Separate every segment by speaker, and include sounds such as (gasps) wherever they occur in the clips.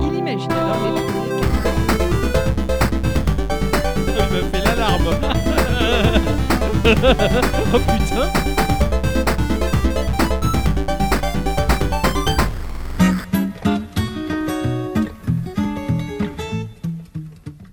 Speaker 1: Elle me fait
Speaker 2: j'inhale les trucs.
Speaker 1: Euh, bah, l'alarme. (laughs) oh putain.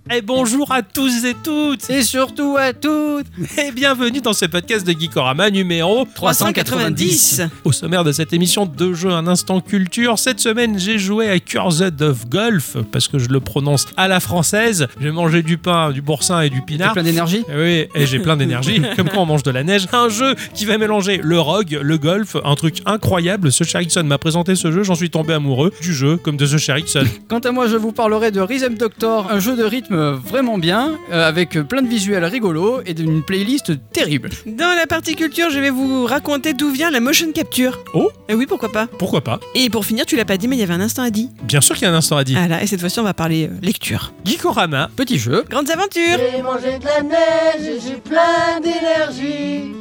Speaker 1: Et Eh, bonjour à tous et toutes
Speaker 3: Et surtout à toutes
Speaker 1: et bienvenue dans ce podcast de Geekorama numéro
Speaker 3: 390.
Speaker 1: Au sommaire de cette émission de jeu un instant culture, cette semaine j'ai joué à Cursed of Golf parce que je le prononce à la française. J'ai mangé du pain, du boursin et du
Speaker 3: T'es
Speaker 1: pinard.
Speaker 3: plein d'énergie
Speaker 1: Eh Oui, et j'ai plein
Speaker 2: (laughs)
Speaker 1: d'énergie, comme quand on mange de la neige. Un jeu qui va mélanger le rogue, le golf, un truc incroyable. Ce Sherrickson m'a présenté ce jeu, j'en suis tombé amoureux du jeu, comme de ce
Speaker 2: (laughs)
Speaker 1: Sherrickson.
Speaker 3: Quant à moi, je vous parlerai de Rhythm Doctor, un jeu de rythme vraiment bien, euh, avec plein de visuels rigolos et d'une playlist terrible.
Speaker 2: Dans la partie culture, je vais vous raconter d'où vient la motion capture.
Speaker 1: Oh.
Speaker 2: Et oui, pourquoi pas
Speaker 1: Pourquoi pas
Speaker 2: Et pour finir, tu l'as pas dit, mais il y avait un instant à dit.
Speaker 1: Bien sûr qu'il y a un instant à dire.
Speaker 2: Ah là, et cette fois-ci, on va parler euh, lecture.
Speaker 1: Gikorama,
Speaker 3: Petit jeu.
Speaker 2: Grandes aventures
Speaker 4: J'ai mangé de la neige et j'ai plein d'énergie.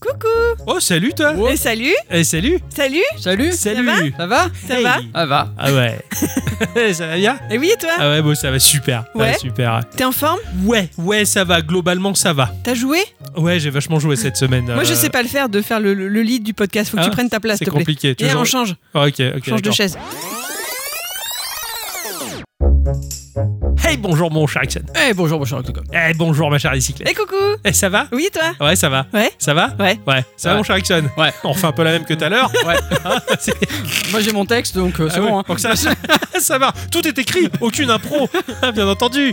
Speaker 2: Coucou
Speaker 1: oh salut toi
Speaker 3: Oh.
Speaker 2: Et salut
Speaker 1: Eh salut
Speaker 2: Salut
Speaker 3: Salut
Speaker 1: Salut
Speaker 3: Ça va
Speaker 2: Ça va
Speaker 3: Ça va.
Speaker 1: Ah ouais (laughs) Ça va bien
Speaker 2: Et oui, et toi
Speaker 1: Ah ouais, bon, ça va super. Ça va
Speaker 2: Ouais.
Speaker 1: super.
Speaker 2: T'es en forme
Speaker 1: Ouais, ouais, ça va. Globalement, ça va.
Speaker 2: T'as joué
Speaker 1: Ouais, j'ai vachement joué cette semaine.
Speaker 2: Moi, je
Speaker 1: euh,
Speaker 2: sais pas le faire, de faire le, le- le lead du podcast. Faut que
Speaker 1: Ah,
Speaker 2: tu prennes ta place,
Speaker 1: C'est
Speaker 2: s'il te plaît.
Speaker 1: compliqué.
Speaker 2: Et
Speaker 1: Toujours-
Speaker 2: on change,
Speaker 1: Ah, ok, ok.
Speaker 2: change de
Speaker 1: d'accord.
Speaker 2: chaise.
Speaker 1: Hey, bonjour mon cher Axel.
Speaker 3: Eh bonjour, bonjour Octocom.
Speaker 1: Hey, bonjour ma chère bicyclette.
Speaker 2: Et coucou
Speaker 1: Eh, ça va
Speaker 2: Oui, et toi
Speaker 1: Ouais, ça va.
Speaker 2: Ouais
Speaker 1: Ça va
Speaker 2: Ouais.
Speaker 1: Ouais. Ça va
Speaker 3: Ouais.
Speaker 1: mon cher Axel
Speaker 3: Ouais.
Speaker 1: On refait un peu la même que tout à l'heure. (laughs)
Speaker 3: Ouais.
Speaker 1: Hein, c'est-
Speaker 3: moi j'ai mon texte donc euh, c'est
Speaker 1: Ah
Speaker 3: bon.
Speaker 1: ouais,
Speaker 3: hein.
Speaker 1: donc ça, ça va. Tout est écrit, aucune (laughs) impro, Ah, bien entendu.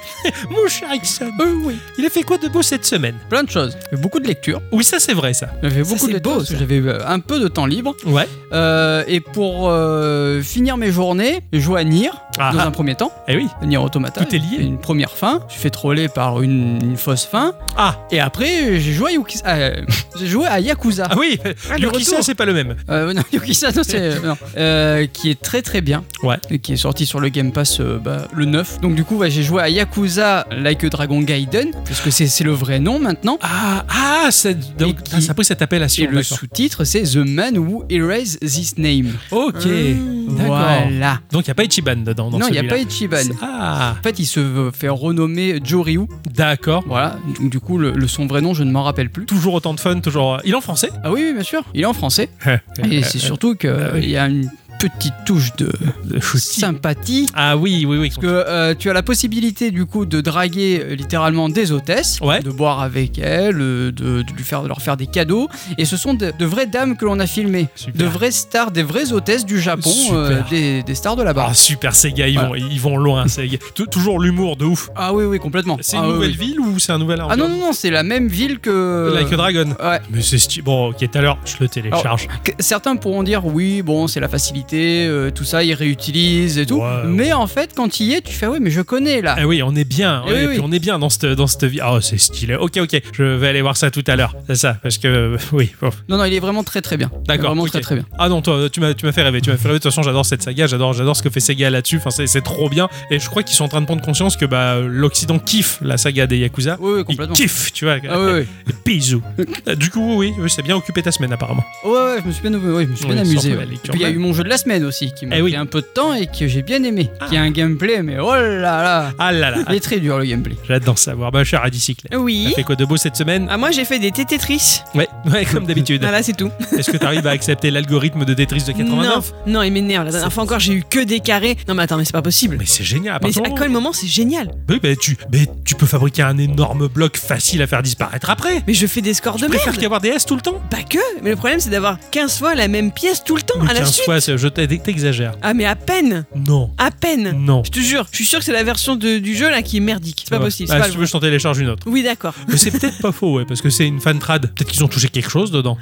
Speaker 1: Mon cher Axel,
Speaker 3: Euh, oui.
Speaker 1: il a fait quoi de beau cette semaine
Speaker 3: Plein de choses. J'ai beaucoup de lectures.
Speaker 1: Oui, ça c'est vrai ça.
Speaker 3: J'ai fait
Speaker 2: Ça,
Speaker 3: beaucoup de
Speaker 2: c'est beau,
Speaker 3: lectures parce que
Speaker 2: ça.
Speaker 3: j'avais euh, un peu de temps libre.
Speaker 1: Ouais.
Speaker 3: Euh, et pour euh, finir mes journées, je joue à Nier
Speaker 1: Ah,
Speaker 3: dans
Speaker 1: ah.
Speaker 3: un premier temps.
Speaker 1: Eh oui.
Speaker 3: Nier Automata.
Speaker 1: Tout est lié.
Speaker 3: Une première fin. Je fais troller par une, une fausse fin.
Speaker 1: Ah,
Speaker 3: Et après, j'ai joué à, Yuki- euh, j'ai joué à Yakuza.
Speaker 1: ah oui.
Speaker 3: Ah, le
Speaker 1: Yukisa,
Speaker 3: retour.
Speaker 1: c'est pas le même.
Speaker 3: Euh, non, Yakuza, non, c'est. euh, non. Euh, qui est très très bien.
Speaker 1: Ouais.
Speaker 3: Et qui est sorti sur le Game Pass euh, bah, le 9. Donc, du coup, ouais, j'ai joué à Yakuza Like a Dragon Gaiden, puisque c'est c'est le vrai nom maintenant.
Speaker 1: Ah, ah, ça, donc,
Speaker 3: Et qui-
Speaker 1: ah, ça a pris cette appellation.
Speaker 3: Et le
Speaker 1: d'accord.
Speaker 3: sous-titre, c'est The Man Who Erased This Name.
Speaker 1: Ok.
Speaker 2: Mmh.
Speaker 1: D'accord.
Speaker 3: Voilà.
Speaker 1: Donc Ah. il n'y a pas Ichiban dedans. Dans
Speaker 3: non, il n'y a
Speaker 1: celui-là.
Speaker 3: pas Ichiban.
Speaker 1: Ah,
Speaker 3: En fait, il se veut faire renommer Joryu.
Speaker 1: d'accord.
Speaker 3: Voilà. Donc, du coup, le, le- son vrai nom, je ne m'en rappelle plus.
Speaker 1: Toujours autant de fun, toujours. Il est en français
Speaker 3: Ah oui, oui, bien sûr. Il est en français.
Speaker 1: Euh, (laughs)
Speaker 3: Et c'est surtout
Speaker 1: Ah oui.
Speaker 3: qu'il y a une petite touche de
Speaker 1: Le Euh, chouti.
Speaker 3: sympathie.
Speaker 1: Ah oui, oui, oui.
Speaker 3: Parce que euh, tu as la possibilité du coup de draguer euh, littéralement des hôtesses,
Speaker 1: Ouais.
Speaker 3: de boire avec elles, euh, de, de lui faire, de leur faire des cadeaux. Et ce sont de, de vraies dames que l'on a filmées,
Speaker 1: Super.
Speaker 3: de vraies stars, des vraies hôtesses du Japon,
Speaker 1: Super.
Speaker 3: euh, des, des stars de
Speaker 1: Ah
Speaker 3: là-bas.
Speaker 1: super Sega, ils, vont, ils vont loin. Sega. Tou- Toujours l'humour de ouf.
Speaker 3: Ah oui, oui, complètement.
Speaker 1: C'est
Speaker 3: ah,
Speaker 1: une
Speaker 3: oui,
Speaker 1: nouvelle
Speaker 3: oui.
Speaker 1: ville ou c'est un nouvel
Speaker 3: Ah non, non, non, c'est la même ville que.
Speaker 1: Like a Dragon.
Speaker 3: Ouais.
Speaker 1: euh, Mais c'est sti- Bon, ok, tout à l'heure, je le télécharge.
Speaker 3: Que- Certains pourront dire oui, bon, c'est la facilité, euh, tout ça, ils réutilisent et tout.
Speaker 1: Ouais.
Speaker 3: Mais en fait, quand il y est, tu fais oui, mais je connais là.
Speaker 1: Ah oui, on est bien.
Speaker 3: Eh
Speaker 1: Et
Speaker 3: oui,
Speaker 1: puis
Speaker 3: oui.
Speaker 1: on est bien dans cette, dans cette vie. Oh, c'est stylé. Ok, ok, je vais aller voir ça tout à l'heure. C'est ça, parce que. euh, oui, bon.
Speaker 3: Non, non, il est vraiment très très bien.
Speaker 1: D'accord,
Speaker 3: Vraiment
Speaker 1: ok.
Speaker 3: très très bien.
Speaker 1: Ah non, toi, tu m'as tu m'as fait rêver. Tu m'as fait rêver. De toute façon, j'adore cette saga. J'adore j'adore ce que fait Sega là-dessus. Enfin, c'est c'est trop bien. Et je crois qu'ils sont en train de prendre conscience que bah, l'Occident kiffe la saga des Yakuza.
Speaker 3: Oui, oui,
Speaker 1: Ils
Speaker 3: complètement.
Speaker 1: kiffent, tu vois.
Speaker 3: Ah oui, oui.
Speaker 1: Bisous. Euh, du coup, oui, oui, c'est bien occupé ta semaine apparemment.
Speaker 3: Ouais, ouais, je me suis bien, ouais, je me suis bien
Speaker 1: Oui,
Speaker 3: amusé.
Speaker 1: sorte de
Speaker 3: ouais. Et
Speaker 1: lecture
Speaker 3: puis il y a
Speaker 1: même.
Speaker 3: eu mon jeu de la semaine aussi, qui m'a
Speaker 1: Eh oui.
Speaker 3: pris un peu de temps et que j'ai bien aimé.
Speaker 1: Ah.
Speaker 3: Qui a un gameplay, mais oh là là
Speaker 1: Ah là là, (laughs)
Speaker 3: Il est très dur le gameplay.
Speaker 1: j'adore savoir. Bah, cher à bicyclette. T'as
Speaker 2: Oui.
Speaker 1: fait quoi de beau cette semaine
Speaker 2: Ah, moi, j'ai fait des Tetris.
Speaker 1: Ouais, (laughs) ouais, comme d'habitude.
Speaker 2: Voilà, c'est tout.
Speaker 1: Est-ce que t'arrives à accepter l'algorithme de Tetris de 89
Speaker 2: Non, non, il m'énerve. La dernière fois encore, j'ai eu que des carrés. Non, mais attends, mais c'est pas possible.
Speaker 1: Mais c'est génial. À
Speaker 2: Mais
Speaker 1: partir
Speaker 2: ah, à
Speaker 1: du moment-
Speaker 2: quel moment c'est génial
Speaker 1: Oui, bah, tu, mais tu peux fabriquer un énorme bloc facile à faire disparaître après.
Speaker 2: Mais je fais des scores de
Speaker 1: Je préfère
Speaker 2: Ah, merde.
Speaker 1: qu'avoir des S tout le temps.
Speaker 2: Pas que. Mais le problème, c'est d'avoir 15 fois la même pièce tout le temps
Speaker 1: Mais
Speaker 2: à la
Speaker 1: 15
Speaker 2: suite.
Speaker 1: fois, c'est- je t'ai- t'exagères.
Speaker 2: Ah, mais à peine.
Speaker 1: Non.
Speaker 2: À peine.
Speaker 1: Non.
Speaker 2: Je te jure, je suis sûr que c'est la version de- du jeu là qui est merdique. C'est pas
Speaker 1: Ouais.
Speaker 2: possible.
Speaker 1: Ah,
Speaker 2: C'est pas
Speaker 1: si
Speaker 2: le
Speaker 1: tu veux, je t'en télécharge une autre.
Speaker 2: Oui, d'accord.
Speaker 1: Mais c'est peut-être pas faux, ouais, parce que c'est une fan trad. Peut-être qu'ils ont touché quelque chose
Speaker 2: (gasps)
Speaker 1: dedans.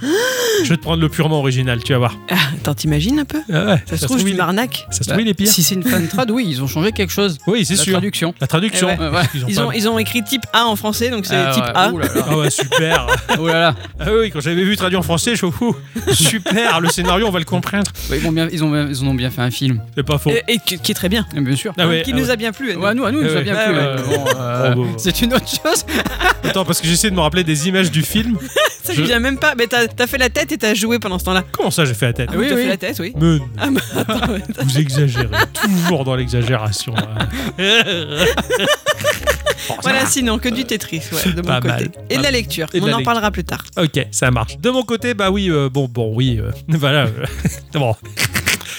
Speaker 1: je vais te prendre le purement original, tu vas voir.
Speaker 2: Ah, attends, t'imagines un peu
Speaker 1: Ah ouais,
Speaker 2: Ça se trouve, je
Speaker 1: il
Speaker 2: une
Speaker 1: est-
Speaker 2: arnaque.
Speaker 1: ça se
Speaker 3: Bah,
Speaker 1: trouve, il est pire.
Speaker 3: Si c'est une fan trad, oui, ils ont changé quelque chose.
Speaker 1: Oui, c'est
Speaker 3: la
Speaker 1: sûr.
Speaker 3: traduction.
Speaker 1: La traduction.
Speaker 2: Eh
Speaker 3: ouais. Ouais.
Speaker 1: Ils ont
Speaker 2: Ils
Speaker 1: pas-
Speaker 2: ont, ils ont écrit type A en français, donc c'est
Speaker 3: Ah,
Speaker 2: type
Speaker 3: ouais.
Speaker 2: A.
Speaker 3: Ouh là là. (laughs)
Speaker 1: Ah ouais,
Speaker 2: (laughs)
Speaker 1: super.
Speaker 3: Ouh Oh là là.
Speaker 1: ah oui, quand j'avais vu traduit en français, je fou. Super, le scénario, on va le comprendre.
Speaker 3: Ouais, Bah, ils, ont bien, ils, ont, ils en ont bien fait un film.
Speaker 1: C'est pas faux.
Speaker 2: Et, Euh, et qui qui est très bien.
Speaker 3: Eh bien sûr.
Speaker 1: Ah ouais,
Speaker 2: qui
Speaker 1: ah
Speaker 2: nous
Speaker 1: ouais.
Speaker 2: a bien plu. à nous.
Speaker 3: Ouais, à nous, à nous, il
Speaker 1: Eh
Speaker 3: nous a
Speaker 1: ouais.
Speaker 3: bien
Speaker 2: Ah
Speaker 3: plu.
Speaker 2: ouais.
Speaker 3: mais bon, euh,
Speaker 1: Oh, bon, bon.
Speaker 3: C'est une autre chose.
Speaker 1: Attends, parce que j'essaie de me rappeler des images du film.
Speaker 2: Ça, je
Speaker 1: Je-
Speaker 2: viens même pas. Mais t'as t'as fait la tête et t'as joué pendant ce temps-là.
Speaker 1: Comment ça, j'ai fait la tête
Speaker 2: Ah
Speaker 3: Oui,
Speaker 2: t'as
Speaker 3: oui.
Speaker 2: fait la tête, oui.
Speaker 1: Mais non, (laughs)
Speaker 2: Ah bah attends, ouais.
Speaker 1: vous exagérez.
Speaker 2: (laughs)
Speaker 1: Toujours dans l'exagération. hein. Bon, ça
Speaker 2: voilà,
Speaker 1: va.
Speaker 2: sinon que du Tetris, ouais, de
Speaker 1: Pas
Speaker 2: mon côté.
Speaker 1: mal. Pas
Speaker 2: Et de la
Speaker 1: mal.
Speaker 2: lecture,
Speaker 1: Et de
Speaker 2: on
Speaker 1: la
Speaker 2: en
Speaker 1: lecture.
Speaker 2: parlera plus tard.
Speaker 1: Ok, ça marche. De mon côté, bah oui, euh, bon, bon, oui. euh, (laughs) voilà. euh, bon.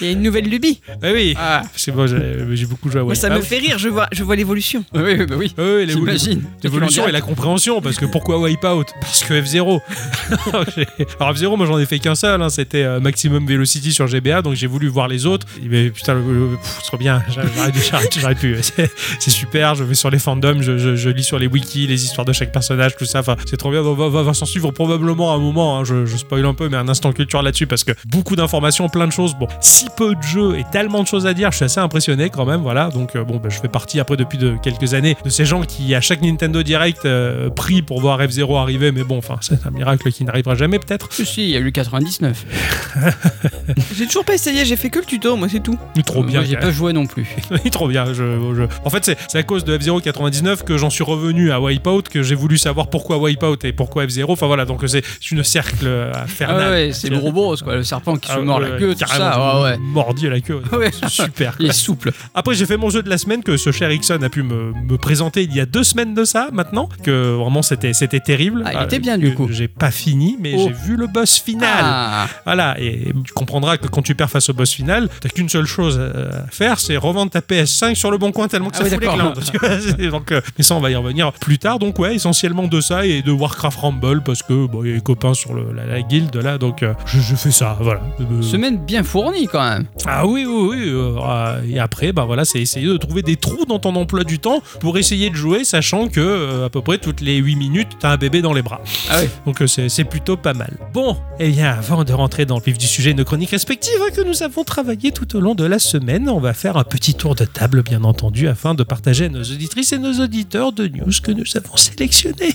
Speaker 2: Il y a une nouvelle lubie.
Speaker 1: Eh oui.
Speaker 3: Ah,
Speaker 1: C'est bon, j'ai j'ai beaucoup joué à
Speaker 2: Moi,
Speaker 1: Wally.
Speaker 2: ça
Speaker 3: Bah
Speaker 1: Ah
Speaker 2: me
Speaker 1: oui.
Speaker 2: fait rire, je vois, je vois l'évolution.
Speaker 3: oui, oui, bah oui.
Speaker 1: Ah oui, les-
Speaker 3: J'imagine.
Speaker 1: L'évolution et la compréhension, parce que pourquoi Wipeout Parce que (laughs) F0. Alors F0, moi j'en ai fait qu'un seul, hein, c'était euh, Maximum Velocity sur GBA, donc j'ai voulu voir les autres. Mais putain, le- le- pff, c'est trop bien, j'arrête- j'arrête j'arrête- j'arrête plus. (laughs) C'est c'est super, je vais sur les fandoms, je, je- je lis sur les wikis, les histoires de chaque personnage, tout ça. Enfin, c'est trop bien, on va, va- va s'en suivre probablement un moment, hein, je, je spoil un peu, mais un instant culture là-dessus, parce que beaucoup d'informations, plein de choses. Bon, si peu de jeux et tellement de choses à dire, je suis assez impressionné quand même, voilà. Donc euh, bon, bah, je fais partie après depuis de, quelques années de ces gens qui à chaque Nintendo Direct euh, prient pour voir F0 arriver, mais bon, enfin, c'est un miracle qui n'arrivera jamais peut-être.
Speaker 3: Si, si, il y a eu le 99.
Speaker 2: J'ai toujours pas essayé, j'ai fait que le tuto, moi c'est tout.
Speaker 1: Mais Trop Oh, bien.
Speaker 3: Moi, j'ai
Speaker 1: quand
Speaker 3: pas joué non plus.
Speaker 1: (laughs) Oui, trop bien. je- je- En fait, c'est c'est à cause de F0 99 que j'en suis revenu à Wipeout, que j'ai voulu savoir pourquoi Wipeout et pourquoi F0. Enfin voilà, donc euh, c'est c'est une cercle infernale.
Speaker 3: Ah ouais, c'est Ouroboros, quoi, le serpent qui se
Speaker 1: Ah,
Speaker 3: mord la
Speaker 1: ouais,
Speaker 3: queue, tout
Speaker 1: carrément,
Speaker 3: ça. ah Ouais,
Speaker 1: Mordu à la queue.
Speaker 3: (laughs) ouais. Ouais,
Speaker 1: C'est Super.
Speaker 3: Il est souple.
Speaker 1: Après, j'ai fait mon jeu de la semaine que ce cher Ixon a pu me, me présenter il y a deux semaines de ça maintenant. Que vraiment, c'était c'était terrible. Euh,
Speaker 3: Ah, il était bien, du
Speaker 1: que
Speaker 3: coup.
Speaker 1: J'ai pas fini, mais
Speaker 3: Oh.
Speaker 1: j'ai vu le boss final.
Speaker 3: Ah,
Speaker 1: Voilà, et tu comprendras que quand tu perds face au boss final, t'as qu'une seule chose euh, à faire, c'est revendre ta PS5 sur le bon coin tellement que
Speaker 3: Ah
Speaker 1: ça
Speaker 3: oui,
Speaker 1: fout les
Speaker 3: d'accord.
Speaker 1: glandes. tu vois, (laughs) c'est- donc, euh, mais ça, on va y revenir plus tard. Donc ouais, essentiellement de ça et de Warcraft Rumble parce que bon, il y a les copains sur le- la, la guilde là, donc euh, je, je fais ça. Voilà. Euh,
Speaker 3: semaine bien fournie quand même.
Speaker 1: ah oui, oui, oui. euh, euh, et après, bah voilà, c'est essayer de trouver des trous dans ton emploi du temps pour essayer de jouer, sachant que euh, à peu près toutes les 8 minutes, t'as un bébé dans les bras.
Speaker 3: Ah oui.
Speaker 1: Donc euh, c'est c'est plutôt pas mal. Bon, eh bien, avant de rentrer dans le vif du sujet, nos chroniques respectives hein, que nous avons travaillées tout au long de la semaine, on va faire un petit tour de table, bien entendu, afin de partager à nos auditrices et nos auditeurs de news que nous avons sélectionnées.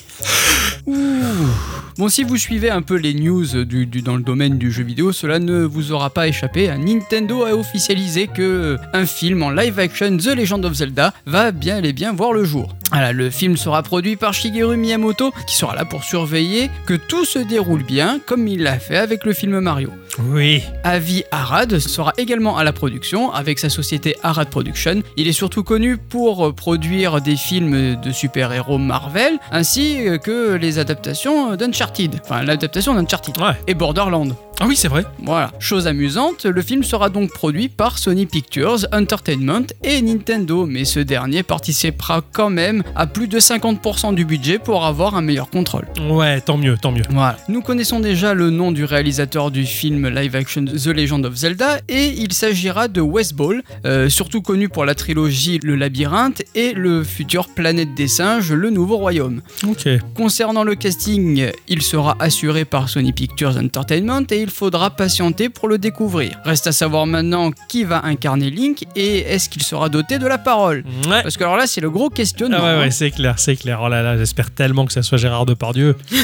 Speaker 3: Bon, si vous suivez un peu les news du, du- dans le domaine du jeu vidéo, cela ne vous aura pas échappé. hein. Nintendo a officialisé que euh, un film en live action, The Legend of Zelda, va bien et bien voir le jour. Voilà, le film sera produit par Shigeru Miyamoto, qui sera là pour surveiller que tout se déroule bien, comme il l'a fait avec le film Mario.
Speaker 1: Oui.
Speaker 3: Avi Arad sera également à la production avec sa société Arad Production. Il est surtout connu pour euh, produire des films de super-héros Marvel ainsi euh, que les adaptations euh, d'Uncharted. Enfin, l'adaptation d'Uncharted.
Speaker 1: Ouais.
Speaker 3: Et Borderland.
Speaker 1: Ah oui, c'est vrai.
Speaker 3: Voilà. Chose amusante, le film sera donc produit par Sony Pictures, Entertainment et Nintendo, mais ce dernier participera quand même à plus de 50% du budget pour avoir un meilleur contrôle.
Speaker 1: Ouais, tant mieux, tant mieux.
Speaker 3: Voilà. Nous connaissons déjà le nom du réalisateur du film live action The Legend of Zelda et il s'agira de Wes Ball, euh, surtout connu pour la trilogie Le Labyrinthe et le futur Planète des Singes, Le Nouveau Royaume.
Speaker 1: Ok.
Speaker 3: Concernant le casting, il sera assuré par Sony Pictures Entertainment et il faudra patienter pour le découvrir. Reste à savoir maintenant qui va incarner Link et est-ce qu'il sera doté de la parole
Speaker 1: Ah Ouais.
Speaker 3: Parce que alors là, c'est le gros questionnement.
Speaker 1: Ah ouais,
Speaker 3: hein.
Speaker 1: ouais, c'est clair, c'est clair. Oh là là, j'espère tellement que ça soit Gérard (laughs) Depardieu. Mais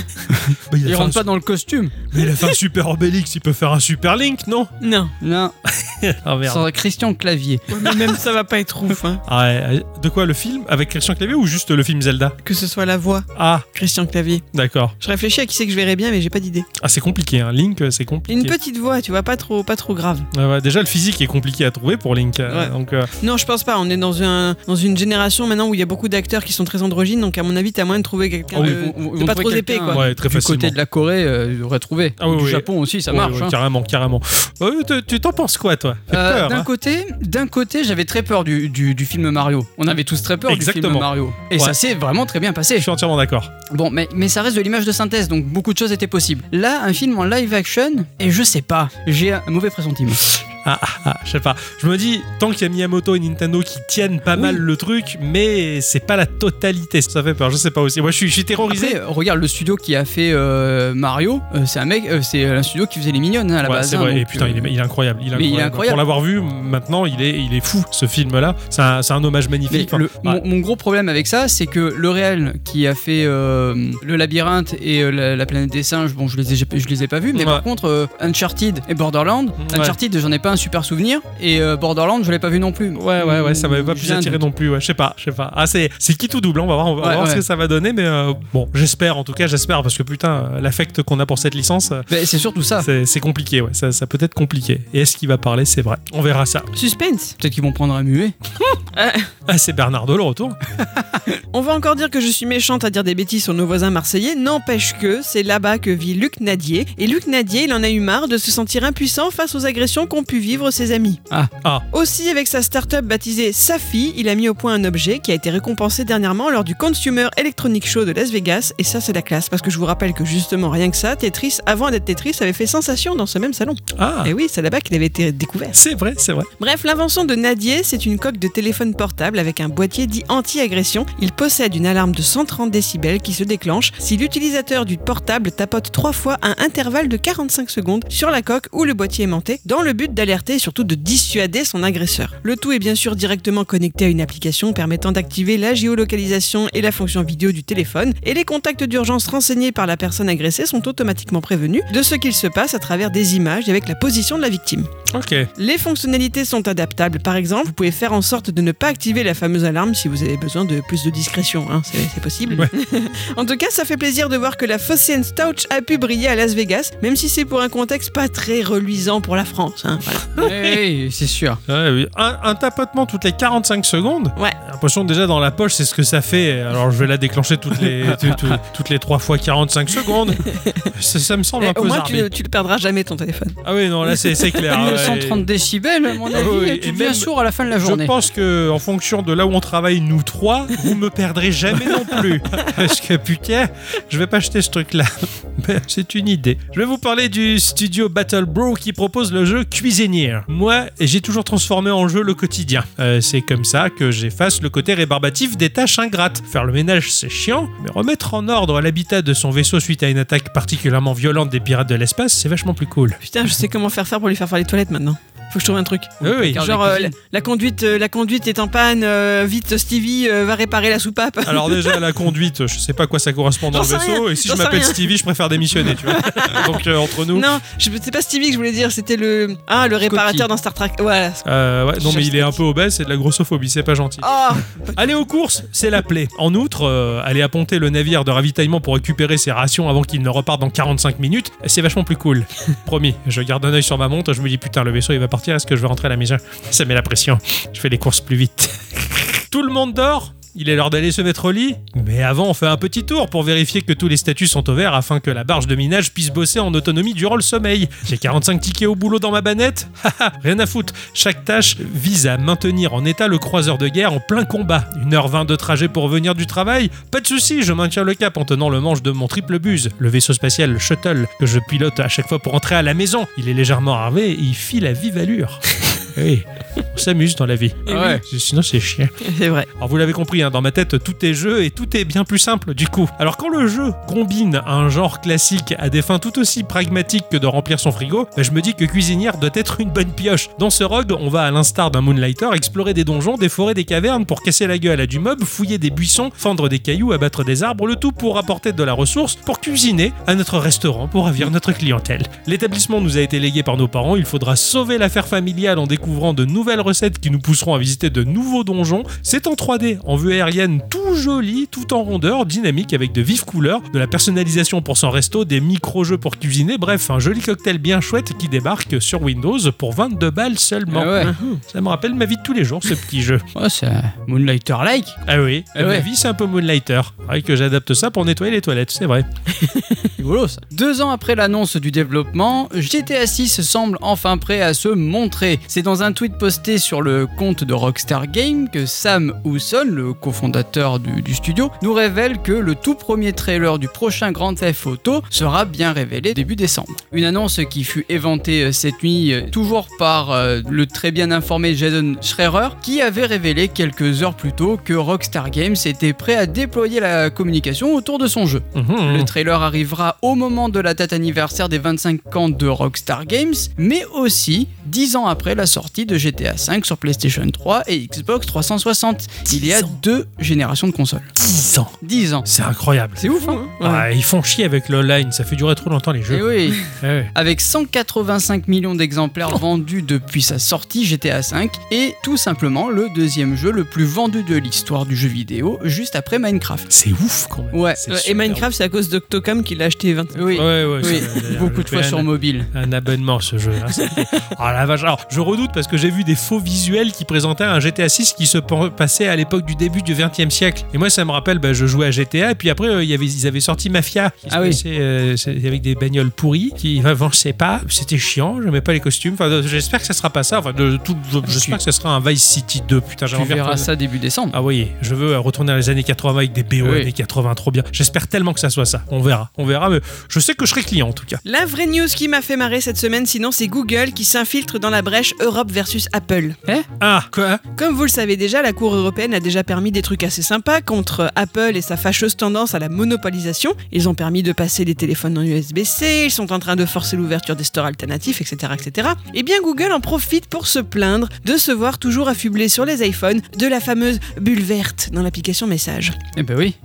Speaker 1: il,
Speaker 3: Il
Speaker 1: a fait un,
Speaker 3: rentre pas dans le costume.
Speaker 1: mais il a fait un super Obélix, il peut faire un super Link, (laughs) non
Speaker 2: Non,
Speaker 3: Non,
Speaker 1: Ah merde.
Speaker 3: c'est Christian Clavier.
Speaker 2: Ouais, mais même ça va pas être ouf. hein.
Speaker 1: Ah ouais, euh, de quoi le film Avec Christian Clavier ou juste le film Zelda
Speaker 2: Que ce soit la voix,
Speaker 1: Ah,
Speaker 2: Christian Clavier.
Speaker 1: d'accord.
Speaker 2: Je réfléchis à qui c'est que je verrais bien, mais j'ai pas d'idée.
Speaker 1: Ah, c'est compliqué, hein. Link, euh, c'est compliqué.
Speaker 2: Une petite voix, tu vois, pas trop, pas trop grave.
Speaker 1: Ah ouais, déjà, le physique est compliqué à trouver pour Link. euh,
Speaker 2: Ouais.
Speaker 1: Donc, euh,
Speaker 2: Non, je pense pas. On est dans, un, dans une génération maintenant où il y a beaucoup d'acteurs qui sont très androgynes, donc à mon avis, t'as moyen de trouver quelqu'un
Speaker 1: Oh oui,
Speaker 2: de,
Speaker 3: ils vont-
Speaker 2: de
Speaker 3: ils vont
Speaker 2: pas
Speaker 3: trouver
Speaker 2: trop épais,
Speaker 3: quelqu'un,
Speaker 2: quoi.
Speaker 1: ouais, très
Speaker 3: du
Speaker 1: facilement.
Speaker 3: côté de la Corée, euh, il devrait trouver.
Speaker 1: Ah oui,
Speaker 3: du
Speaker 1: oui.
Speaker 3: Japon aussi, ça
Speaker 1: Ouais,
Speaker 3: marche.
Speaker 1: ouais,
Speaker 3: hein.
Speaker 1: Carrément, carrément. Euh, tu- tu t'en penses quoi, toi Fais
Speaker 3: Euh,
Speaker 1: peur,
Speaker 3: d'un
Speaker 1: hein.
Speaker 3: côté, d'un côté, j'avais très peur du, du- du film Mario. On avait tous très peur du
Speaker 1: Exactement.
Speaker 3: film Mario. Et
Speaker 1: Ouais.
Speaker 3: ça s'est vraiment très bien
Speaker 1: Je
Speaker 3: passé.
Speaker 1: suis entièrement d'accord.
Speaker 3: Bon, mais, mais ça reste de l'image de synthèse, donc beaucoup de choses étaient possibles. Là, un film en live action, et je sais pas, j'ai un mauvais pressentiment.
Speaker 1: Ah, ah, ah, je sais pas. Je me dis, tant qu'il y a Miyamoto et Nintendo qui tiennent pas
Speaker 3: Oui.
Speaker 1: mal le truc, mais c'est pas la totalité. Ça fait peur, je sais pas aussi. Moi, je suis, je suis terrorisé.
Speaker 3: Après, euh, regarde le studio qui a fait euh, Mario, euh, c'est un mec, euh, c'est un studio qui faisait les mignonnes hein, à la
Speaker 1: Ouais,
Speaker 3: base.
Speaker 1: c'est
Speaker 3: hein,
Speaker 1: vrai.
Speaker 3: donc,
Speaker 1: Et putain,
Speaker 3: euh,
Speaker 1: il est, il est incroyable. Il est
Speaker 3: mais il est
Speaker 1: incroyable.
Speaker 3: incroyable.
Speaker 1: Pour l'avoir vu, maintenant, il est, il est fou, ce film-là. C'est un, c'est un hommage
Speaker 3: Mais
Speaker 1: magnifique.
Speaker 3: le-
Speaker 1: Enfin, hein. Ah, ouais.
Speaker 3: mon, mon gros problème avec ça, c'est que le réel qui a fait euh, le labyrinthe et euh, la, la planète des singes, bon, je les ai, je les ai pas vus, mais
Speaker 1: Ouais.
Speaker 3: par contre, euh, Uncharted et Borderland,
Speaker 1: Ouais.
Speaker 3: Uncharted, j'en ai pas un super souvenir. Et euh, Borderlands, je l'ai pas vu non plus.
Speaker 1: Ouais, ouais, ouais, ça m'avait pas
Speaker 3: J'ai
Speaker 1: plus
Speaker 3: un
Speaker 1: attiré
Speaker 3: doute.
Speaker 1: non plus. Ouais, je sais pas, je sais pas. Ah, c'est c'est qui tout double, hein, on va voir, on va
Speaker 3: Ouais,
Speaker 1: voir ce
Speaker 3: ouais.
Speaker 1: que ça va donner, mais euh, bon, j'espère en tout cas, j'espère, parce que putain, euh, l'affect qu'on a pour cette licence, euh,
Speaker 3: Ben, c'est surtout ça.
Speaker 2: Ah.
Speaker 1: c'est c'est compliqué, ouais, ça, ça peut être compliqué. Et est-ce qu'il va parler C'est vrai, on verra ça.
Speaker 2: Suspense.
Speaker 3: Peut-être qu'ils vont prendre
Speaker 1: (laughs)
Speaker 3: un muet.
Speaker 1: Ah, c'est Bernardo le retour.
Speaker 2: On va encore dire que je suis méchante à dire des bêtises sur nos voisins marseillais, n'empêche que c'est là-bas que vit Luc Nadier, et Luc Nadier, il en a eu marre de se sentir impuissant face aux agressions qu'ont pu vivre ses amis.
Speaker 3: Ah.
Speaker 1: Ah.
Speaker 2: Aussi, avec sa start-up baptisée Safi, il a mis au point un objet qui a été récompensé dernièrement lors du Consumer Electronic Show de Las Vegas, et ça c'est la classe, parce que je vous rappelle que justement, rien que ça, Tetris, avant d'être Tetris, avait fait sensation dans ce même salon.
Speaker 1: Ah,
Speaker 2: Et oui, c'est là-bas qu'il avait été découvert.
Speaker 1: c'est vrai, c'est vrai.
Speaker 2: Bref, l'invention de Nadier, c'est une coque de téléphone portable avec un boîtier dit anti-agression. Il possède une alarme de 130 décibels qui se déclenche si l'utilisateur du portable tapote trois fois à un intervalle de 45 secondes sur la coque ou le boîtier aimanté dans le but d'alerter et surtout de dissuader son agresseur. Le tout est bien sûr directement connecté à une application permettant d'activer la géolocalisation et la fonction vidéo du téléphone et les contacts d'urgence renseignés par la personne agressée sont automatiquement prévenus de ce qu'il se passe à travers des images et avec la position de la victime.
Speaker 1: Ok.
Speaker 2: Les fonctionnalités sont adaptables. Par exemple, vous pouvez faire en sorte de ne pas activer la fameuse alarme si vous avez besoin de plus de discrétion. hein, c'est c'est possible.
Speaker 1: Ouais.
Speaker 2: (laughs) en tout cas, ça fait plaisir de voir que la Fossense Touch a pu briller à Las Vegas, même si c'est pour un contexte pas très reluisant pour la France. hein, voilà.
Speaker 3: Eh, c'est sûr.
Speaker 1: Ouais, oui. un, un tapotement toutes les 45 secondes.
Speaker 2: Ouais.
Speaker 1: J'ai l'impression que déjà dans la poche, c'est ce que ça fait. Alors je vais la déclencher toutes
Speaker 2: (laughs)
Speaker 1: les, tu- tu- toutes les 3 fois 45 secondes. ça, ça me semble
Speaker 2: Eh,
Speaker 1: un
Speaker 2: au
Speaker 1: peu
Speaker 2: moins, tu,
Speaker 1: zarbi.
Speaker 2: ne- tu le perdras jamais ton téléphone.
Speaker 1: Ah oui, non, là c'est c'est
Speaker 2: (laughs)
Speaker 1: clair. Ah hein, Ouais.
Speaker 3: 130 décibels, à mon
Speaker 1: Ah
Speaker 3: avis,
Speaker 1: oui, et
Speaker 3: tu deviens
Speaker 1: même-
Speaker 3: sourd à la fin de la
Speaker 1: Je
Speaker 3: journée.
Speaker 1: pense que en fonction de là où on travaille nous trois, vous me perdrez jamais non
Speaker 3: (laughs)
Speaker 1: plus. Parce que putain, je vais pas acheter ce (laughs) truc là. C'est une idée. Je vais vous parler du studio Battle Bro qui propose le jeu Cuisinier. Moi, j'ai toujours transformé en jeu le quotidien. Euh, c'est comme ça que j'efface le côté rébarbatif des tâches ingrates. Faire le ménage, c'est chiant, mais remettre en ordre l'habitat de son vaisseau suite à une attaque particulièrement violente des pirates de l'espace, c'est vachement plus cool.
Speaker 2: Putain, je sais comment faire faire pour lui faire faire les toilettes maintenant. Faut que je trouve un truc.
Speaker 1: Oui, oui.
Speaker 3: Car
Speaker 2: Genre,
Speaker 3: la
Speaker 2: euh, la,
Speaker 3: cuisine.
Speaker 2: la conduite, euh, la conduite est en panne. euh, vite, Stevie euh, va réparer la soupape.
Speaker 1: Alors déjà la conduite, je sais pas à quoi ça correspond dans le
Speaker 2: J'en sais
Speaker 1: vaisseau
Speaker 2: rien,
Speaker 1: et si je
Speaker 2: j'en sais
Speaker 1: m'appelle
Speaker 2: rien.
Speaker 1: Stevie, je préfère démissionner, tu
Speaker 2: (laughs)
Speaker 1: vois. Donc euh, entre nous
Speaker 2: (laughs) Non, je c'est pas Stevie que je voulais dire, c'était le ah le réparateur dans Star Trek. Voilà.
Speaker 1: euh, ouais, non mais
Speaker 2: Cherche
Speaker 1: il est un peu obèse, c'est de la grossophobie, c'est pas gentil.
Speaker 2: Oh,
Speaker 1: Aller aux courses, c'est la plaie. En outre, euh, aller apponter le navire de ravitaillement pour récupérer ses rations avant qu'il ne reparte dans 45 minutes, c'est vachement plus cool. (laughs) Promis, je garde un œil sur ma montre, je me dis putain, le vaisseau il va partir, est-ce que je vais rentrer à la maison Ça met la pression, je fais les courses plus vite. Tout le monde dort il est l'heure d'aller se mettre au lit, mais avant on fait un petit tour pour vérifier que tous les statuts sont ouverts afin que la barge de minage puisse bosser en autonomie durant le sommeil. J'ai 45 tickets au boulot dans ma banette, (laughs) Haha, rien à foutre. Chaque tâche vise à maintenir en état le croiseur de guerre en plein combat. 1h20 de trajet pour venir du travail Pas de souci, je maintiens le cap en tenant le manche de mon triple buse, le vaisseau spatial le Shuttle, que je pilote à chaque fois pour entrer à la maison. Il est légèrement armé et il file à vive allure. (laughs) oui, on s'amuse dans la vie.
Speaker 3: Ouais.
Speaker 1: Sinon c'est chiant.
Speaker 2: c'est vrai.
Speaker 1: Alors vous l'avez compris, hein, dans ma tête, tout est jeu et tout est bien plus simple du coup. Alors quand le jeu combine un genre classique à des fins tout aussi pragmatiques que de remplir son frigo, bah, je me dis que cuisinière doit être une bonne pioche. Dans ce rogue, on va à l'instar d'un Moonlighter explorer des donjons, des forêts, des cavernes pour casser la gueule à du mob, fouiller des buissons, fendre des cailloux, abattre des arbres, le tout pour apporter de la ressource, pour cuisiner à notre restaurant, pour ravir notre clientèle. L'établissement nous a été légué par nos parents, il faudra sauver l'affaire familiale en découvrant de nouvelles recettes qui nous pousseront à visiter de nouveaux donjons. C'est en 3D, en vue aérienne tout joli, tout en rondeur, dynamique avec de vives couleurs, de la personnalisation pour son resto, des micro-jeux pour cuisiner, bref, un joli cocktail bien chouette qui débarque sur Windows pour 22 balles seulement. Mhm.
Speaker 3: Ah ouais.
Speaker 1: Ça me rappelle ma vie de tous les jours, ce petit jeu.
Speaker 3: Ouais, c'est un Moonlighter-like.
Speaker 1: Ah oui,
Speaker 3: Ah
Speaker 1: ma
Speaker 3: ouais.
Speaker 1: vie c'est un peu Moonlighter. Ouais, que j'adapte ça pour nettoyer les toilettes, c'est vrai.
Speaker 3: Rigolo, ça. Deux ans après l'annonce du développement, GTA 6 semble enfin prêt à se montrer. C'est dans un tweet posté sur le compte de Rockstar Games que Sam Houson, le cofondateur du, du studio, nous révèle que le tout premier trailer du prochain Grand Theft Auto sera bien révélé début décembre. Une annonce qui fut éventée euh, cette nuit euh, toujours par euh, le très bien informé Jason Schreier qui avait révélé quelques heures plus tôt que Rockstar Games était prêt à déployer la communication autour de son jeu.
Speaker 1: Mhm.
Speaker 3: Le trailer arrivera au moment de la date anniversaire des 25 ans de Rockstar Games, mais aussi 10 ans après la sortie sortie de GTA V sur PlayStation 3 et Xbox 360. Il y a deux générations de consoles.
Speaker 1: 10 ans.
Speaker 3: 10 ans.
Speaker 1: C'est incroyable.
Speaker 3: C'est ouf, hein
Speaker 1: Ah, ils font chier avec l'online, ça fait durer trop longtemps les
Speaker 3: Eh
Speaker 1: jeux.
Speaker 3: oui
Speaker 1: Ouais, ouais.
Speaker 3: Avec 185 millions d'exemplaires vendus depuis sa sortie, GTA V est tout simplement le deuxième jeu le plus vendu de l'histoire du jeu vidéo, juste après Minecraft.
Speaker 1: C'est ouf quand même.
Speaker 3: Ouais.
Speaker 1: C'est
Speaker 2: Ouais, Et
Speaker 1: super
Speaker 2: Minecraft, c'est à cause d'Octocom qu'il l'a acheté 20
Speaker 3: Oui,
Speaker 1: ouf. Ouais, ouais,
Speaker 3: oui.
Speaker 1: c'est-
Speaker 3: beaucoup de
Speaker 1: je
Speaker 3: fois
Speaker 1: fais
Speaker 3: sur
Speaker 1: un-
Speaker 3: mobile.
Speaker 1: Un abonnement ce jeu. hein, c'était- (laughs) Ah la vache. Alors, je redoute parce que j'ai vu des faux visuels qui présentaient un GTA 6 qui se pen- passait à l'époque du début du 20e siècle. Et moi ça me rappelle, bah, je jouais à GTA et puis après euh, il y avait, ils avaient sorti Mafia. Qui se
Speaker 3: Ah oui.
Speaker 1: passait, euh, c'est- avec des bagnoles pourries qui avançaient pas. C'était chiant, j'aimais pas les costumes. Enfin, euh, j'espère que ça sera pas ça. Enfin, de, tout, je- j'espère que ça sera un Vice City 2. Putain,
Speaker 3: Tu
Speaker 1: j'aimerais bien
Speaker 3: verras
Speaker 1: retourner-
Speaker 3: ça début décembre.
Speaker 1: Ah oui, je veux euh, retourner dans les années 80 avec des BO
Speaker 3: Oui.
Speaker 1: années 80, trop bien. J'espère tellement que ça soit ça. On verra, on verra, mais je sais que je serai client en tout cas.
Speaker 2: La vraie news qui m'a fait marrer cette semaine, sinon, c'est Google qui s'infiltre dans la brèche Europe versus Apple.
Speaker 1: Ah, quoi
Speaker 2: Comme vous le savez déjà, la Cour européenne a déjà permis des trucs assez sympas contre euh, Apple et sa fâcheuse tendance à la monopolisation. Ils ont permis de passer des téléphones en USB-C, ils sont en train de forcer l'ouverture des stores alternatifs, etc., etc. Et Eh bien Google en profite pour se plaindre de se voir toujours affublé sur les iPhones de la fameuse bulle verte dans l'application Message.
Speaker 3: Eh ben oui,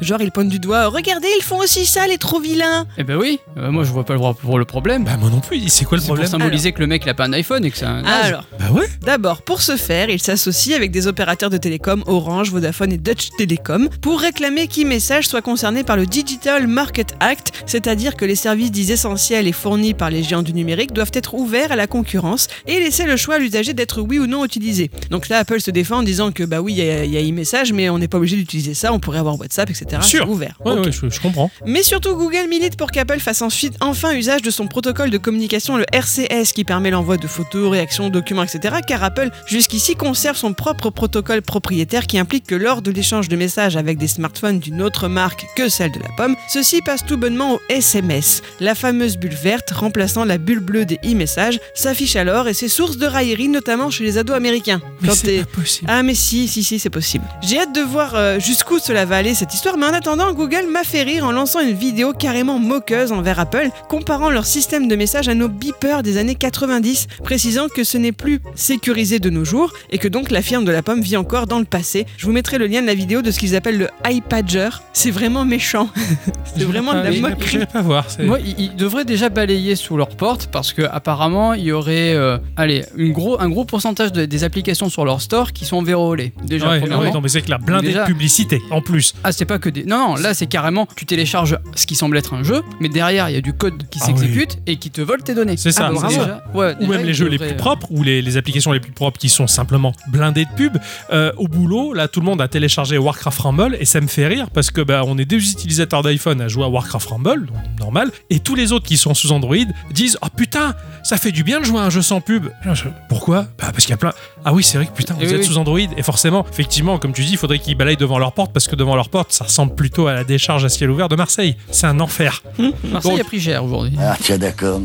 Speaker 2: Genre ils pointent du doigt, regardez, ils font aussi ça, les trop vilains.
Speaker 3: eh ben oui. Euh, moi je vois pas le, pour le problème.
Speaker 1: Bah moi non plus, c'est quoi le
Speaker 3: C'est pour
Speaker 1: problème
Speaker 3: symboliser que le mec il a pas un iPhone et que c'est un. âge.
Speaker 2: Ah, Alors.
Speaker 1: Bah ouais
Speaker 2: D'abord, pour ce faire, il s'associe avec des opérateurs de télécom Orange, Vodafone et Dutch Telecom pour réclamer qu'e-message soit concerné par le Digital Market Act, c'est-à-dire que les services dits essentiels et fournis par les géants du numérique doivent être ouverts à la concurrence et laisser le choix à l'usager d'être oui ou non utilisé. Donc là, Apple se défend en disant que bah oui, il y a- il y a e-message, mais on n'est pas obligé d'utiliser ça, on pourrait avoir WhatsApp, etc. C'est
Speaker 1: sûr.
Speaker 2: ouvert.
Speaker 1: Ouais,
Speaker 2: Ok.
Speaker 1: ouais, je, je comprends.
Speaker 2: Mais surtout, Google milite pour qu'Apple fasse ensuite enfin usage de son protocole de communication, le RCS, qui permet l'envoi de photos, réactions, documents, etc. Car Apple, jusqu'ici, conserve son propre protocole propriétaire qui implique que lors de l'échange de messages avec des smartphones d'une autre marque que celle de la pomme, ceux-ci passent tout bonnement au SMS. La fameuse bulle verte, remplaçant la bulle bleue des e-messages, s'affiche alors et c'est source de raillerie, notamment chez les ados américains. Quand t'es-
Speaker 1: possible.
Speaker 2: ah mais si, si, si, c'est possible. J'ai hâte de voir euh, jusqu'où cela va aller cette histoire, mais en attendant, Google m'a fait rire en lançant une vidéo carrément moqueuse envers Apple, comparant leur système de messages à nos beepers des années 90, précisant que ce n'est plus sécurisé de nos jours et que donc la firme de la pomme vit encore dans le passé. Je vous mettrai le lien de la vidéo de ce qu'ils appellent le iPadger. C'est vraiment méchant. (laughs)
Speaker 1: Ah,
Speaker 2: c'est vraiment de la
Speaker 3: oui,
Speaker 2: moquerie.
Speaker 1: Je vais pas voir. c'est-
Speaker 3: Moi, ils, ils devraient déjà balayer sous leur porte parce que apparemment, il y aurait, euh, allez, une gros, un gros pourcentage de- des applications sur leur store qui sont vérolées. Déjà,
Speaker 1: Ouais,
Speaker 3: premièrement.
Speaker 1: ouais, non, mais c'est que la blindée
Speaker 3: Déjà.
Speaker 1: de publicité en plus.
Speaker 3: Ah, c'est pas que des. Non, non, là, c'est carrément, tu télécharges ce qui semble être un jeu, mais derrière, il y a du code qui
Speaker 1: Ah
Speaker 3: s'exécute et qui te vole tes données.
Speaker 1: C'est ça,
Speaker 3: Ah, donc
Speaker 1: c'est
Speaker 3: déjà- ouais,
Speaker 1: Ou
Speaker 3: déjà,
Speaker 1: même les
Speaker 3: ils
Speaker 1: jeux les
Speaker 3: devraient,
Speaker 1: plus
Speaker 3: euh,
Speaker 1: propres, ou les, les applications les plus propres qui sont simplement blindées de pub. Euh, au boulot, là, tout le monde a téléchargé Warcraft Rumble et ça me fait rire parce que bah, on est des utilisateurs d'iPhone à jouer à Warcraft Rumble, donc normal, et tous les autres qui sont sous Android disent Oh putain, ça fait du bien de jouer à un jeu sans pub. Je- Pourquoi bah, Parce qu'il y a plein. Ah oui, c'est vrai que putain, vous
Speaker 3: Eh oui,
Speaker 1: êtes
Speaker 3: oui.
Speaker 1: sous Android et forcément, effectivement, comme tu dis, il faudrait qu'ils balayent devant leur porte parce que devant leur porte, ça ressemble plutôt à la décharge à ciel ouvert de Marseille. C'est un enfer.
Speaker 3: Marseille
Speaker 1: Donc-
Speaker 3: a pris cher aujourd'hui.
Speaker 5: Ah, tiens, d'accord.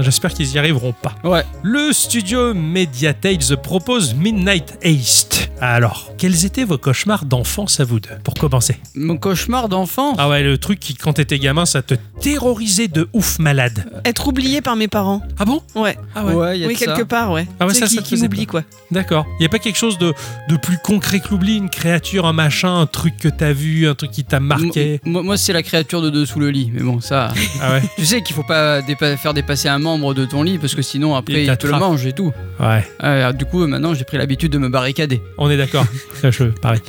Speaker 1: J'espère qu'ils y arriveront pas.
Speaker 3: Ouais.
Speaker 1: Le studio Media Tales propose Midnight Heist. Alors, quels étaient vos cauchemars d'enfance à vous deux Pour commencer.
Speaker 3: Mon cauchemar d'enfant.
Speaker 1: Ah ouais, le truc qui, quand t'étais gamin, ça te terrorisait de ouf malade.
Speaker 2: Être oublié par mes parents.
Speaker 1: Ah bon
Speaker 2: Euh, Ouais.
Speaker 1: Ah ouais.
Speaker 3: ouais, il y a
Speaker 2: Oui,
Speaker 3: de ça.
Speaker 2: quelque part, ouais.
Speaker 1: Ah ouais,
Speaker 2: Tu sais,
Speaker 1: ça, ça
Speaker 2: qui,
Speaker 1: te
Speaker 2: qui
Speaker 1: faisait
Speaker 2: m'oublie, quoi.
Speaker 1: D'accord. Il n'y a pas quelque chose de, de plus concret que l'oubli Une créature, un machin, un truc que t'as vu, un truc qui t'a marqué
Speaker 3: Moi, moi, c'est la créature de dessous le lit, mais bon, ça.
Speaker 1: Ah ouais
Speaker 3: Tu sais qu'il faut pas dépa- faire dépasser un membre de ton lit parce que sinon
Speaker 1: Il
Speaker 3: après il, te le
Speaker 1: t'attrape.
Speaker 3: mange et tout.
Speaker 1: Ouais,
Speaker 3: Ah, du coup maintenant j'ai pris l'habitude de me barricader.
Speaker 1: on est d'accord. Ça, je- pareil.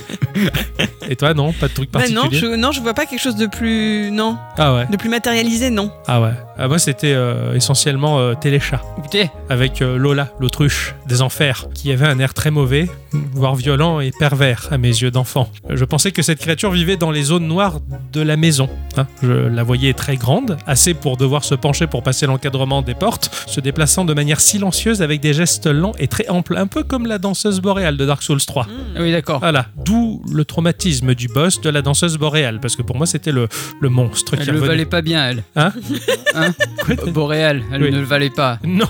Speaker 1: Et toi, non Pas de truc
Speaker 2: Bah,
Speaker 1: particulier
Speaker 2: non, je, non, je vois pas quelque chose de plus. Non.
Speaker 1: Ah ouais.
Speaker 2: De plus matérialisé, non.
Speaker 1: Ah ouais. Ah, moi, c'était euh, essentiellement euh, téléchat.
Speaker 3: Écoutez,
Speaker 1: avec euh, Lola, l'autruche des enfers, qui avait un air très mauvais, voire violent et pervers à mes yeux d'enfant. Euh, Je pensais que cette créature vivait dans les zones noires de la maison. hein. Je la voyais très grande, assez pour devoir se pencher pour passer l'encadrement des portes, se déplaçant de manière silencieuse avec des gestes lents et très amples, un peu comme la danseuse boréale de Dark Souls 3.
Speaker 3: Ah oui d'accord.
Speaker 1: Voilà, d'où le traumatisme du boss de la danseuse boréale, parce que pour moi c'était le, le monstre qui
Speaker 3: Elle le
Speaker 1: revenait.
Speaker 3: valait pas bien elle.
Speaker 1: Hein
Speaker 3: Hein
Speaker 1: (laughs) Quoi, t'as-
Speaker 3: Boréal, elle
Speaker 1: Oui.
Speaker 3: ne le valait pas.
Speaker 1: Non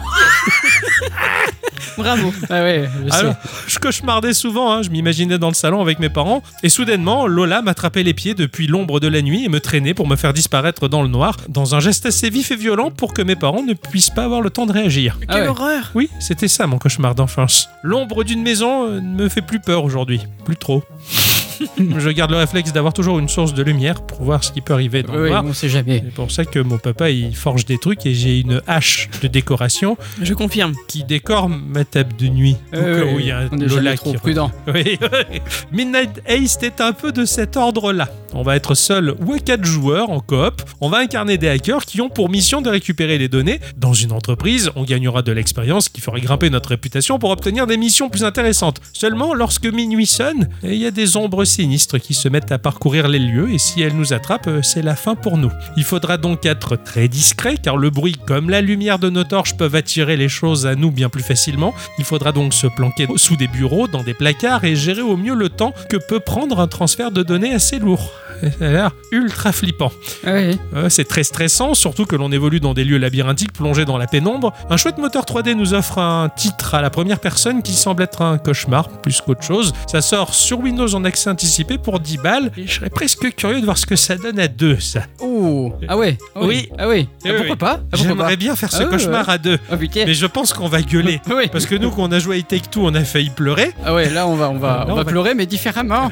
Speaker 2: Bravo.
Speaker 3: (laughs) Ah ouais, je sais.
Speaker 1: Alors, (laughs) je cauchemardais souvent, hein, je m'imaginais dans le salon avec mes parents, et soudainement, Lola m'attrapait les pieds depuis l'ombre de la nuit et me traînait pour me faire disparaître dans le noir, dans un geste assez vif et violent pour que mes parents ne puissent pas avoir le temps de réagir.
Speaker 2: Quelle
Speaker 3: Ah ouais.
Speaker 2: horreur.
Speaker 1: Oui, c'était ça mon cauchemar d'enfance. L'ombre d'une maison euh, ne me fait plus peur aujourd'hui, plus trop. (laughs) je garde le réflexe d'avoir toujours une source de lumière pour voir ce qui peut arriver dans
Speaker 3: Oui,
Speaker 1: le
Speaker 3: oui,
Speaker 1: noir.
Speaker 3: on sait jamais.
Speaker 1: C'est pour ça que mon papa il forge des trucs et j'ai une hache de décoration
Speaker 2: Je confirme.
Speaker 1: qui décore ma table de nuit. Au
Speaker 3: Euh,
Speaker 1: cas
Speaker 3: oui,
Speaker 1: où il y a un
Speaker 3: on est
Speaker 1: Lola
Speaker 3: jamais trop
Speaker 1: qui
Speaker 3: prudent.
Speaker 1: (laughs) oui, oui. Midnight Ace est un peu de cet ordre-là. On va être seul ou à quatre joueurs en coop. On va incarner des hackers qui ont pour mission de récupérer les données. Dans une entreprise, on gagnera de l'expérience qui ferait grimper notre réputation pour obtenir des missions plus intéressantes. Seulement, lorsque minuit sonne, il y a des ombres sinistres qui se mettent à parcourir les lieux et si elles nous attrapent, euh, c'est la fin pour nous. Il faudra donc être très discret car le bruit comme la lumière de nos torches peuvent attirer les choses à nous bien plus facilement. Il faudra donc se planquer sous des bureaux, dans des placards et gérer au mieux le temps que peut prendre un transfert de données assez lourd. (laughs) Ça a l'air ultra flippant.
Speaker 3: Ah ouais.
Speaker 1: Euh, c'est très stressant, surtout que l'on évolue dans des lieux labyrinthiques plongés dans la pénombre. Un chouette moteur 3D nous offre un titre à la première personne qui semble être un cauchemar plus qu'autre chose. Ça sort sur Windows en accès anticipé pour 10 balles. Et je serais presque curieux de voir ce que ça donne à deux, ça.
Speaker 3: Oh. Ah ouais. ah
Speaker 1: Oui. Eh
Speaker 3: Ah ouais. Ah,
Speaker 1: Oui, oui.
Speaker 3: pourquoi pas Ah, Pourquoi pas
Speaker 1: J'aimerais bien faire ce
Speaker 3: Ah ouais,
Speaker 1: cauchemar à deux,
Speaker 3: Oh putain.
Speaker 1: mais je pense qu'on va gueuler.
Speaker 3: Oui.
Speaker 1: Parce que nous, quand on a joué à It Take Two, on a failli
Speaker 3: (laughs)
Speaker 1: pleurer.
Speaker 3: Ah ouais, là on va on va
Speaker 1: Là,
Speaker 3: on
Speaker 1: on
Speaker 3: va
Speaker 1: va-
Speaker 3: pleurer mais différemment.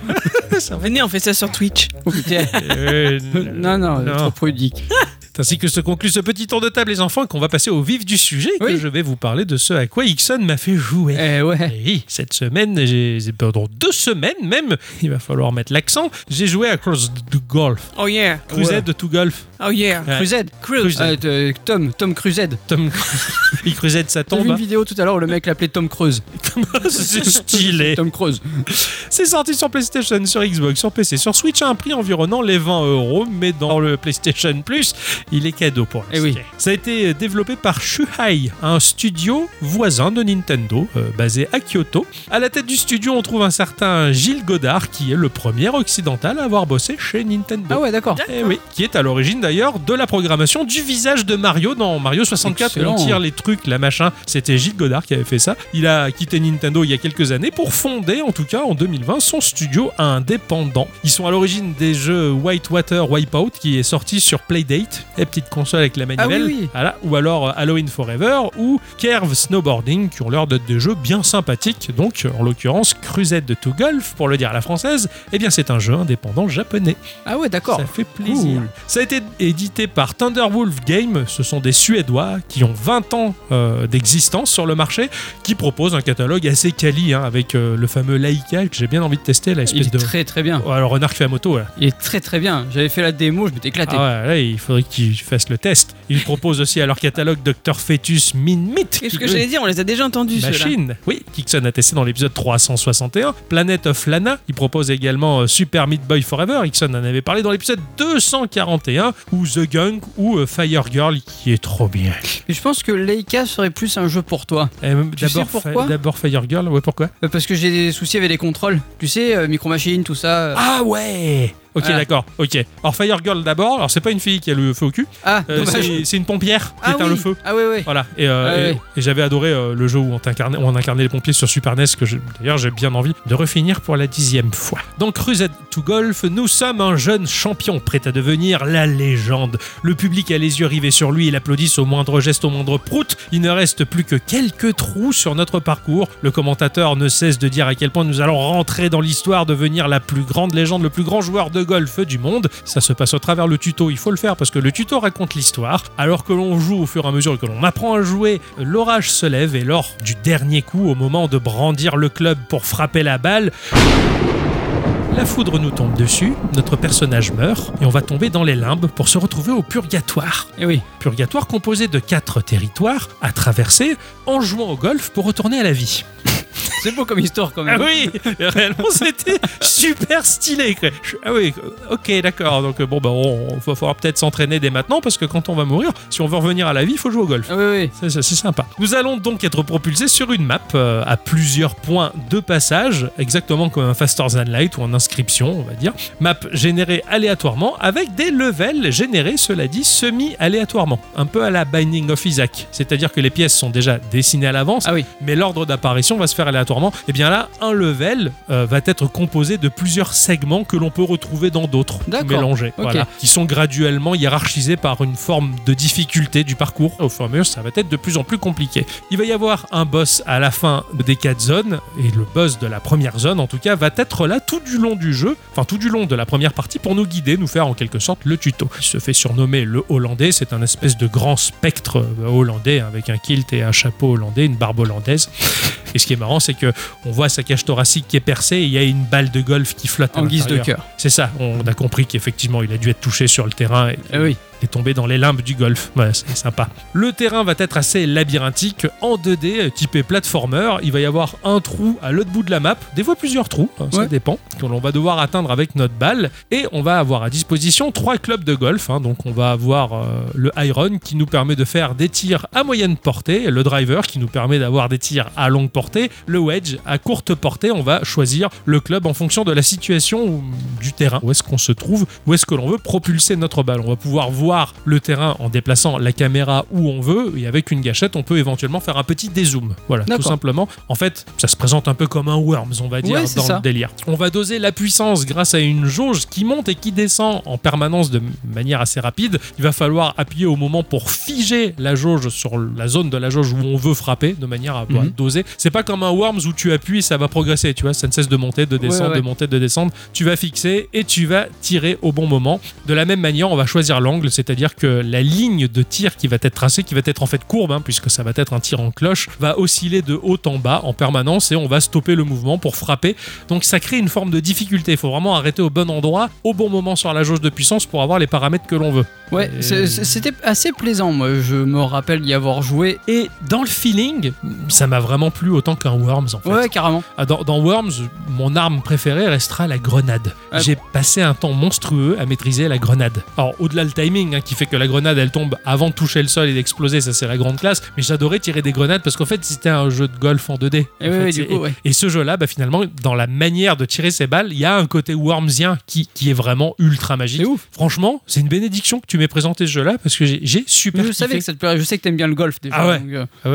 Speaker 1: Ça va.
Speaker 2: Venez, on fait ça sur Twitch.
Speaker 1: (laughs)
Speaker 3: Oh putain.
Speaker 1: Euh,
Speaker 3: Non non,
Speaker 1: Non.
Speaker 3: trop prudique.
Speaker 1: C'est ainsi que se conclut ce petit tour de table, les enfants, et qu'on va passer au vif du sujet, et
Speaker 3: Oui.
Speaker 1: que je vais vous parler de ce à quoi Ixon m'a fait jouer.
Speaker 3: Eh ouais.
Speaker 1: Et oui, cette semaine, j'ai, j'ai- pendant deux semaines même, il va falloir mettre l'accent, j'ai joué à Cross to Golf.
Speaker 2: Oh yeah.
Speaker 1: Crusade to Golf.
Speaker 2: Oh yeah.
Speaker 1: Ouais.
Speaker 3: Crusade.
Speaker 2: Cruise.
Speaker 1: Crusade.
Speaker 3: Euh, de- Tom Tom Crusade.
Speaker 1: Tom... (laughs) il crusade sa
Speaker 3: T'as vu une
Speaker 1: tombe. hein.
Speaker 3: vidéo tout à l'heure où le mec l'appelait Tom Cruise.
Speaker 1: (laughs) C'est stylé.
Speaker 3: Tom Cruise.
Speaker 1: C'est sorti sur PlayStation, sur Xbox, sur PC, sur Switch à un prix environnant les 20 euros, mais dans le PlayStation Plus, il est cadeau pour
Speaker 3: Eh
Speaker 1: l'instant.
Speaker 3: oui.
Speaker 1: Ça a été développé par Shuhei, un studio voisin de Nintendo, euh, basé à Kyoto. À la tête du studio, on trouve un certain Gilles Godard, qui est le premier occidental à avoir bossé chez Nintendo.
Speaker 3: Ah ouais, d'accord.
Speaker 1: Eh oui, qui est à l'origine d'ailleurs de la programmation du visage de Mario dans Mario 64 où on
Speaker 3: Excellent.
Speaker 1: tire les trucs, la machin. C'était Gilles Godard qui avait fait ça. Il a quitté Nintendo il y a quelques années pour fonder, en tout cas en 2020, son studio indépendant. Ils sont à l'origine des jeux Whitewater Wipeout qui est sorti sur Playdate, et petite console avec la manuelle,
Speaker 3: Ah oui.
Speaker 1: Voilà. ou alors euh, Halloween Forever ou Curve Snowboarding qui ont leur date de jeu bien sympathique. Donc, en l'occurrence, Crusade de To Golf, pour le dire à la française, eh bien c'est un jeu indépendant japonais.
Speaker 3: Ah ouais, d'accord.
Speaker 1: Ça fait plaisir.
Speaker 3: Cool.
Speaker 1: Oh, Ça a été édité par Thunderwolf Game. Ce sont des Suédois qui ont 20 ans euh, d'existence sur le marché, qui proposent un catalogue assez quali hein, avec euh, le fameux Laika que j'ai bien envie de tester, la
Speaker 3: Il
Speaker 1: espèce
Speaker 3: est
Speaker 1: de.
Speaker 3: très très bien.
Speaker 1: Oh, Alors, renard qui fait à moto, là.
Speaker 3: Il est très très bien. J'avais fait la démo, je m'étais éclaté.
Speaker 1: Ah ouais, là, il faudrait qu'ils fassent le test. Ils proposent aussi à leur catalogue Dr. Fetus Min Meat.
Speaker 2: Qu'est-ce
Speaker 1: qui-
Speaker 2: que j'allais dire On les a déjà entendus, ceux-là.
Speaker 1: Machine, oui, Kixon a testé dans l'épisode 361. Planet of Lana, il propose également euh, Super Meat Boy Forever. Ixon en avait parlé dans l'épisode 241, ou The Gunk, ou euh, Fire Girl, qui est trop bien.
Speaker 3: Mais je pense que Leica serait plus un jeu pour toi.
Speaker 1: Euh,
Speaker 3: Tu sais
Speaker 1: D'abord, Fi-
Speaker 3: pourquoi
Speaker 1: D'abord Fire Girl, ouais, pourquoi
Speaker 3: Euh, Parce que j'ai des soucis avec les contrôles. Tu sais, euh, micro machine, tout ça. euh.
Speaker 1: Ah ouais Ok,
Speaker 3: Voilà.
Speaker 1: d'accord, ok. Alors, Fire Girl d'abord, alors c'est pas une fille qui a le feu au cul,
Speaker 3: Ah,
Speaker 1: euh,
Speaker 3: dommage.
Speaker 1: c'est c'est une pompière qui
Speaker 3: Ah
Speaker 1: éteint
Speaker 3: oui.
Speaker 1: le feu.
Speaker 3: Ah ouais, ouais.
Speaker 1: Voilà, et, euh,
Speaker 3: Ah
Speaker 1: et-
Speaker 3: ouais.
Speaker 1: et j'avais adoré euh, le jeu où on, t'incarnait- où on incarnait les pompiers sur Super NES, que je- d'ailleurs j'ai bien envie de refinir pour la dixième fois. Dans Crusade to Golf, nous sommes un jeune champion prêt à devenir la légende. Le public a les yeux rivés sur lui, il applaudisse au moindre geste, au moindre prout. Il ne reste plus que quelques trous sur notre parcours. Le commentateur ne cesse de dire à quel point nous allons rentrer dans l'histoire, devenir la plus grande légende, le plus grand joueur de golf du monde. Ça se passe au travers le tuto, il faut le faire parce que le tuto raconte l'histoire. Alors que l'on joue au fur et à mesure que l'on apprend à jouer, l'orage se lève et lors du dernier coup, au moment de brandir le club pour frapper la balle, la foudre nous tombe dessus, notre personnage meurt, et on va tomber dans les limbes pour se retrouver au purgatoire.
Speaker 3: Eh oui.
Speaker 1: Purgatoire composé de quatre territoires à traverser en jouant au golf pour retourner à la vie.
Speaker 3: C'est beau comme histoire quand
Speaker 1: Ah
Speaker 3: même.
Speaker 1: oui, (laughs) réellement c'était super stylé. quoi. Je- Ah oui, ok, d'accord. Donc euh, bon, bah, on, on- faudra peut-être s'entraîner dès maintenant parce que quand on va mourir, si on veut revenir à la vie, il faut jouer au golf.
Speaker 3: Ah oui, oui.
Speaker 1: C'est- C'est c'est sympa. Nous allons donc être propulsés sur une map euh, à plusieurs points de passage, exactement comme un Faster Than Light ou en inscription, on va dire. Map générée aléatoirement avec des levels générés, cela dit, semi-aléatoirement. Un peu à la Binding of Isaac. C'est-à-dire que les pièces sont déjà dessinées à l'avance,
Speaker 3: Ah oui.
Speaker 1: mais l'ordre d'apparition va se faire aléatoirement. Et bien là, un level euh, va être composé de plusieurs segments que l'on peut retrouver dans d'autres,
Speaker 3: D'accord.
Speaker 1: mélangés,
Speaker 3: Ok.
Speaker 1: voilà, qui sont graduellement hiérarchisés par une forme de difficulté du parcours. Au fur et à mesure, ça va être de plus en plus compliqué. Il va y avoir un boss à la fin des quatre zones, et le boss de la première zone, en tout cas, va être là tout du long du jeu, enfin tout du long de la première partie, pour nous guider, nous faire en quelque sorte le tuto. Il se fait surnommer le Hollandais, c'est un espèce de grand spectre euh, hollandais, avec un kilt et un chapeau hollandais, une barbe hollandaise. Et ce qui est marrant, c'est que on voit sa cage thoracique qui est percée et il y a une balle de golf qui flotte à
Speaker 3: En guise de
Speaker 1: l'intérieur.
Speaker 3: cœur.
Speaker 1: C'est ça, on a compris qu'effectivement il a dû être touché sur le terrain et,
Speaker 3: Ah oui.
Speaker 1: et tomber dans les limbes du golf. Ouais, c'est sympa. Le terrain va être assez labyrinthique, en 2D, euh, typé platformer. Il va y avoir un trou à l'autre bout de la map, des fois plusieurs trous, hein, ça
Speaker 3: Ouais.
Speaker 1: dépend, que l'on va devoir atteindre avec notre balle. Et on va avoir à disposition trois clubs de golf. hein. donc on va avoir euh, le iron qui nous permet de faire des tirs à moyenne portée, le driver qui nous permet d'avoir des tirs à longue portée, le wedge à courte portée. On va choisir le club en fonction de la situation ou du terrain, où est-ce qu'on se trouve, où est-ce que l'on veut propulser notre balle. On va pouvoir voir le terrain en déplaçant la caméra où on veut et avec une gâchette, on peut éventuellement faire un petit dézoom. Voilà, tout
Speaker 3: D'accord.
Speaker 1: simplement. En fait, ça se présente un peu comme un worms, on va dire,
Speaker 3: Ouais, c'est
Speaker 1: dans
Speaker 3: ça.
Speaker 1: le délire. On va doser la puissance grâce à une jauge qui monte et qui descend en permanence de manière assez rapide. Il va falloir appuyer au moment pour figer la jauge sur la zone de la jauge où on veut frapper de manière à pouvoir
Speaker 3: Mhm.
Speaker 1: doser. C'est pas comme un worms où tu appuies et ça va progresser, tu vois, ça ne cesse de monter, de descendre,
Speaker 3: ouais.
Speaker 1: de monter, de descendre. Tu vas fixer et tu vas tirer au bon moment. De la même manière, on va choisir l'angle, c'est-à-dire que la ligne de tir qui va être tracée, qui va être en fait courbe, hein, puisque ça va être un tir en cloche, va osciller de haut en bas en permanence et on va stopper le mouvement pour frapper. Donc ça crée une forme de difficulté. Il faut vraiment arrêter au bon endroit, au bon moment sur la jauge de puissance pour avoir les paramètres que l'on veut.
Speaker 3: Ouais,
Speaker 1: Et-
Speaker 3: c'est- c'est- c'était assez plaisant. Moi, je me rappelle y avoir joué.
Speaker 1: Et dans le feeling, ça m'a vraiment plu autant qu'un Worms en fait.
Speaker 3: Ouais, carrément.
Speaker 1: Ah, Dans, dans Worms, mon arme préférée restera la grenade.
Speaker 3: Ah.
Speaker 1: J'ai passé un temps monstrueux à maîtriser la grenade. Alors, au-delà le timing hein, qui fait que la grenade elle tombe avant de toucher le sol et d'exploser, ça c'est la grande classe. Mais j'adorais tirer des grenades parce qu'en fait c'était un jeu de golf en 2D.
Speaker 3: Et,
Speaker 1: En
Speaker 3: ouais,
Speaker 1: fait,
Speaker 3: ouais,
Speaker 1: c'est-
Speaker 3: Eh du coup, ouais.
Speaker 1: et ce jeu-là, bah, finalement, dans la manière de tirer ses balles, il y a un côté wormsien qui, qui est vraiment ultra magique.
Speaker 3: C'est ouf.
Speaker 1: Franchement, c'est une bénédiction que tu m'aies présenté ce jeu-là parce que j'ai- j'ai super
Speaker 3: Je
Speaker 1: kiffé.
Speaker 3: savais que ça te plairait. Je sais que t'aimes bien le golf déjà.
Speaker 1: Ah ouais.
Speaker 3: donc, euh,
Speaker 1: Ah oui,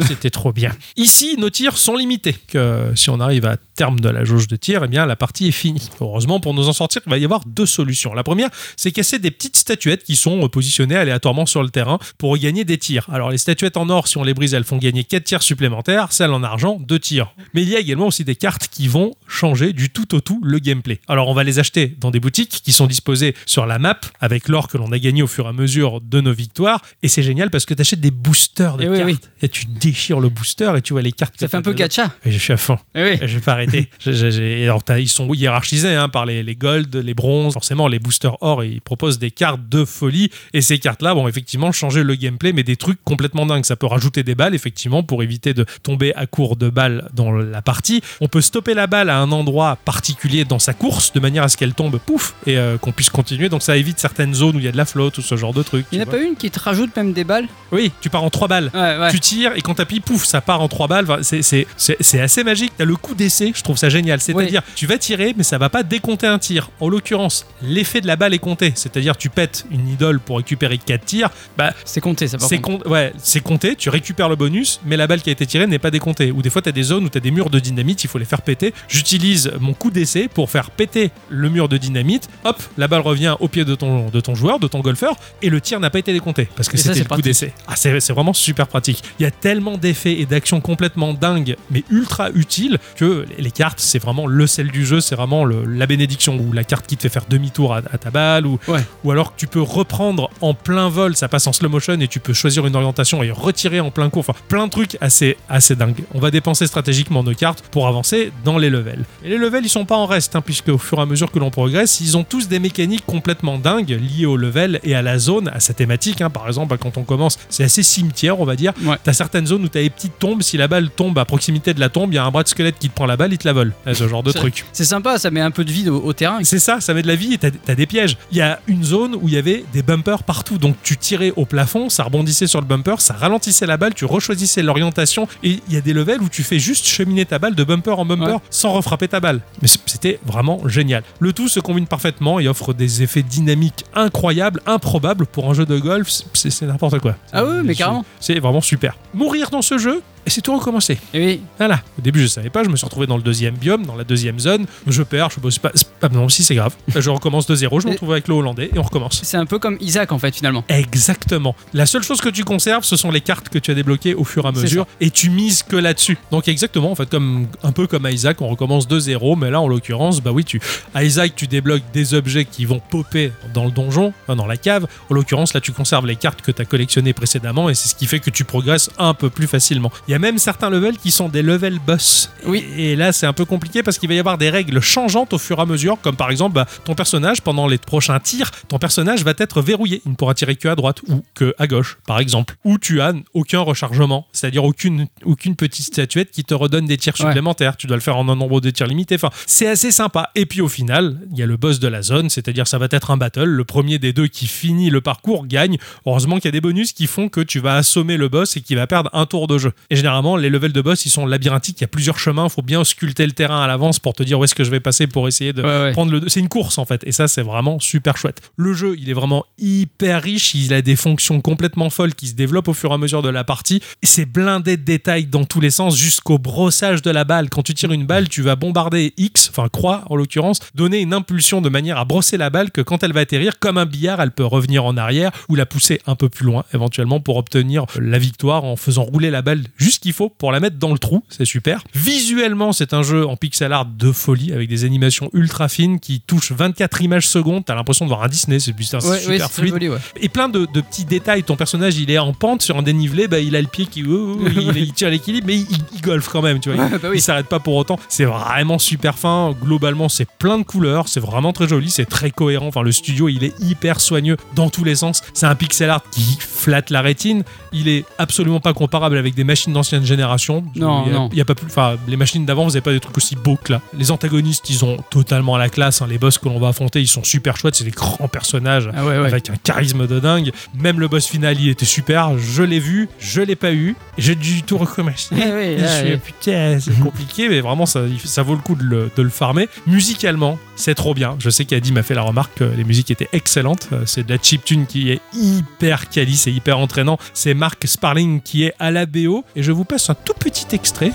Speaker 1: euh, c'était trop bien. Ici, nos tirs sont limités. Que, euh, si on arrive à terme de la jauge de tir, eh bien la partie est finie. Heureusement, pour nous en sortir, il va y avoir deux solutions. La première, c'est casser des petites statuettes qui sont euh, positionnées aléatoirement sur le terrain pour gagner des tirs. Alors les statuettes en or, si on les brise, elles font gagner 4 tirs supplémentaires, celles en argent, 2 tirs. Mais il y a également aussi des cartes qui vont changer du tout au tout le gameplay. Alors on va les acheter dans des boutiques qui sont disposées sur la map avec l'or que l'on a gagné au fur et à mesure de nos victoires. Et c'est génial parce que tu achètes des boosters de
Speaker 3: Eh oui,
Speaker 1: cartes
Speaker 3: oui.
Speaker 1: et tu déchires le booster et tu vois les cartes.
Speaker 3: ça
Speaker 1: que
Speaker 3: fait un
Speaker 1: t'as
Speaker 3: peu
Speaker 1: dedans.
Speaker 3: gacha.
Speaker 1: Et Je suis à fond.
Speaker 3: Eh oui.
Speaker 1: Je vais pas
Speaker 3: (laughs)
Speaker 1: arrêter. J'ai- j'ai- j'ai- alors, t'as- ils sont hiérarchisés hein, par les, les gold, les bronzes, forcément les boosters or. Ils proposent des cartes de folie. Et ces cartes-là vont effectivement changer le gameplay, mais des trucs complètement dingues. Ça peut rajouter des balles, effectivement, pour éviter de tomber à court de balles dans la partie. On peut stopper la balle à un endroit particulier dans sa course, de manière à ce qu'elle tombe, pouf, et euh, qu'on puisse continuer. Donc ça évite certaines zones où il y a de la flotte ou ce genre de trucs.
Speaker 3: Il n'y en
Speaker 1: tu
Speaker 3: a
Speaker 1: vois.
Speaker 3: pas une qui te rajoute même des balles
Speaker 1: Oui, tu pars en trois balles
Speaker 3: Ouais, ouais.
Speaker 1: tu tires et quand t'appuies, pouf, ça part en trois balles. Enfin, c'est- c'est- c'est c'est assez magique. T'as le coup d'essai, je trouve ça génial. C'est-à-dire, tu vas tirer, mais ça va pas décompter un tir. En l'occurrence, l'effet de la balle est compté. C'est-à-dire, tu pètes une idole pour récupérer quatre tirs. Bah,
Speaker 3: C'est compté, ça par
Speaker 1: c'est
Speaker 3: contre.
Speaker 1: com- ouais, c'est compté, tu récupères le bonus, mais la balle qui a été tirée n'est pas décomptée. Ou des fois, tu as des zones où tu as des murs de dynamite, il faut les faire péter. J'utilise mon coup d'essai pour faire péter le mur de dynamite. Hop, la balle revient au pied de ton, de ton joueur, de ton golfeur, et le tir n'a pas été décompté parce que
Speaker 3: Et ça,
Speaker 1: c'était
Speaker 3: c'est
Speaker 1: le coup
Speaker 3: pratique.
Speaker 1: d'essai. Ah, c'est c'est vraiment super pratique. Il y a tellement d'effets et d'actions complètement dingues, mais ultra utiles, que les cartes, c'est vraiment le sel du jeu, c'est vraiment le- la bénédiction ou la carte qui te fait faire demi-tour à, à ta balle ou,
Speaker 3: Ouais.
Speaker 1: ou alors que tu peux reprendre en plein vol, ça passe en slow motion et tu peux choisir une orientation et retirer en plein cours. Enfin, plein de trucs assez, assez dingues. On va dépenser stratégiquement nos cartes pour avancer dans les levels. Et les levels, ils sont pas en reste, hein, puisque au fur et à mesure que l'on progresse, ils ont tous des mécaniques complètement dingues liées au level et à la zone, à sa thématique. hein. Par exemple, quand on commence, c'est assez cimetière, on va dire.
Speaker 3: Ouais.
Speaker 1: T'as certaines zones où t'as les petites tombes. Si la balle tombe à proximité de la tombe, il y a un bras de squelette qui te prend la balle, il te la vole. Ah, Ce genre de
Speaker 3: Ça-
Speaker 1: truc.
Speaker 3: C'est sympa, ça met un peu de vide au, au terrain.
Speaker 1: C'est ça, ça met de la vie et t'as t'as des pièges. Il y a une zone où il y avait des bumpers partout, donc tu tirais au plafond, ça rebondissait sur le bumper, ça ralentissait la balle, tu rechoisissais l'orientation et il y a des levels où tu fais juste cheminer ta balle de bumper en bumper
Speaker 3: Ouais.
Speaker 1: sans refrapper ta balle. Mais c- c'était vraiment génial. Le tout se combine parfaitement et offre des effets dynamiques incroyables, improbables pour un jeu de golf, c- c'est c'est n'importe quoi.
Speaker 3: Ah ouais, mais
Speaker 1: C'est-
Speaker 3: carrément.
Speaker 1: C'est vraiment super. Mourir dans ce jeu, et c'est tout recommencer.
Speaker 3: Et Eh oui,
Speaker 1: Voilà. Ah Au début, je savais pas. Je me suis retrouvé dans le deuxième biome, dans la deuxième zone. Je perds. Je bosse pas. c'est pas- non, si c'est grave. Je recommence de zéro. Je me
Speaker 3: Et-
Speaker 1: retrouve avec le Hollandais et on recommence.
Speaker 3: c'est un peu comme Isaac en fait finalement.
Speaker 1: Exactement. La seule chose que tu conserves, ce sont les cartes que tu as débloquées au fur et à
Speaker 3: C'est
Speaker 1: mesure, et tu mises que là-dessus. Donc exactement, en fait, comme un peu comme Isaac, on recommence de zéro, mais là, en l'occurrence, bah oui, tu à Isaac, tu débloques des objets qui vont popper dans le donjon, enfin, dans la cave. En l'occurrence, là, tu conserves les cartes que tu as collectionnées précédemment, et c'est ce qui fait que tu progresses un peu plus facilement. Il y a même certains levels qui sont des levels boss.
Speaker 3: Oui.
Speaker 1: Et là, c'est un peu compliqué parce qu'il va y avoir des règles changeantes au fur et à mesure, comme par exemple, bah, ton personnage, pendant les prochains tirs, ton personnage va être verrouillé. Il ne pourra tirer que à droite ou que à gauche, par exemple. Ou tu as aucun rechargement, c'est-à-dire aucune, aucune petite statuette qui te redonne des tirs
Speaker 3: Ouais.
Speaker 1: supplémentaires. Tu dois le faire en un nombre de tirs limité. Enfin, c'est assez sympa. Et puis au final, il y a le boss de la zone, c'est-à-dire ça va être un battle. Le premier des deux qui finit le parcours gagne. Heureusement qu'il y a des bonus qui font que tu vas assommer le boss et qu'il va perdre un tour de jeu. Et généralement, les levels de boss, ils sont labyrinthiques. Il y a plusieurs chemins. Il faut bien sculpter le terrain à l'avance pour te dire où est-ce que je vais passer pour essayer de,
Speaker 3: Ouais, ouais.
Speaker 1: prendre le- C'est une course en fait, et ça c'est vraiment super chouette. Le jeu, il est vraiment hyper riche, il a des fonctions complètement folles qui se développent au fur et à mesure de la partie. Et C'est blindé de détails dans tous les sens, jusqu'au brossage de la balle. Quand tu tires une balle, tu vas bombarder X, enfin croix en l'occurrence, donner une impulsion de manière à brosser la balle que quand elle va atterrir, comme un billard, elle peut revenir en arrière ou la pousser un peu plus loin éventuellement pour obtenir la victoire en faisant rouler la balle juste ce qu'il faut pour la mettre dans le trou. C'est super. Visuellement, c'est un jeu en pixel art de folie avec des animations ultra fines qui touchent 24 images secondes. T'as l'impression de voir un Disney, c'est putain, c'est
Speaker 3: Ouais, ouais,
Speaker 1: super
Speaker 3: c'est
Speaker 1: fluide.
Speaker 3: joli, ouais. (laughs)
Speaker 1: Et plein de, de petits détails. Ton personnage, il est en pente sur un dénivelé, bah, il a le pied qui ouh, ouh,
Speaker 3: (laughs)
Speaker 1: il, il tire l'équilibre, mais il, il- il golfe quand même, tu vois.
Speaker 3: Ouais, bah oui.
Speaker 1: Il s'arrête pas pour autant. C'est vraiment super fin. Globalement, c'est plein de couleurs. C'est vraiment très joli. C'est très cohérent. Enfin, le studio, il est hyper soigneux dans tous les sens. C'est un pixel art qui flatte la rétine. Il est absolument pas comparable avec des machines d'ancienne génération.
Speaker 3: Non,
Speaker 1: il y a,
Speaker 3: non.
Speaker 1: il y a pas plus. Enfin, les machines d'avant, vous avez pas des trucs aussi beaux que là. Les antagonistes, ils ont totalement la classe. hein. Les boss que l'on va affronter, ils sont super chouettes. C'est des grands personnages
Speaker 3: Ah ouais, (laughs) ouais.
Speaker 1: avec un charisme de dingue. Même le boss final, il était super. Je l'ai vu, je l'ai pas eu. J'ai dû tout recommencer.
Speaker 3: Ouais, ouais,
Speaker 1: Et je
Speaker 3: Eh ah ouais.
Speaker 1: suis, putain, c'est compliqué, mais vraiment, ça, ça vaut le coup de le, de le farmer. Musicalement, c'est trop bien. Je sais qu'Adi m'a fait la remarque que les musiques étaient excellentes. Euh, C'est de la chiptune qui est hyper quali, c'est hyper entraînant. C'est Mark Sparling qui est à la BO. Et je vous passe un tout petit extrait.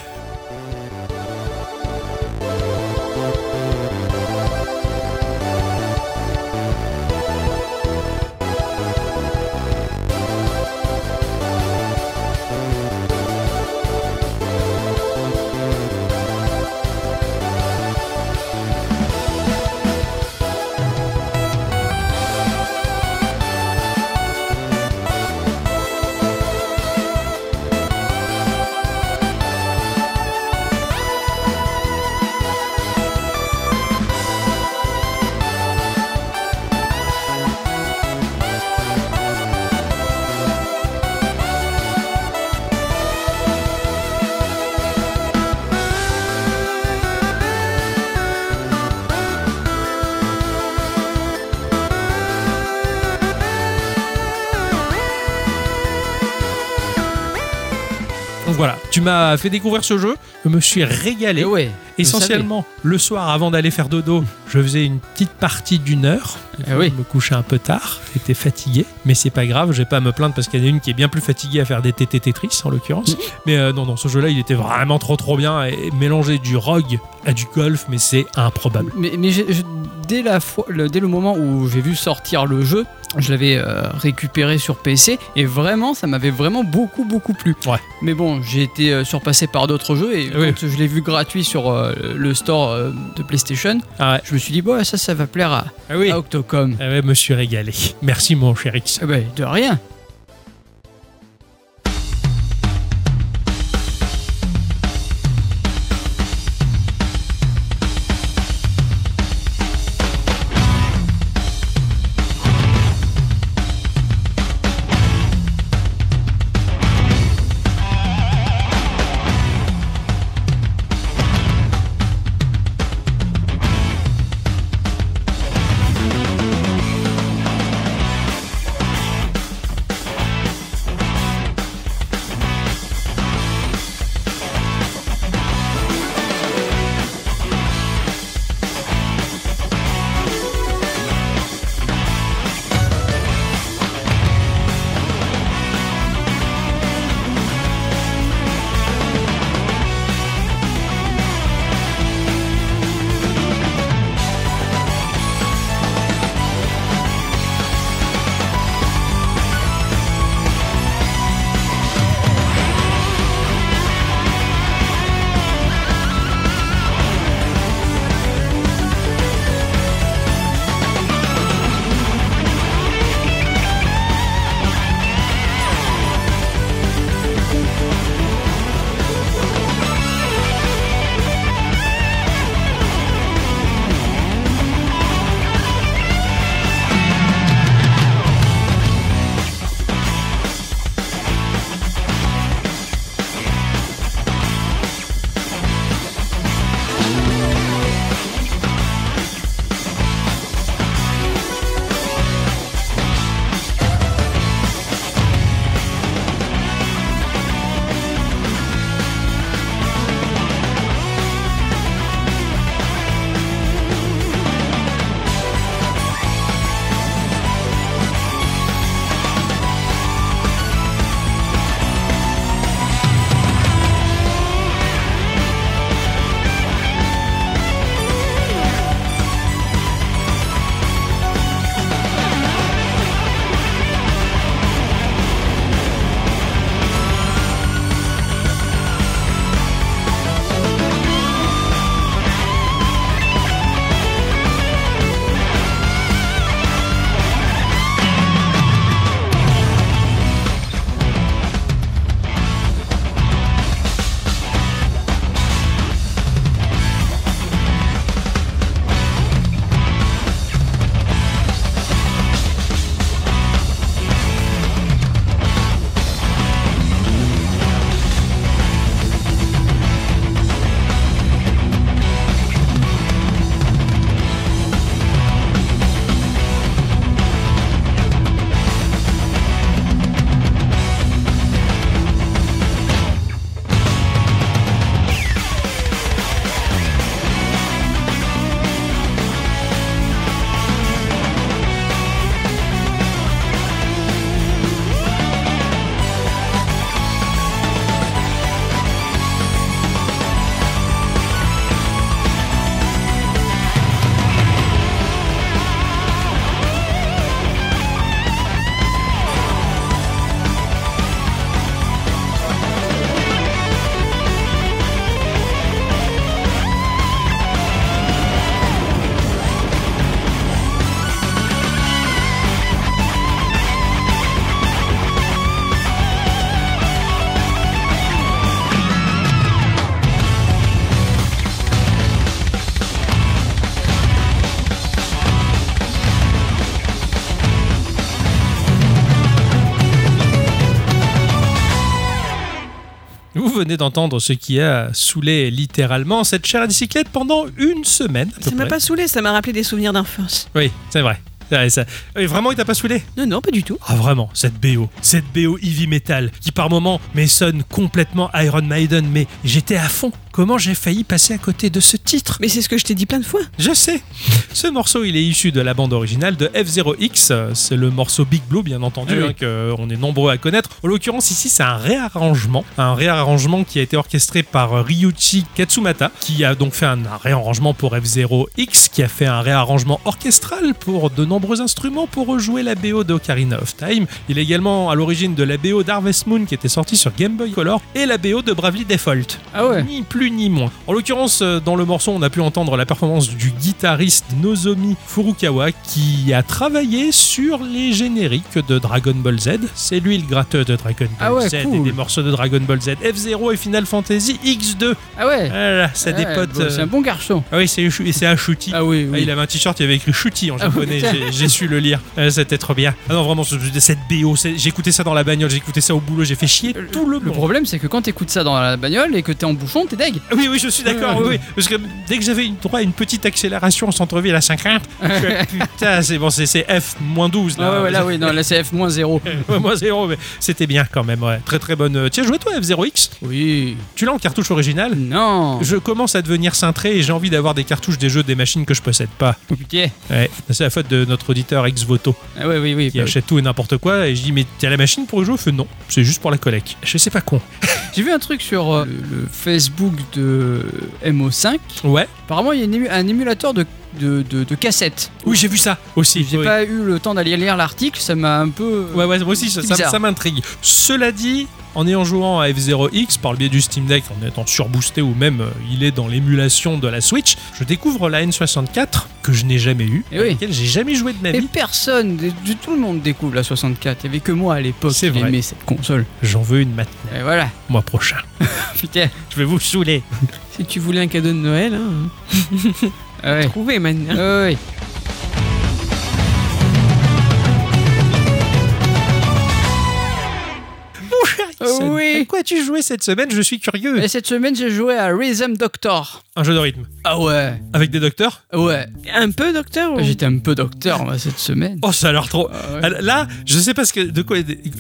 Speaker 1: Donc voilà, tu m'as fait découvrir ce jeu. Je me suis régalé.
Speaker 3: Et Eh ouais.
Speaker 1: Essentiellement, le soir, avant d'aller faire dodo, je faisais une petite partie d'une heure.
Speaker 3: Eh oui.
Speaker 1: Je me couchais un peu tard, j'étais fatigué, mais c'est pas grave, j'ai pas à me plaindre parce qu'il y en a une qui est bien plus fatiguée à faire des TT Tetris en l'occurrence. mais euh, non, non, ce jeu-là, il était vraiment trop trop bien. Et mélanger du rogue à du golf, mais c'est improbable.
Speaker 3: Mais, mais j'ai- je- dès, la fois, le, dès le moment où j'ai vu sortir le jeu, je l'avais euh, récupéré sur PC et vraiment, ça m'avait vraiment beaucoup, beaucoup plu.
Speaker 1: Ouais.
Speaker 3: Mais bon, j'ai été euh, surpassé par d'autres jeux et
Speaker 1: Oui.
Speaker 3: quand je l'ai vu gratuit sur, euh, euh, le store euh, de PlayStation,
Speaker 1: Ah ouais.
Speaker 3: je me suis dit, bon, ça, ça va plaire à,
Speaker 1: Ah oui.
Speaker 3: à Octocom.
Speaker 1: Ah ouais, me suis régalé. Merci mon cher X.
Speaker 3: Eh ben, de rien.
Speaker 1: Vous venez d'entendre ce qui a saoulé littéralement cette chère bicyclette pendant une semaine. à peu
Speaker 2: Ça m'a
Speaker 1: près.
Speaker 2: pas saoulé, ça m'a rappelé des souvenirs d'enfance.
Speaker 1: Oui, c'est vrai. C'est vrai, ça- Oui, Vraiment, il t'a pas saoulé
Speaker 2: Non, non, pas du tout.
Speaker 1: Ah vraiment, cette BO, cette BO heavy metal qui par moments mais sonne complètement Iron Maiden, mais j'étais à fond. Comment j'ai failli passer à côté de ce titre
Speaker 2: Mais c'est ce que je t'ai dit plein de fois.
Speaker 1: Je sais. Ce morceau, il est issu de la bande originale de F0X. euh, C'est le morceau Big Blue, bien entendu,
Speaker 3: Ah oui.
Speaker 1: hein, que on est nombreux à connaître. En l'occurrence, ici, c'est un réarrangement, un réarrangement qui a été orchestré par euh, Ryuichi Katsumata, qui a donc fait un réarrangement pour F0X, qui a fait un réarrangement orchestral pour de nombreux instruments pour rejouer la BO de Ocarina of Time. Il est également à l'origine de la BO d'Harvest Moon, qui était sortie sur Game Boy Color, et la BO de Bravely Default.
Speaker 3: Ah ouais.
Speaker 1: Ni plus plus ni moins. En l'occurrence, euh, dans le morceau, on a pu entendre la performance du guitariste Nozomi Furukawa qui a travaillé sur les génériques de Dragon Ball Z. C'est lui le gratteur de Dragon Ball
Speaker 3: Ah ouais,
Speaker 1: Z et
Speaker 3: cool.
Speaker 1: des morceaux de Dragon Ball Z F0 et Final Fantasy X2.
Speaker 3: (laughs) Ah ouais
Speaker 1: Voilà, ça
Speaker 3: Ouais,
Speaker 1: dépote.
Speaker 3: bon, C'est
Speaker 1: euh.
Speaker 3: un bon garçon.
Speaker 1: Ah oui, c'est c'est un shooty.
Speaker 3: Ah oui,
Speaker 1: Ah,
Speaker 3: oui.
Speaker 1: il avait un t-shirt, il avait écrit Chuti en
Speaker 3: Ah,
Speaker 1: japonais,
Speaker 3: putain.
Speaker 1: j'ai- j'ai su le lire. Euh, C'était trop bien. Ah non, vraiment, ce- cette BO, c'est- j'écoutais ça dans la bagnole, j'écoutais ça au boulot, j'ai fait chier tout le
Speaker 3: Le
Speaker 1: monde.
Speaker 3: problème, c'est que quand t'écoutes ça dans la bagnole et que t'es en bouchon, t'es deg.
Speaker 1: Oui, oui, je suis d'accord,
Speaker 3: (laughs)
Speaker 1: oui, oui. Parce que dès que j'avais une- droit à une petite accélération en centre-ville à
Speaker 3: (laughs)
Speaker 1: 50, je suis là, putain, c'est bon, c'est c'est F-12 là.
Speaker 3: Ah ouais, ouais, là, oui, non, la CF-0.
Speaker 1: (laughs) Ouais, Moi, zéro, mais c'était bien quand même, ouais. Très très bonne. euh, Tiens, jouais toi F0X
Speaker 3: Oui.
Speaker 1: Tu l'as en cartouche originale
Speaker 3: Non.
Speaker 1: je commence à devenir cintré et j'ai envie d'avoir des cartouches des jeux des machines que je possède pas.
Speaker 3: Putain.
Speaker 1: Ouais, c'est la faute de notre auditeur ex voto.
Speaker 3: Ah ouais, oui, oui.
Speaker 1: qui achète tout et n'importe quoi. Et je dis, mais t'as la machine pour y jouer Au feu, non, c'est juste pour la collecte. Je sais pas con.
Speaker 3: J'ai vu un truc sur euh, le, le Facebook de MO5.
Speaker 1: Ouais.
Speaker 3: Apparemment, il y a une ému- un émulateur de, de, de, de cassettes.
Speaker 1: Oui, j'ai vu ça aussi.
Speaker 3: J'ai
Speaker 1: Oui.
Speaker 3: pas eu le temps d'aller lire l'article, ça m'a un peu.
Speaker 1: Ouais, ouais, moi aussi, ça,
Speaker 3: C'est
Speaker 1: ça-
Speaker 3: bizarre.
Speaker 1: ça m'intrigue. Cela dit, en ayant jouant à F0X par le biais du Steam Deck, en étant surboosté ou même euh, il est dans l'émulation de la Switch, je découvre la N64 que je n'ai jamais eue,
Speaker 3: Eh
Speaker 1: à
Speaker 3: oui. Eh.
Speaker 1: laquelle j'ai jamais joué de ma
Speaker 3: Et
Speaker 1: vie.
Speaker 3: personne, de, de- tout le monde découvre la 64. Il y avait que moi à l'époque qui
Speaker 1: C'est vrai.
Speaker 3: aimait cette console.
Speaker 1: J'en veux une maintenant,
Speaker 3: Et voilà. (laughs)
Speaker 1: mois prochain.
Speaker 3: Putain.
Speaker 1: Je vais vous
Speaker 3: (laughs)
Speaker 1: saouler.
Speaker 2: Si tu voulais un cadeau de Noël, hein,
Speaker 3: Ah ouais.
Speaker 2: trouvez maintenant.
Speaker 3: Ah ouais.
Speaker 1: Mon cher Ixon,
Speaker 3: Oui.
Speaker 1: à quoi tu joué cette semaine Je suis curieux.
Speaker 3: Et cette semaine, j'ai joué à Rhythm Doctor.
Speaker 1: Un jeu de rythme.
Speaker 3: Ah ouais.
Speaker 1: Avec des docteurs
Speaker 3: Ouais.
Speaker 2: Un peu, docteur ou-
Speaker 3: J'étais un peu docteur, moi, cette semaine.
Speaker 1: Oh, ça a l'air trop.
Speaker 3: Ah ouais.
Speaker 1: Ah, Là, je sais pas ce que, de quoi,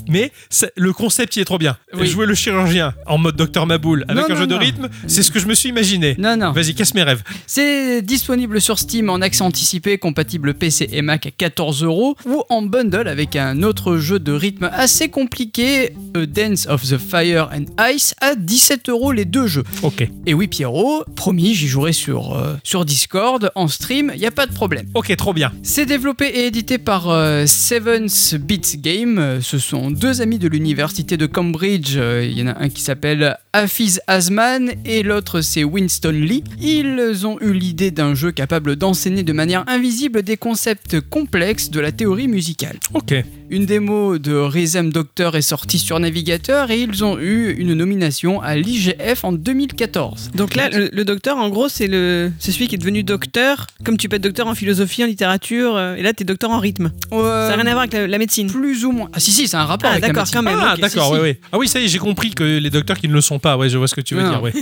Speaker 1: mais ça- le concept il est trop bien.
Speaker 3: Oui.
Speaker 1: Jouer le chirurgien en mode Docteur Maboul avec
Speaker 3: Non,
Speaker 1: un
Speaker 3: non,
Speaker 1: jeu de
Speaker 3: non.
Speaker 1: rythme, c'est ce que je me suis imaginé.
Speaker 3: Non, non.
Speaker 1: Vas-y, casse mes rêves.
Speaker 3: C'est disponible sur Steam en accès anticipé, compatible PC et Mac à 14 euros, ou en bundle avec un autre jeu de rythme assez compliqué, A Dance of the Fire and Ice, à 17 euros les deux jeux.
Speaker 1: Ok,
Speaker 3: Et oui, Pierrot, promis, j'y jouerai sur, euh, sur Discord, en stream, y a pas de problème.
Speaker 1: ok, trop bien.
Speaker 3: C'est développé et édité par euh, Seventh Beats Game. Euh, Ce sont deux amis de l'université de Cambridge. Euh, Il y en a un qui s'appelle Hafiz Asman et l'autre c'est Winston Lee. Ils ont eu l'idée d'un jeu capable d'enseigner de manière invisible des concepts complexes de la théorie musicale.
Speaker 1: Ok,
Speaker 3: Une démo de Rhythm Doctor est sortie sur navigateur et ils ont eu une nomination à l'IGF en 2014.
Speaker 2: Donc là, le, le docteur, en gros, c'est le, c'est celui qui est devenu docteur, comme tu peux être docteur en philosophie, en littérature, euh, et là, t'es docteur en rythme.
Speaker 3: Euh,
Speaker 2: Ça n'a rien à voir avec la, la médecine.
Speaker 3: Plus ou moins. Ah si si, c'est un rapport
Speaker 2: Ah,
Speaker 3: avec la
Speaker 2: d'accord,
Speaker 3: médecine.
Speaker 2: quand même.
Speaker 1: ah
Speaker 2: ok.
Speaker 1: d'accord,
Speaker 2: Si,
Speaker 1: ouais,
Speaker 2: si.
Speaker 1: ouais. Ah oui, ça y est, j'ai compris que les docteurs qui ne le sont pas. Ouais, je vois ce que tu veux
Speaker 3: Non.
Speaker 1: dire. Ouais.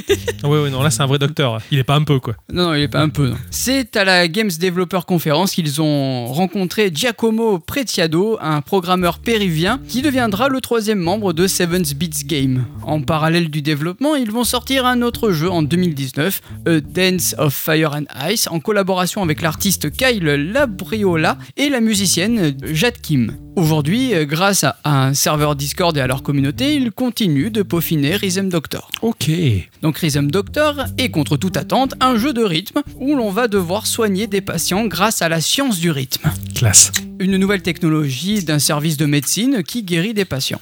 Speaker 1: Ah ouais, ouais, non, là c'est un vrai docteur. Il est pas un peu quoi.
Speaker 3: Non, non, il est pas un peu. non. C'est à la Games Developer Conference qu'ils ont rencontré Giacomo Pretiado, un programmeur péruvien qui deviendra le troisième membre de Seven's Beats Game. En parallèle du développement, ils vont sortir un autre jeu en 2019, A Dance of Fire and Ice, en collaboration avec l'artiste Kyle Labriola et la musicienne Jade Kim. Aujourd'hui, euh, grâce à à un serveur Discord et à leur communauté, ils continuent de peaufiner Rhythm Doctor.
Speaker 1: Ok.
Speaker 3: Donc Rhythm Doctor est contre toute attente un jeu de rythme où l'on va devoir soigner des patients grâce à la science du rythme.
Speaker 1: Classe.
Speaker 3: Une nouvelle technologie d'un service de médecine qui guérit des patients.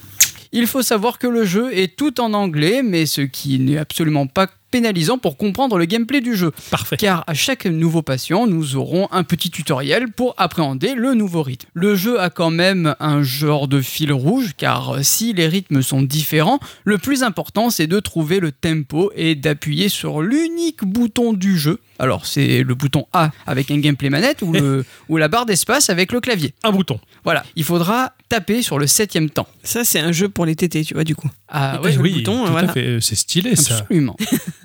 Speaker 3: Il faut savoir que le jeu est tout en anglais, mais ce qui n'est absolument pas pénalisant pour comprendre le gameplay du jeu,
Speaker 1: Parfait.
Speaker 3: car à chaque nouveau patient, nous aurons un petit tutoriel pour appréhender le nouveau rythme. Le jeu a quand même un genre de fil rouge, car si les rythmes sont différents, le plus important, c'est de trouver le tempo et d'appuyer sur l'unique bouton du jeu. Alors, c'est le bouton A avec un gameplay manette
Speaker 1: (laughs)
Speaker 3: ou, le- ou la barre d'espace avec le clavier.
Speaker 1: Un bouton.
Speaker 3: Voilà, il faudra taper sur le septième temps.
Speaker 2: Ça, c'est un jeu pour les tétés, tu vois, du coup.
Speaker 3: Ah
Speaker 2: Et Ouais, le
Speaker 1: oui,
Speaker 2: bouton,
Speaker 1: tout à
Speaker 2: voilà.
Speaker 1: fait. Euh, C'est stylé ça.
Speaker 3: absolument.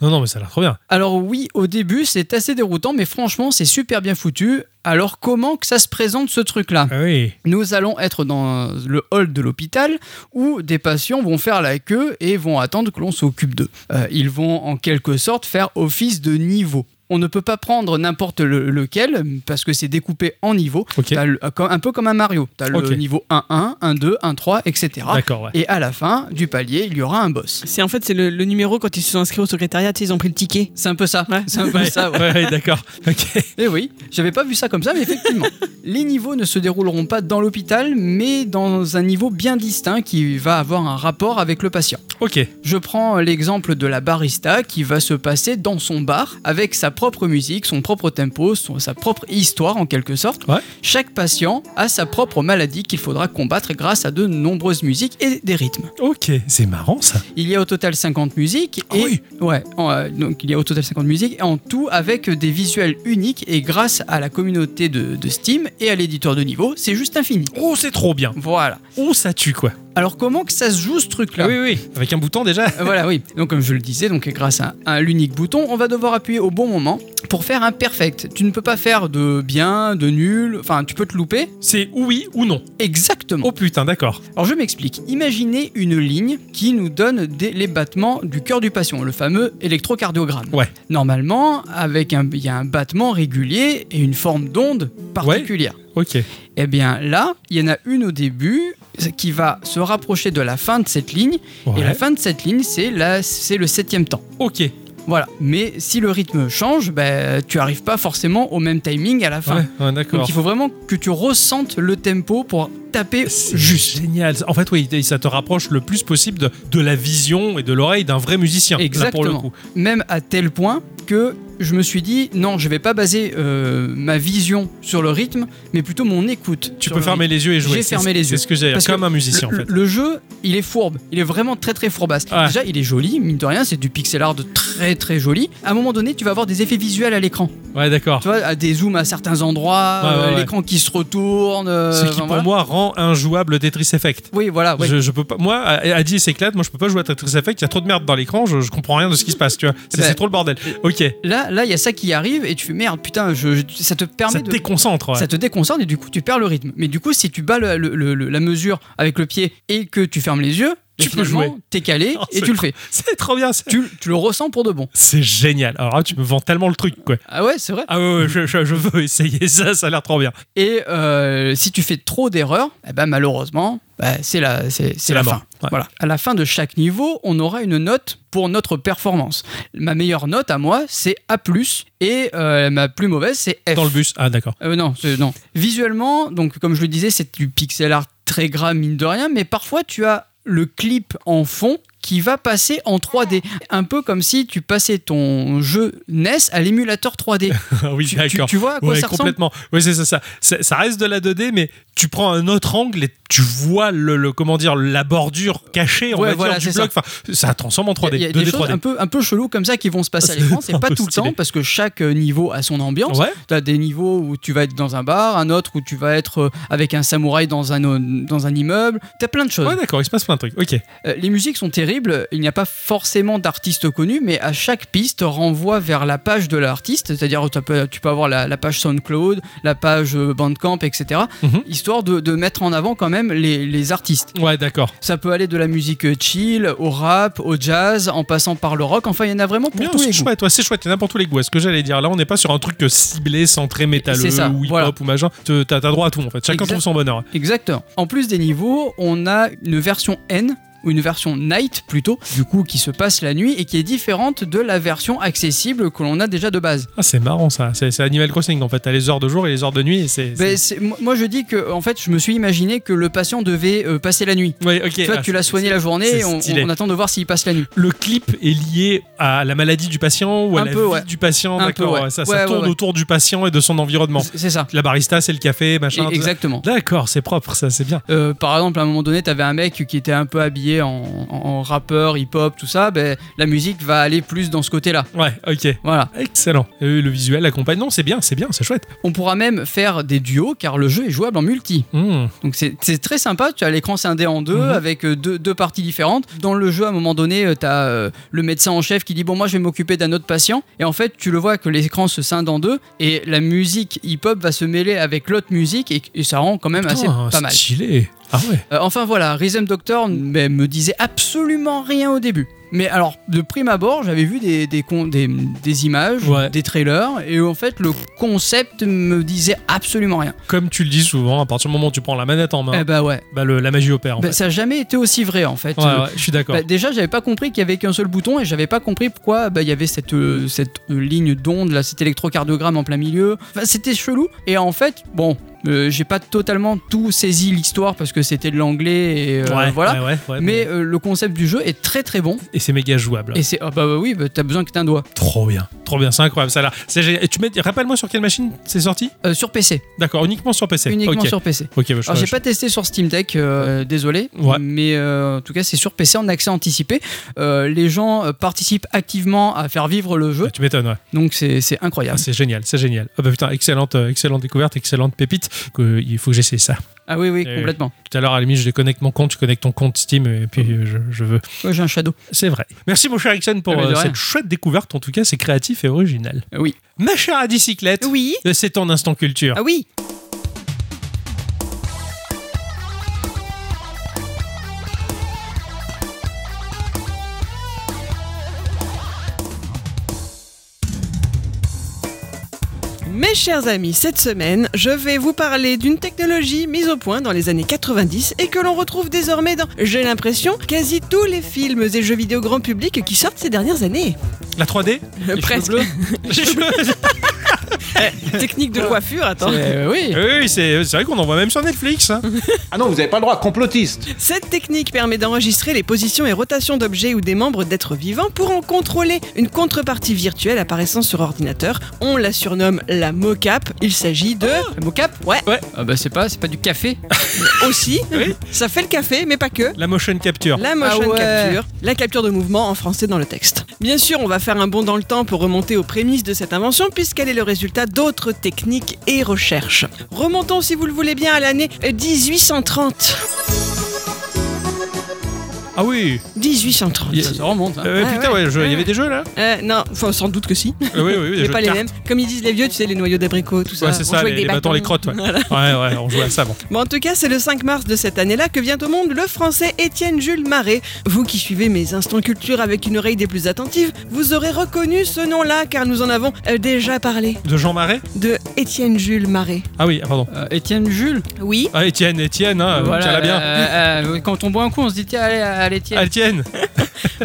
Speaker 1: Non, non, mais ça a l'air trop bien.
Speaker 3: Alors oui, au début, c'est assez déroutant, mais franchement, c'est super bien foutu. Alors comment que ça se présente ce truc-là
Speaker 1: Ah oui.
Speaker 3: Nous allons être dans le hall de l'hôpital où des patients vont faire la queue et vont attendre que l'on s'occupe d'eux. Euh, ils vont en quelque sorte faire office de niveau. On ne peut pas prendre n'importe le- lequel parce que c'est découpé en niveaux.
Speaker 1: Ok.
Speaker 3: T'as le- comme- un peu comme un Mario. Tu as
Speaker 1: Ok.
Speaker 3: le niveau 1-1, 1-2, 1-3, etc.
Speaker 1: D'accord, ouais.
Speaker 3: Et à la fin du palier, il y aura un boss.
Speaker 2: C'est en fait, c'est le, le numéro quand ils se sont inscrits au secrétariat, tu sais, ils ont pris le ticket.
Speaker 3: C'est un peu ça.
Speaker 2: Ouais.
Speaker 3: C'est un peu
Speaker 1: Ouais,
Speaker 3: ça, ouais.
Speaker 1: ouais, ouais, d'accord. Ok.
Speaker 3: Eh oui, j'avais pas vu ça comme ça, mais
Speaker 1: (laughs)
Speaker 3: effectivement. les niveaux ne se dérouleront pas dans l'hôpital, mais dans un niveau bien distinct qui va avoir un rapport avec le patient.
Speaker 1: Ok.
Speaker 3: Je prends l'exemple de la barista qui va se passer dans son bar avec sa propre musique, son propre tempo, son- sa propre histoire en quelque sorte.
Speaker 1: Ouais.
Speaker 3: Chaque patient a sa propre maladie qu'il faudra combattre grâce à de nombreuses musiques et des rythmes.
Speaker 1: Ok. C'est marrant ça.
Speaker 3: Il y a au total 50 musiques
Speaker 1: Ah
Speaker 3: et
Speaker 1: oui.
Speaker 3: ouais, en, euh, donc il y a au total 50 musiques en tout avec des visuels uniques et grâce à la communauté de, de Steam et à l'éditeur de niveau, c'est juste infini.
Speaker 1: Oh, c'est trop bien.
Speaker 3: Voilà.
Speaker 1: Oh, ça tue quoi.
Speaker 3: Alors comment que ça se joue ce truc là
Speaker 1: oui, oui. Avec un bouton déjà.
Speaker 3: Euh, voilà, oui. Donc, comme je le disais, donc grâce à, à l'unique bouton, on va devoir appuyer au bon moment pour faire un perfect. Tu ne peux pas faire de bien, de nul, enfin, tu peux te louper.
Speaker 1: C'est oui ou non.
Speaker 3: Exactement.
Speaker 1: Oh putain, d'accord.
Speaker 3: Alors, je m'explique. Imaginez une ligne qui nous donne des- les battements du cœur du patient, le fameux électrocardiogramme.
Speaker 1: Ouais.
Speaker 3: Normalement, avec un, il y a un battement régulier et une forme d'onde particulière.
Speaker 1: Ok.
Speaker 3: Eh bien là, il y en a une au début qui va se rapprocher de la fin de cette ligne.
Speaker 1: Ouais.
Speaker 3: Et la fin de cette ligne, c'est la- c'est le septième temps.
Speaker 1: Ok.
Speaker 3: Voilà. Mais si le rythme change, ben, tu arrives pas forcément au même timing à la fin.
Speaker 1: Ouais, ouais,
Speaker 3: Donc
Speaker 1: d'accord.
Speaker 3: il faut vraiment que tu ressentes le tempo pour taper
Speaker 1: C'est
Speaker 3: juste.
Speaker 1: Génial. En fait, oui, ça te rapproche le plus possible de, de la vision et de l'oreille d'un vrai musicien. Là, pour le
Speaker 3: Exactement.
Speaker 1: coup.
Speaker 3: Même à tel point que je me suis dit non, je vais pas baser euh, ma vision sur le rythme, mais plutôt mon écoute.
Speaker 1: Tu
Speaker 3: sur
Speaker 1: peux
Speaker 3: le
Speaker 1: fermer
Speaker 3: rythme.
Speaker 1: les yeux et jouer.
Speaker 3: J'ai
Speaker 1: C'est-
Speaker 3: fermé les yeux.
Speaker 1: C'est ce que j'ai.
Speaker 3: Parce
Speaker 1: Comme
Speaker 3: que
Speaker 1: un musicien, en
Speaker 3: le,
Speaker 1: fait.
Speaker 3: le jeu, il est fourbe, il est vraiment très très fourbasse.
Speaker 1: Ouais.
Speaker 3: Déjà, il est joli, mine de rien, c'est du pixel art très très joli. À un moment donné, tu vas avoir des effets visuels à l'écran.
Speaker 1: Ouais, d'accord.
Speaker 3: Tu vois, à des zooms à certains endroits,
Speaker 1: Ouais, ouais,
Speaker 3: euh,
Speaker 1: ouais.
Speaker 3: l'écran qui se retourne. euh,
Speaker 1: Ce qui,
Speaker 3: enfin,
Speaker 1: pour
Speaker 3: voilà.
Speaker 1: moi, rend injouable Tetris Effect.
Speaker 3: Oui, voilà. ouais.
Speaker 1: Je, je peux pas. Moi, Adi s'éclate. Moi, je peux pas jouer à Tetris Effect. Il y a trop de merde dans l'écran. Je, je comprends rien de ce qui se passe. Tu vois, c'est
Speaker 3: Ben,
Speaker 1: c'est trop le bordel. Ok,
Speaker 3: Là, là, il y a ça qui arrive et tu fais merde, putain, je, je- ça te permet
Speaker 1: ça te
Speaker 3: de.
Speaker 1: déconcentre. ouais.
Speaker 3: Ça te déconcentre et du coup tu perds le rythme. Mais du coup, si tu bats le- le- le- le- la mesure avec le pied et que tu fermes les yeux,
Speaker 1: Tu
Speaker 3: bah,
Speaker 1: peux
Speaker 3: finalement,
Speaker 1: jouer.
Speaker 3: T'es calé
Speaker 1: (laughs) Oh,
Speaker 3: et
Speaker 1: c'est
Speaker 3: tu le fais.
Speaker 1: (laughs) C'est trop bien. ça.
Speaker 3: Tu, tu le ressens pour de bon.
Speaker 1: C'est génial. Alors, là, tu me vends tellement le truc, quoi.
Speaker 3: Ah ouais, c'est vrai.
Speaker 1: Ah ouais, ouais, je, je- je veux essayer ça. Ça a l'air trop bien.
Speaker 3: Et euh, si tu fais trop d'erreurs, eh ben, malheureusement, bah, c'est la, c'est, c'est la,
Speaker 1: la mort.
Speaker 3: fin.
Speaker 1: Ouais.
Speaker 3: Voilà. À la fin de chaque niveau, on aura une note pour notre performance. Ma meilleure note à moi, c'est A+, et euh, ma plus mauvaise, c'est F.
Speaker 1: Dans le bus. Ah
Speaker 3: (laughs)
Speaker 1: d'accord.
Speaker 3: Euh, non, c'est- non. Visuellement, donc comme je le disais, c'est du pixel art très gras mine de rien, mais parfois tu as le clip en fond qui va passer en 3D, un peu comme si tu passais ton jeu NES à l'émulateur
Speaker 1: (laughs)
Speaker 3: 3D.
Speaker 1: Ah oui,
Speaker 3: tu, tu-
Speaker 1: d'accord.
Speaker 3: tu vois à quoi
Speaker 1: Ouais,
Speaker 3: ça ressemble
Speaker 1: complètement. Oui, c'est ça, ça. Ça ça reste de la 2D, mais tu prends un autre angle et tu vois le, le- comment dire la bordure cachée, on
Speaker 3: Ouais,
Speaker 1: va
Speaker 3: voilà,
Speaker 1: dire,
Speaker 3: c'est
Speaker 1: du bloc. Enfin, ça transforme en 3D,
Speaker 3: Il y a
Speaker 1: 2D,
Speaker 3: des choses
Speaker 1: 3D.
Speaker 3: un peu, un peu chelou comme ça qui vont se passer à
Speaker 1: (laughs)
Speaker 3: l'écran.
Speaker 1: C'est
Speaker 3: C'est
Speaker 1: un
Speaker 3: pas
Speaker 1: peu
Speaker 3: tout le
Speaker 1: stylé.
Speaker 3: temps parce que chaque euh, niveau a son ambiance.
Speaker 1: Ouais.
Speaker 3: Tu as des niveaux où tu vas être dans un bar, un autre où tu vas être euh, avec un samouraï dans un, euh, dans un immeuble. Tu as plein de choses.
Speaker 1: Ouais, d'accord, il se passe plein de trucs. Ok.
Speaker 3: Euh, les musiques sont terribles. Il n'y a pas forcément d'artistes connus, mais à chaque piste renvoie vers la page de l'artiste. C'est-à-dire tu peux, tu peux avoir la, la page SoundCloud, la page euh, Bandcamp, etc.
Speaker 1: Mhm.
Speaker 3: Histoire de, de mettre en avant quand même les- les artistes.
Speaker 1: Ouais, d'accord.
Speaker 3: Ça peut aller de la musique euh, chill au rap, au jazz, en passant par le rock. Enfin, il y en a vraiment pour
Speaker 1: Bien,
Speaker 3: tous les
Speaker 1: c'est
Speaker 3: goûts.
Speaker 1: chouette, ouais, c'est chouette, il y en a pour tous les goûts. Ce que j'allais dire, là, on n'est pas sur un truc euh, ciblé, centré, métalleux,
Speaker 3: C'est ça,
Speaker 1: ou hip-hop,
Speaker 3: voilà.
Speaker 1: ou machin. Te- T'as t'as droit à tout, en fait. Chacun
Speaker 3: Exact.
Speaker 1: trouve son bonheur.
Speaker 3: Exactement. En plus des niveaux, on a une version N ou une version night plutôt, du coup, qui se passe la nuit et qui est différente de la version accessible que l'on a déjà de base.
Speaker 1: Ah, c'est marrant, ça. C'est c'est Animal Crossing, en fait. T'as les heures de jour et les heures de nuit, et c'est...
Speaker 3: Ben, c'est- moi, moi, je dis que, en fait, je me suis imaginé que le patient devait euh, passer la nuit.
Speaker 1: c'est- Ouais, ok.
Speaker 3: Toi,
Speaker 1: Ah,
Speaker 3: tu l'as
Speaker 1: c'est-
Speaker 3: soigné la journée,
Speaker 1: c'est
Speaker 3: et on,
Speaker 1: stylé.
Speaker 3: on attend de voir s'il passe la nuit.
Speaker 1: le clip est lié à la maladie du patient ou à
Speaker 3: Un
Speaker 1: la
Speaker 3: peu,
Speaker 1: vie
Speaker 3: ouais.
Speaker 1: du patient,
Speaker 3: Un
Speaker 1: d'accord.
Speaker 3: peu, ouais.
Speaker 1: Ça, ça
Speaker 3: Ouais, ouais,
Speaker 1: tourne
Speaker 3: ouais.
Speaker 1: autour du patient et de son environnement.
Speaker 3: C'est c'est ça.
Speaker 1: La barista, c'est le café, machin. tout ça.
Speaker 3: Exactement.
Speaker 1: D'accord, c'est propre, ça, c'est bien.
Speaker 3: Euh, par exemple, à un moment donné, t'avais un mec qui était un peu habillé en, en- en rappeur, hip-hop, tout ça, ben, la musique va aller plus dans ce côté-là.
Speaker 1: Ouais, ok.
Speaker 3: Voilà.
Speaker 1: Excellent. Et le visuel accompagne. Non, c'est bien, c'est bien, c'est chouette.
Speaker 3: On pourra même faire des duos car le jeu est jouable en multi.
Speaker 1: Hmm.
Speaker 3: Donc c'est c'est très sympa, tu as l'écran scindé en deux
Speaker 1: Mhm.
Speaker 3: avec euh, deux, deux parties différentes. Dans le jeu, à un moment donné, euh, t'as euh, le médecin en chef qui dit bon moi je vais m'occuper d'un autre patient et en fait tu le vois que l'écran se scinde en deux et la musique hip-hop va se mêler avec l'autre musique et, et ça rend quand même assez
Speaker 1: Putain,
Speaker 3: pas mal.
Speaker 1: Stylé. Ah ouais.
Speaker 3: Euh, enfin voilà, Rhythm Doctor mais, me disait absolument rien au début. Mais alors, de prime abord, j'avais vu des, des, con- des, des images,
Speaker 1: Ouais.
Speaker 3: des trailers, et en fait, le concept me disait absolument rien.
Speaker 1: Comme tu le dis souvent, à partir du moment où tu prends la manette en main,
Speaker 3: Eh bah ouais,
Speaker 1: bah, le- la magie opère. En
Speaker 3: Bah,
Speaker 1: fait.
Speaker 3: ça n'a jamais été aussi vrai en fait.
Speaker 1: Ouais,
Speaker 3: Euh,
Speaker 1: ouais, je suis d'accord.
Speaker 3: bah, déjà, j'avais pas compris qu'il y avait qu'un seul bouton, et j'avais pas compris pourquoi bah, il y avait cette, euh, cette euh, ligne d'onde, là, cet électrocardiogramme en plein milieu. Enfin, c'était chelou, et en fait, bon. Euh, J'ai pas totalement tout saisi l'histoire parce que c'était de l'anglais et euh,
Speaker 1: Ouais,
Speaker 3: voilà.
Speaker 1: ouais, ouais, ouais.
Speaker 3: mais euh, le concept du jeu est très très bon.
Speaker 1: Et c'est méga jouable.
Speaker 3: Et c'est ah bah, bah oui, bah, t'as besoin que t'aies un doigt
Speaker 1: Trop bien, trop bien, c'est incroyable ça là. C'est génial. Et tu m'as dit- rappelle-moi sur quelle machine c'est sorti
Speaker 3: Euh, sur PC,
Speaker 1: D'accord, uniquement sur PC.
Speaker 3: uniquement
Speaker 1: ok.
Speaker 3: sur PC.
Speaker 1: Ok, bah, je-
Speaker 3: Alors j'ai
Speaker 1: je-
Speaker 3: pas testé sur Steam Deck, euh, désolé,
Speaker 1: Ouais.
Speaker 3: mais euh, en tout cas c'est sur PC en accès anticipé. Euh, les gens euh, participent activement à faire vivre le jeu,
Speaker 1: Tu m'étonnes, ouais.
Speaker 3: donc c'est c'est
Speaker 1: Ah,
Speaker 3: incroyable.
Speaker 1: c'est génial, c'est génial. Ah bah putain, excellente, euh, excellente découverte, excellente pépite. Que, euh, il faut que j'essaie ça.
Speaker 3: Ah oui oui
Speaker 1: Euh,
Speaker 3: complètement.
Speaker 1: Tout à l'heure, à la limite, je déconnecte mon compte, je connecte ton compte Steam et puis
Speaker 2: Mmh.
Speaker 1: euh, je, je veux.
Speaker 3: Ouais, j'ai un shadow.
Speaker 1: C'est vrai. Merci mon cher Ericsson pour
Speaker 3: Ah, mais de
Speaker 1: euh,
Speaker 3: rien.
Speaker 1: cette chouette découverte. En tout cas, c'est créatif et original.
Speaker 3: Euh, Oui.
Speaker 1: Ma chère à bicyclette,
Speaker 2: Oui.
Speaker 1: euh, c'est ton instant culture.
Speaker 2: Ah oui. Mes chers amis, cette semaine, je vais vous parler d'une technologie mise au point dans les années 90 et que l'on retrouve désormais dans, j'ai l'impression, quasi tous les films et jeux vidéo grand public qui sortent ces dernières années. Euh,
Speaker 1: La
Speaker 2: (laughs)
Speaker 1: 3D
Speaker 3: Les cheveux
Speaker 2: Presque.
Speaker 3: bleus
Speaker 1: (laughs)
Speaker 2: Technique de coiffure, (laughs) attends.
Speaker 3: Euh, oui.
Speaker 1: Oui, c'est c'est vrai qu'on en voit même sur Netflix.
Speaker 2: Mmh.
Speaker 1: hein.
Speaker 5: Ah non, vous n'avez pas le droit, complotiste
Speaker 2: Cette technique permet d'enregistrer les positions et rotations d'objets ou des membres d'êtres vivants pour en contrôler une contrepartie virtuelle apparaissant sur ordinateur. On la surnomme la mocap. Il s'agit de
Speaker 3: Le mocap
Speaker 2: Ouais.
Speaker 1: Ouais.
Speaker 3: Ah bah c'est pas c'est pas du café. Oh.
Speaker 2: aussi. Ça fait le café, mais pas que.
Speaker 1: La motion capture.
Speaker 2: La motion
Speaker 3: Ah ouais.
Speaker 2: capture, la capture de mouvement en français dans le texte. Bien sûr, on va faire un bond dans le temps pour remonter aux prémices de cette invention puisqu'elle est le résultat d'autres techniques et recherches. Remontons, si vous le voulez bien, à l'année euh, 1830.
Speaker 1: Ah oui.
Speaker 2: 1830.
Speaker 3: Ça, ça remonte. hein.
Speaker 1: Euh,
Speaker 2: Ah
Speaker 1: putain,
Speaker 2: ouais.
Speaker 1: ouais, je- il y
Speaker 2: Ouais.
Speaker 1: avait des
Speaker 2: (laughs)
Speaker 1: jeux là
Speaker 2: Euh, non, enfin, sans doute que si.
Speaker 1: Euh, Oui, oui, oui. des
Speaker 2: Mais
Speaker 1: jeux
Speaker 2: pas
Speaker 1: de
Speaker 2: les
Speaker 1: cartes.
Speaker 2: mêmes. Comme ils disent les vieux, tu sais, les noyaux d'abricot, tout ça.
Speaker 1: Ouais, c'est
Speaker 2: On
Speaker 1: ça,
Speaker 2: joue
Speaker 1: les,
Speaker 2: avec
Speaker 1: les bâtons, les
Speaker 2: (laughs)
Speaker 1: crottes. Ouais. ouais, ouais, on joue à ça. Bon.
Speaker 2: Bon, en tout cas, c'est le 5 mars de cette année-là que vient au monde le français Étienne Jules Marais. Vous qui suivez mes instants culture avec une oreille des plus attentives, vous aurez reconnu ce nom-là car nous en avons euh, déjà parlé
Speaker 1: De Jean Marais
Speaker 2: de Étienne Jules Marais.
Speaker 1: Ah oui, ah, pardon.
Speaker 3: Euh, Étienne Jules.
Speaker 2: Oui.
Speaker 1: Ah, Étienne, Étienne, hein, tiens la bien.
Speaker 3: euh, euh, quand on boit un coup, on se dit tiens allez, allez tiens.
Speaker 1: Ah, Étienne.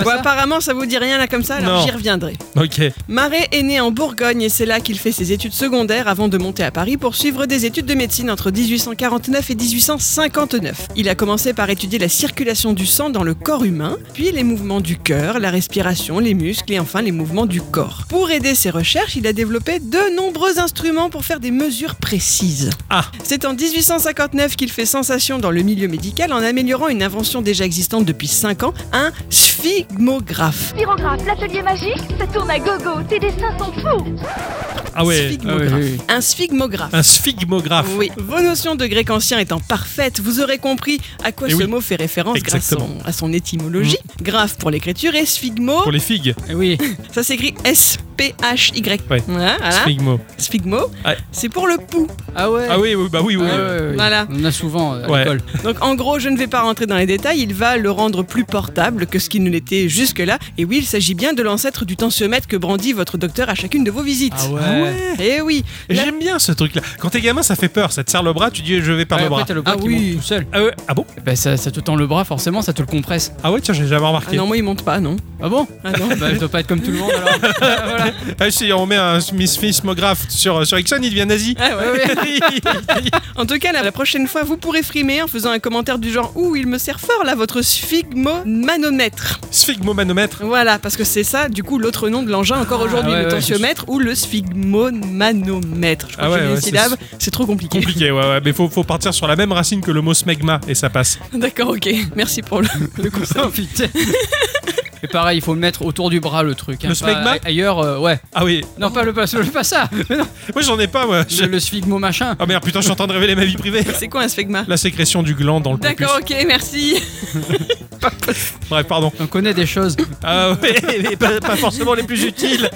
Speaker 2: Bon, apparemment, ça vous dit rien là comme ça, alors
Speaker 1: Non.
Speaker 2: j'y reviendrai.
Speaker 1: Ah, Ok.
Speaker 2: Marais est né en Bourgogne et c'est là qu'il fait ses études secondaires avant de monter à Paris pour suivre des études de médecine entre 1849 et 1859. Il a commencé par étudier la circulation du sang dans le corps humain, puis les mouvements du cœur, la respiration, les muscles et enfin les mouvements du corps. Pour aider ses recherches, il a développé de nombreux instruments pour faire des mesures précises.
Speaker 1: Ah.
Speaker 2: C'est en 1859 qu'il fait sensation dans le milieu médical en améliorant une invention déjà existante depuis 5 ans, un sphygmographe.
Speaker 6: Pyrographe, l'atelier magique, ça tourne à gogo, tes dessins sont fous
Speaker 1: Ah ouais.
Speaker 3: Ah oui,
Speaker 2: Sphygmographe.
Speaker 3: oui, oui.
Speaker 2: Un sphygmographe.
Speaker 1: Un sphygmographe.
Speaker 2: Oui, vos notions de grec ancien étant parfaites, vous aurez compris à quoi
Speaker 1: Eh
Speaker 2: ce
Speaker 1: oui.
Speaker 2: mot fait référence grâce à son,
Speaker 1: Exactement.
Speaker 2: à son étymologie. Graphe pour l'écriture et sphygmo,
Speaker 1: Pour les figues.
Speaker 3: Eh oui.
Speaker 2: ça s'écrit S-P-H-Y.
Speaker 1: Ouais.
Speaker 2: Voilà, Hein, voilà.
Speaker 1: Sphygmo.
Speaker 2: Sphygmo,
Speaker 1: Ouais.
Speaker 2: c'est pour le pouls.
Speaker 3: Ah ouais.
Speaker 1: Ah oui, oui, bah oui, oui. oui.
Speaker 3: Ah ouais, ouais, ouais.
Speaker 2: Voilà.
Speaker 3: On en a souvent euh, à
Speaker 1: Ouais.
Speaker 3: l'école.
Speaker 2: Donc en gros, je ne vais pas rentrer dans les détails, il va le rendre plus portable que ce qu'il ne l'était jusque-là. Et oui, il s'agit bien de l'ancêtre du tensiomètre que brandit votre docteur à chacune de vos visites.
Speaker 3: Ah ouais.
Speaker 2: Eh oui,
Speaker 1: Et J'aime bien ce truc-là. Quand t'es gamin, ça fait peur. Ça te serre le bras, tu dis je vais perdre le
Speaker 3: Ouais,
Speaker 1: bras.
Speaker 3: après, t'as le bras
Speaker 2: Ah
Speaker 3: qui
Speaker 2: oui.
Speaker 3: monte tout seul.
Speaker 1: Ah, ouais. ah bon
Speaker 3: Bah, ça, ça te tend le bras forcément, ça te le compresse.
Speaker 1: Ah ouais, tiens, j'ai jamais
Speaker 2: ah
Speaker 1: remarqué.
Speaker 2: non, moi il monte pas, non.
Speaker 3: Ah bon
Speaker 2: Ah non.
Speaker 3: Bah, je dois pas être comme tout le monde alors. Ah, voilà.
Speaker 1: Ah, si on met un sphygmographe sur, sur Ixon, il devient
Speaker 2: (laughs)
Speaker 1: nazi.
Speaker 2: Ah ouais.
Speaker 1: ah
Speaker 2: En tout cas, la, la prochaine fois, vous pourrez frimer en faisant un commentaire du genre Ouh, il me sert fort là, votre sphygmomanomètre.
Speaker 1: Sphygmomanomètre.
Speaker 2: Voilà, parce que c'est ça, du coup, l'autre nom de l'engin encore
Speaker 1: Ah,
Speaker 2: aujourd'hui,
Speaker 3: ouais,
Speaker 2: le
Speaker 3: ouais,
Speaker 2: tensiomètre ou le sphygmomanomètre. Je crois
Speaker 1: Ah
Speaker 2: que j'ai
Speaker 1: ouais,
Speaker 2: mis les
Speaker 1: ouais,
Speaker 2: syllabes, c'est trop compliqué.
Speaker 1: Compliqué, ouais, ouais. Mais faut, faut partir sur la même racine que le mot smegma et ça passe.
Speaker 2: (laughs) D'accord, ok, merci pour le. (laughs)
Speaker 3: Oh,
Speaker 1: (laughs)
Speaker 3: putain. Mais pareil, il faut le mettre autour du bras le truc. hein,
Speaker 1: Le
Speaker 3: pas
Speaker 1: smegma
Speaker 3: a- Ailleurs, euh, ouais.
Speaker 1: Ah oui.
Speaker 3: Non, pas le pas, le-
Speaker 1: (laughs)
Speaker 3: pas ça. Mais non,
Speaker 1: Moi, j'en ai pas, moi.
Speaker 3: le, le sphygmo machin.
Speaker 1: Ah merde, putain, je suis en train de révéler ma vie privée.
Speaker 2: C'est quoi un sphygma
Speaker 1: La sécrétion du gland dans le corpus.
Speaker 2: D'accord, ok, merci.
Speaker 1: Bref, pardon.
Speaker 3: On connaît des choses.
Speaker 1: Ah ouais, (laughs) mais pas, pas forcément les plus utiles.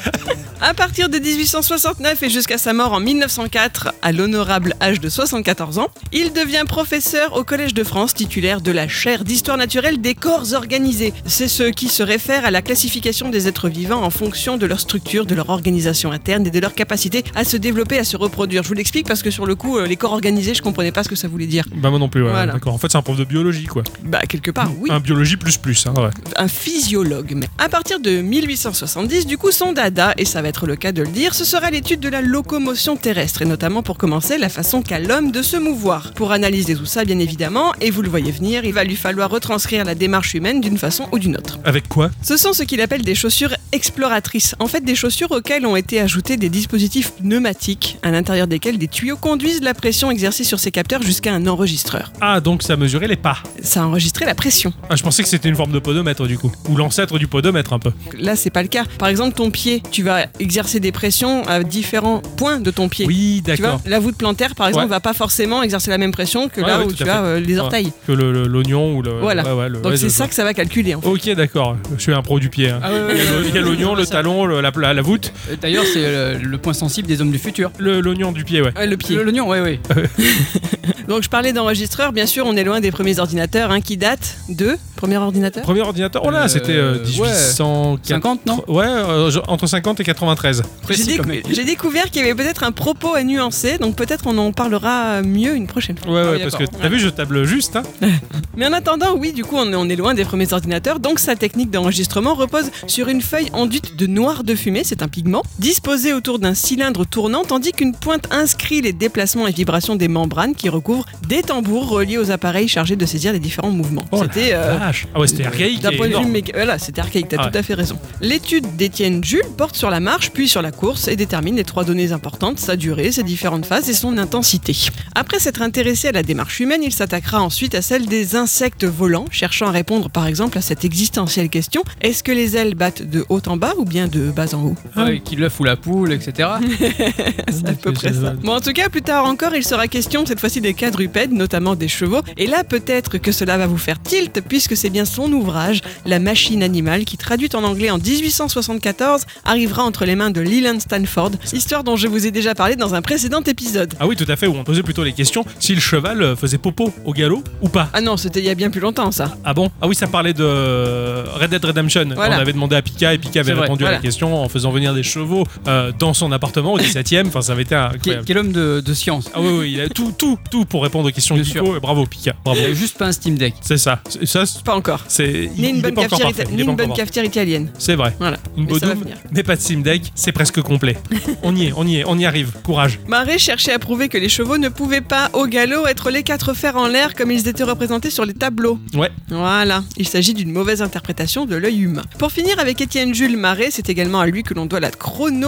Speaker 2: À partir de 1869 et jusqu'à sa mort en 1904, à l'honorable âge de 74 ans, il devient professeur au Collège de France, titulaire de la chaire d'histoire naturelle des corps organisés. C'est ce qui serait réfère à la classification des êtres vivants en fonction de leur structure, de leur organisation interne et de leur capacité à se développer, à se reproduire. Je vous l'explique parce que sur le coup, euh, les corps organisés, je comprenais pas ce que ça voulait dire.
Speaker 1: Bah moi non plus, ouais,
Speaker 2: Voilà.
Speaker 1: d'accord. En fait, c'est un prof de biologie, quoi.
Speaker 2: Bah, quelque part, oui.
Speaker 1: Un biologie plus plus, hein, ouais.
Speaker 2: un physiologue. Mais à partir de 1870, du coup, son dada, et ça va être le cas de le dire, ce sera l'étude de la locomotion terrestre, et notamment pour commencer la façon qu'a l'homme de se mouvoir. Pour analyser tout ça, bien évidemment, et vous le voyez venir, il va lui falloir retranscrire la démarche humaine d'une façon ou d'une autre.
Speaker 1: Avec quoi
Speaker 2: Ce sont ce qu'il appelle des chaussures exploratrices, en fait des chaussures auxquelles ont été ajoutés des dispositifs pneumatiques, à l'intérieur desquels des tuyaux conduisent la pression exercée sur ces capteurs jusqu'à un enregistreur.
Speaker 1: Ah, donc ça mesurait les pas.
Speaker 2: Ça a enregistré la pression.
Speaker 1: Ah, je pensais que c'était une forme de podomètre, du coup. Ou l'ancêtre du podomètre, un peu.
Speaker 2: Là, c'est pas le cas. Par exemple, ton pied, tu vas exercer des pressions à différents points de ton pied.
Speaker 1: Oui,
Speaker 2: tu vois,
Speaker 1: d'accord.
Speaker 2: la voûte plantaire, par exemple,
Speaker 1: Ouais.
Speaker 2: va pas forcément exercer la même pression que
Speaker 1: Ouais,
Speaker 2: là
Speaker 1: ouais,
Speaker 2: où
Speaker 1: tout
Speaker 2: tu
Speaker 1: à fait.
Speaker 2: as euh, les
Speaker 1: Ouais.
Speaker 2: orteils.
Speaker 1: Que le- le- l'oignon ou le.
Speaker 2: Voilà.
Speaker 1: ouais, ouais, le-
Speaker 2: Donc
Speaker 1: ouais,
Speaker 2: c'est
Speaker 1: je
Speaker 2: ça
Speaker 1: vois.
Speaker 2: que ça va calculer. en fait.
Speaker 1: Ok, d'accord. Je suis un pro du pied. hein.
Speaker 3: Ah ouais, ouais,
Speaker 1: Il y a le-
Speaker 3: ouais,
Speaker 1: il y a
Speaker 3: ouais,
Speaker 1: l'oignon,
Speaker 3: ouais,
Speaker 2: (laughs)
Speaker 1: le
Speaker 3: ça.
Speaker 1: talon, le- la, la- la voûte,
Speaker 3: Euh, D'ailleurs, c'est euh, le point sensible des hommes du futur.
Speaker 1: le- l'oignon du pied, ouais.
Speaker 2: Ouais, le pied.
Speaker 3: Le- L'oignon, ouais, ouais.
Speaker 2: Donc je parlais d'enregistreur, bien sûr, on est loin des premiers ordinateurs hein, qui datent de premier ordinateur.
Speaker 1: Premier ordinateur. Oh là,
Speaker 3: Euh,
Speaker 1: c'était euh,
Speaker 3: ouais.
Speaker 1: 1850.
Speaker 3: 50, non
Speaker 1: Ouais, euh, je- entre 50 et 93.
Speaker 2: J'ai
Speaker 3: Précis
Speaker 2: décou-
Speaker 3: comme mec.
Speaker 2: j'ai découvert qu'il y avait peut-être un propos à nuancer, donc peut-être on en parlera mieux une prochaine fois.
Speaker 1: Ouais,
Speaker 3: Ah
Speaker 1: ouais,
Speaker 3: oui,
Speaker 1: parce que
Speaker 3: d'accord.
Speaker 1: t'as vu, je table juste, hein.
Speaker 2: Mais en attendant, oui, du coup, on est- on est loin des premiers ordinateurs, donc sa technique d'enregistrement repose sur une feuille enduite de noir de fumée, c'est un pigment, disposée autour d'un cylindre tournant, tandis qu'une pointe inscrit les déplacements et vibrations des membranes qui recouvrent des tambours reliés aux appareils chargés de saisir les différents mouvements.
Speaker 1: Oh la
Speaker 2: C'était euh,
Speaker 1: Vache. Ah ouais, c'était archaïque.
Speaker 2: d'un
Speaker 1: et
Speaker 2: point de vue
Speaker 1: énorme.
Speaker 2: méca- Voilà, c'était archaïque, t'as
Speaker 1: Ah
Speaker 2: tout à fait raison. L'étude d'Étienne Jules porte sur la marche, puis sur la course, et détermine les trois données importantes, sa durée, ses différentes phases et son intensité. Après s'être intéressé à la démarche humaine, il s'attaquera ensuite à celle des insectes volants, cherchant à répondre par exemple à cette existentielle question est-ce que les ailes battent de haut en bas ou bien de bas en haut
Speaker 1: Ah.
Speaker 3: Ouais, qui l'œuf ou la poule, etc.
Speaker 2: C'est à peu près ça. Bon, en tout cas, plus tard encore, il sera question cette fois-ci des quadrupèdes, notamment des chevaux. Et là, peut-être que cela va vous faire tilt, puisque c'est bien son ouvrage, La machine animale, qui traduite en anglais en 1874, arrivera entre les mains de Leland Stanford, histoire dont je vous ai déjà parlé dans un précédent épisode.
Speaker 1: Ah oui, tout à fait, où on posait plutôt les questions si le cheval euh, faisait popo au galop ou pas.
Speaker 2: Ah non, c'était il y a bien plus longtemps ça.
Speaker 1: Ah bon Ah oui, ça parlait de euh, Red Dead Redemption.
Speaker 2: Voilà.
Speaker 1: On avait demandé à Pika et Pika avait
Speaker 3: C'est vrai,
Speaker 1: répondu à
Speaker 2: voilà.
Speaker 1: la question en faisant venir des chevaux euh, dans son appartement au 17ème. Enfin, ça avait été
Speaker 3: Qui est-
Speaker 1: incroyable.
Speaker 3: qui est l'homme de, de science.
Speaker 1: Ah oui, oui, il a tout, tout, tout pour répondre aux questions de
Speaker 3: Bien
Speaker 1: Kiko. Et bravo, Pika. Bravo.
Speaker 2: Eh
Speaker 3: Il a juste pas un Steam Deck.
Speaker 1: C'est ça. C'est- ça c'est-
Speaker 2: Pas encore.
Speaker 1: c'est il-
Speaker 2: Ni une
Speaker 1: il est
Speaker 2: bonne,
Speaker 1: pas encore
Speaker 2: cafetière,
Speaker 1: parfait,
Speaker 2: ita-
Speaker 1: il
Speaker 2: ni
Speaker 1: est pas
Speaker 2: une bonne
Speaker 1: encore parfait.
Speaker 2: cafetière italienne.
Speaker 1: C'est vrai.
Speaker 2: Voilà.
Speaker 1: Une
Speaker 2: Mais ça va
Speaker 1: Bodum,
Speaker 2: venir.
Speaker 1: mais pas de sim deck, c'est presque complet. On y est, on y est, on y arrive. Courage.
Speaker 2: Marais cherchait à prouver que les chevaux ne pouvaient pas, au galop, être les quatre fers en l'air comme ils étaient représentés sur les tableaux.
Speaker 1: Ouais.
Speaker 2: Voilà, il s'agit d'une mauvaise interprétation de l'œil humain. Pour finir avec Étienne Jules Marais, c'est également à lui que l'on doit la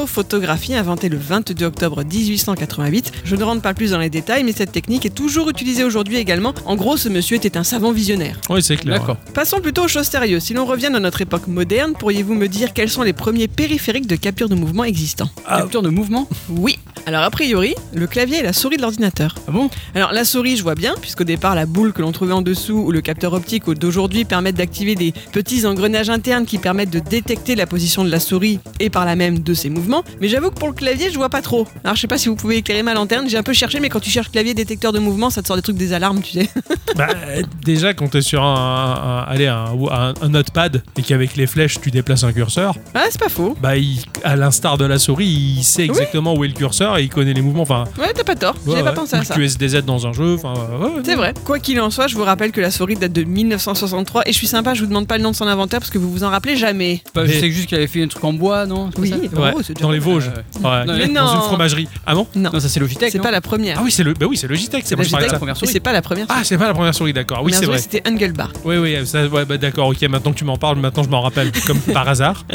Speaker 2: chronophotographie inventée le 22 octobre 1888. Je ne rentre pas plus dans les détails, mais cette technique est toujours utilisée aujourd'hui également. En gros, ce monsieur était un savant visionnaire.
Speaker 1: Oui, c'est clair.
Speaker 3: D'accord.
Speaker 2: Passons plutôt aux choses sérieuses. Si l'on revient dans notre époque moderne, pourriez-vous me dire quels sont les premiers périphériques de capture de mouvement existants
Speaker 1: Ah.
Speaker 3: Capture de mouvement
Speaker 2: Oui. Alors a priori, le clavier et la souris de l'ordinateur.
Speaker 3: Ah bon
Speaker 2: Alors la souris, je vois bien, puisqu'au départ la boule que l'on trouvait en dessous ou le capteur optique d'aujourd'hui permettent d'activer des petits engrenages internes qui permettent de détecter la position de la souris et par là même de ses mouvements. Mais j'avoue que pour le clavier, je vois pas trop. Alors je sais pas si vous pouvez éclairer ma lanterne, j'ai un peu cherché, mais quand tu cherches clavier détecteur de mouvement, ça te sort des trucs des alarmes, tu sais.
Speaker 1: Bah, euh, déjà, quand t'es sur un, un- allez, un, un- un notepad et qu'avec les flèches tu déplaces un curseur,
Speaker 2: Ah c'est pas faux.
Speaker 1: bah, il- à l'instar de la souris, il sait exactement où est le curseur et il connaît les mouvements. Enfin,
Speaker 2: Ouais, t'as pas tort, j'ai
Speaker 1: ouais,
Speaker 2: pas
Speaker 1: ouais.
Speaker 2: pensé
Speaker 1: Ou
Speaker 2: à
Speaker 1: le
Speaker 2: ça.
Speaker 1: QSDZ dans un jeu. Enfin, ouais, ouais.
Speaker 2: C'est vrai. Quoi qu'il en soit, je vous rappelle que la souris date de 1963 et je suis sympa, je vous demande pas le nom de son inventaire parce que vous vous en rappelez jamais.
Speaker 3: Bah,
Speaker 1: Mais-
Speaker 3: Je sais juste qu'il avait fait un truc en bois, non C'est pas
Speaker 2: Oui.
Speaker 3: ça Euh,
Speaker 1: Ouais,
Speaker 2: Bravo, c'est déjà
Speaker 1: dans les
Speaker 2: pas
Speaker 1: Vosges.
Speaker 3: mal.
Speaker 1: Ouais,
Speaker 3: Non, mais
Speaker 1: dans
Speaker 2: non.
Speaker 1: une fromagerie. Ah bon
Speaker 2: Non,
Speaker 3: Non, ça c'est Logitech.
Speaker 2: c'est
Speaker 3: non
Speaker 2: pas la première.
Speaker 1: Ah oui, c'est le, bah oui, c'est Logitech. C'est
Speaker 2: la
Speaker 1: pour ça que je parlais de
Speaker 2: Logitech,
Speaker 1: ça.
Speaker 3: la première
Speaker 2: et
Speaker 3: souris.
Speaker 2: c'est pas la première.
Speaker 1: Ah, c'est pas la première souris, d'accord. Oui,
Speaker 2: La
Speaker 1: c'est
Speaker 2: première
Speaker 1: vrai.
Speaker 2: souris, C'était Engelbar.
Speaker 1: Oui, oui, ça, ouais, bah, d'accord, ok, maintenant que tu m'en parles, maintenant je m'en rappelle, comme par
Speaker 2: (laughs)
Speaker 1: hasard.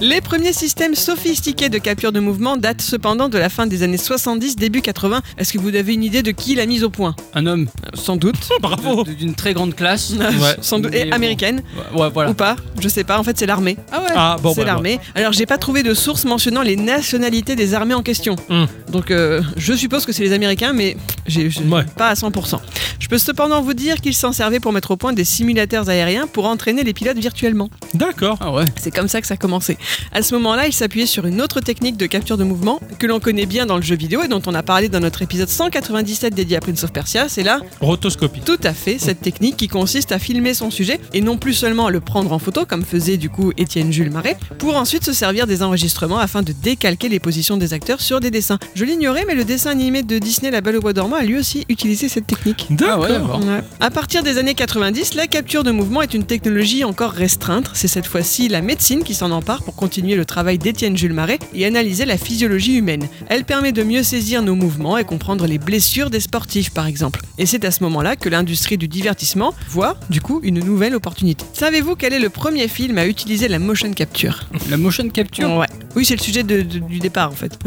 Speaker 2: Les premiers systèmes sophistiqués de capture de mouvement datent cependant de la fin des années 70, début 80. Est-ce que vous avez une idée de qui l'a mise au point
Speaker 3: Un homme
Speaker 2: Euh, Sans doute. Euh,
Speaker 1: Bravo
Speaker 3: de- d'une très grande classe.
Speaker 1: Oh. Ouais. Oh.
Speaker 2: Sans doute.
Speaker 3: Mais
Speaker 2: Et
Speaker 3: bon.
Speaker 2: américaine
Speaker 3: Ouais, voilà.
Speaker 2: ou pas Je sais pas. En fait, c'est l'armée.
Speaker 3: Ah ouais
Speaker 1: Ah, bon,
Speaker 2: c'est
Speaker 1: bah, bon.
Speaker 2: l'armée. Alors, j'ai pas trouvé de source mentionnant les nationalités des armées en question.
Speaker 1: Hmm.
Speaker 2: Donc, euh, je suppose que c'est les Américains, mais J'ai- je-
Speaker 1: Ouais.
Speaker 2: Pas à 100%. Je peux cependant vous dire qu'ils s'en servaient pour mettre au point des simulateurs aériens pour entraîner les pilotes virtuellement.
Speaker 1: D'accord.
Speaker 3: Ah ouais.
Speaker 2: C'est comme ça que ça a commencé. À ce moment-là, il s'appuyait sur une autre technique de capture de mouvement que l'on connaît bien dans le jeu vidéo et dont on a parlé dans notre épisode 197 dédié à Prince of Persia. C'est là,
Speaker 1: Rotoscopie.
Speaker 2: tout à fait, cette technique qui consiste à filmer son sujet et non plus seulement à le prendre en photo, comme faisait du coup Étienne Jules Marais, pour ensuite se servir des enregistrements afin de décalquer les positions des acteurs sur des dessins. Je l'ignorais, mais le dessin animé de Disney La Belle au Bois dormant a lui aussi utilisé cette technique.
Speaker 3: Ah
Speaker 1: D'accord.
Speaker 3: ouais, d'accord.
Speaker 2: Ouais. À partir des années 90, la capture de mouvement est une technologie encore restreinte. C'est cette fois-ci la médecine qui s'en empare pour continuer le travail d'Étienne Jules Marais et analyser la physiologie humaine. Elle permet de mieux saisir nos mouvements et comprendre les blessures des sportifs, par exemple. Et c'est à ce moment-là que l'industrie du divertissement voit, du coup, une nouvelle opportunité. Savez-vous quel est le premier film à utiliser la motion capture
Speaker 3: La motion
Speaker 1: Oh.
Speaker 3: capture.
Speaker 2: Ouais. Oui, c'est le sujet de- de- du départ, en fait.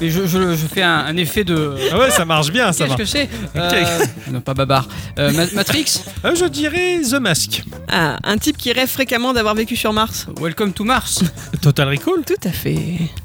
Speaker 3: Mais je, je- je fais un, un effet de.
Speaker 1: Ah ouais, ça marche bien, ça
Speaker 3: Qu'est-ce
Speaker 1: marche.
Speaker 3: que c'est Euh, Non, pas Babar. Euh, Ma- Matrix.
Speaker 1: Euh, je dirais The Mask.
Speaker 2: Ah, un type qui rêve fréquemment d'avoir vécu sur Mars
Speaker 3: Welcome to Mars.
Speaker 1: Total Recall.
Speaker 2: Tout à fait.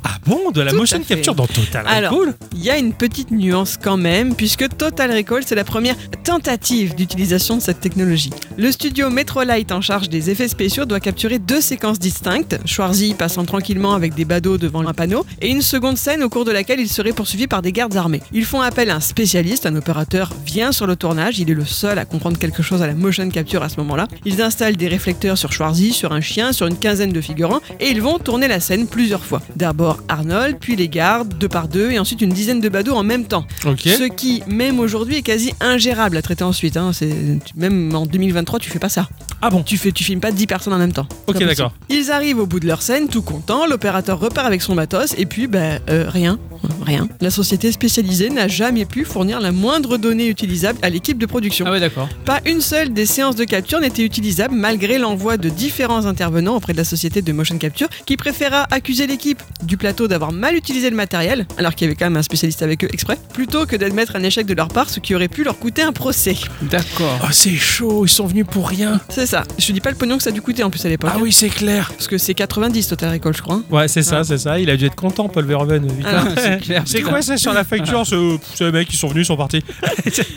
Speaker 1: Ah bon, de la
Speaker 2: Tout à
Speaker 1: motion
Speaker 2: fait.
Speaker 1: capture dans Total
Speaker 2: Alors,
Speaker 1: Recall.
Speaker 2: Il y a une petite nuance quand même, puisque Total Recall, c'est la première tentative d'utilisation de cette technologie. Le studio Metrolight en charge des effets spéciaux doit capturer deux séquences distinctes, Schwarzy passant tranquillement avec des badauds devant un panneau, et une seconde scène au cours de laquelle il serait poursuivi par des gardes armés. Ils font appel à un spécialiste, un opérateur vient sur le tournage, il est le seul à comprendre quelque chose à la motion capture à ce moment-là. Ils installent des réflecteurs sur Schwarzy, sur un chien, sur une quinzaine de figurants, et ils vont tourner la scène plusieurs fois. D'abord Arnold, puis les gardes, deux par deux, et ensuite une dizaine de badauds en même temps.
Speaker 1: Ok.
Speaker 2: Ce qui, même aujourd'hui, est quasi ingérable à traiter ensuite. hein. C'est- Même en 2023, tu fais pas ça.
Speaker 1: Ah bon.
Speaker 2: Tu, fais, tu filmes pas 10 personnes en même temps. C'est
Speaker 1: Ok,
Speaker 2: pas possible.
Speaker 1: d'accord.
Speaker 2: Ils arrivent au bout de leur scène, tout contents, l'opérateur repart avec son matos, et puis, ben, euh, rien. Rien. La société spécialisée n'a jamais pu fournir la moindre donnée utilisable à l'équipe de production.
Speaker 3: Ah ouais, d'accord.
Speaker 2: Pas une seule des séances de capture n'était utilisable malgré l'envoi de différents intervenants auprès de la société de motion capture qui préféra accuser l'équipe du plateau d'avoir mal utilisé le matériel, alors qu'il y avait quand même un spécialiste avec eux exprès, plutôt que d'admettre un échec de leur part, ce qui aurait pu leur coûter un procès.
Speaker 3: D'accord.
Speaker 1: Oh, c'est chaud, ils sont venus pour rien.
Speaker 2: C'est ça. Je dis pas le pognon que ça a dû coûter en plus à l'époque.
Speaker 1: Ah oui, c'est clair.
Speaker 2: Parce que c'est 90 Total Recall, je crois. hein.
Speaker 1: Ouais, c'est ça, c'est ça. Il a dû être content, Paul Verhoeven. (laughs) putain.
Speaker 3: c'est clair,
Speaker 1: Ah, C'est
Speaker 3: putain.
Speaker 1: quoi ça sur la facture ce, pff, ces mecs, ils sont venus, ils sont partis.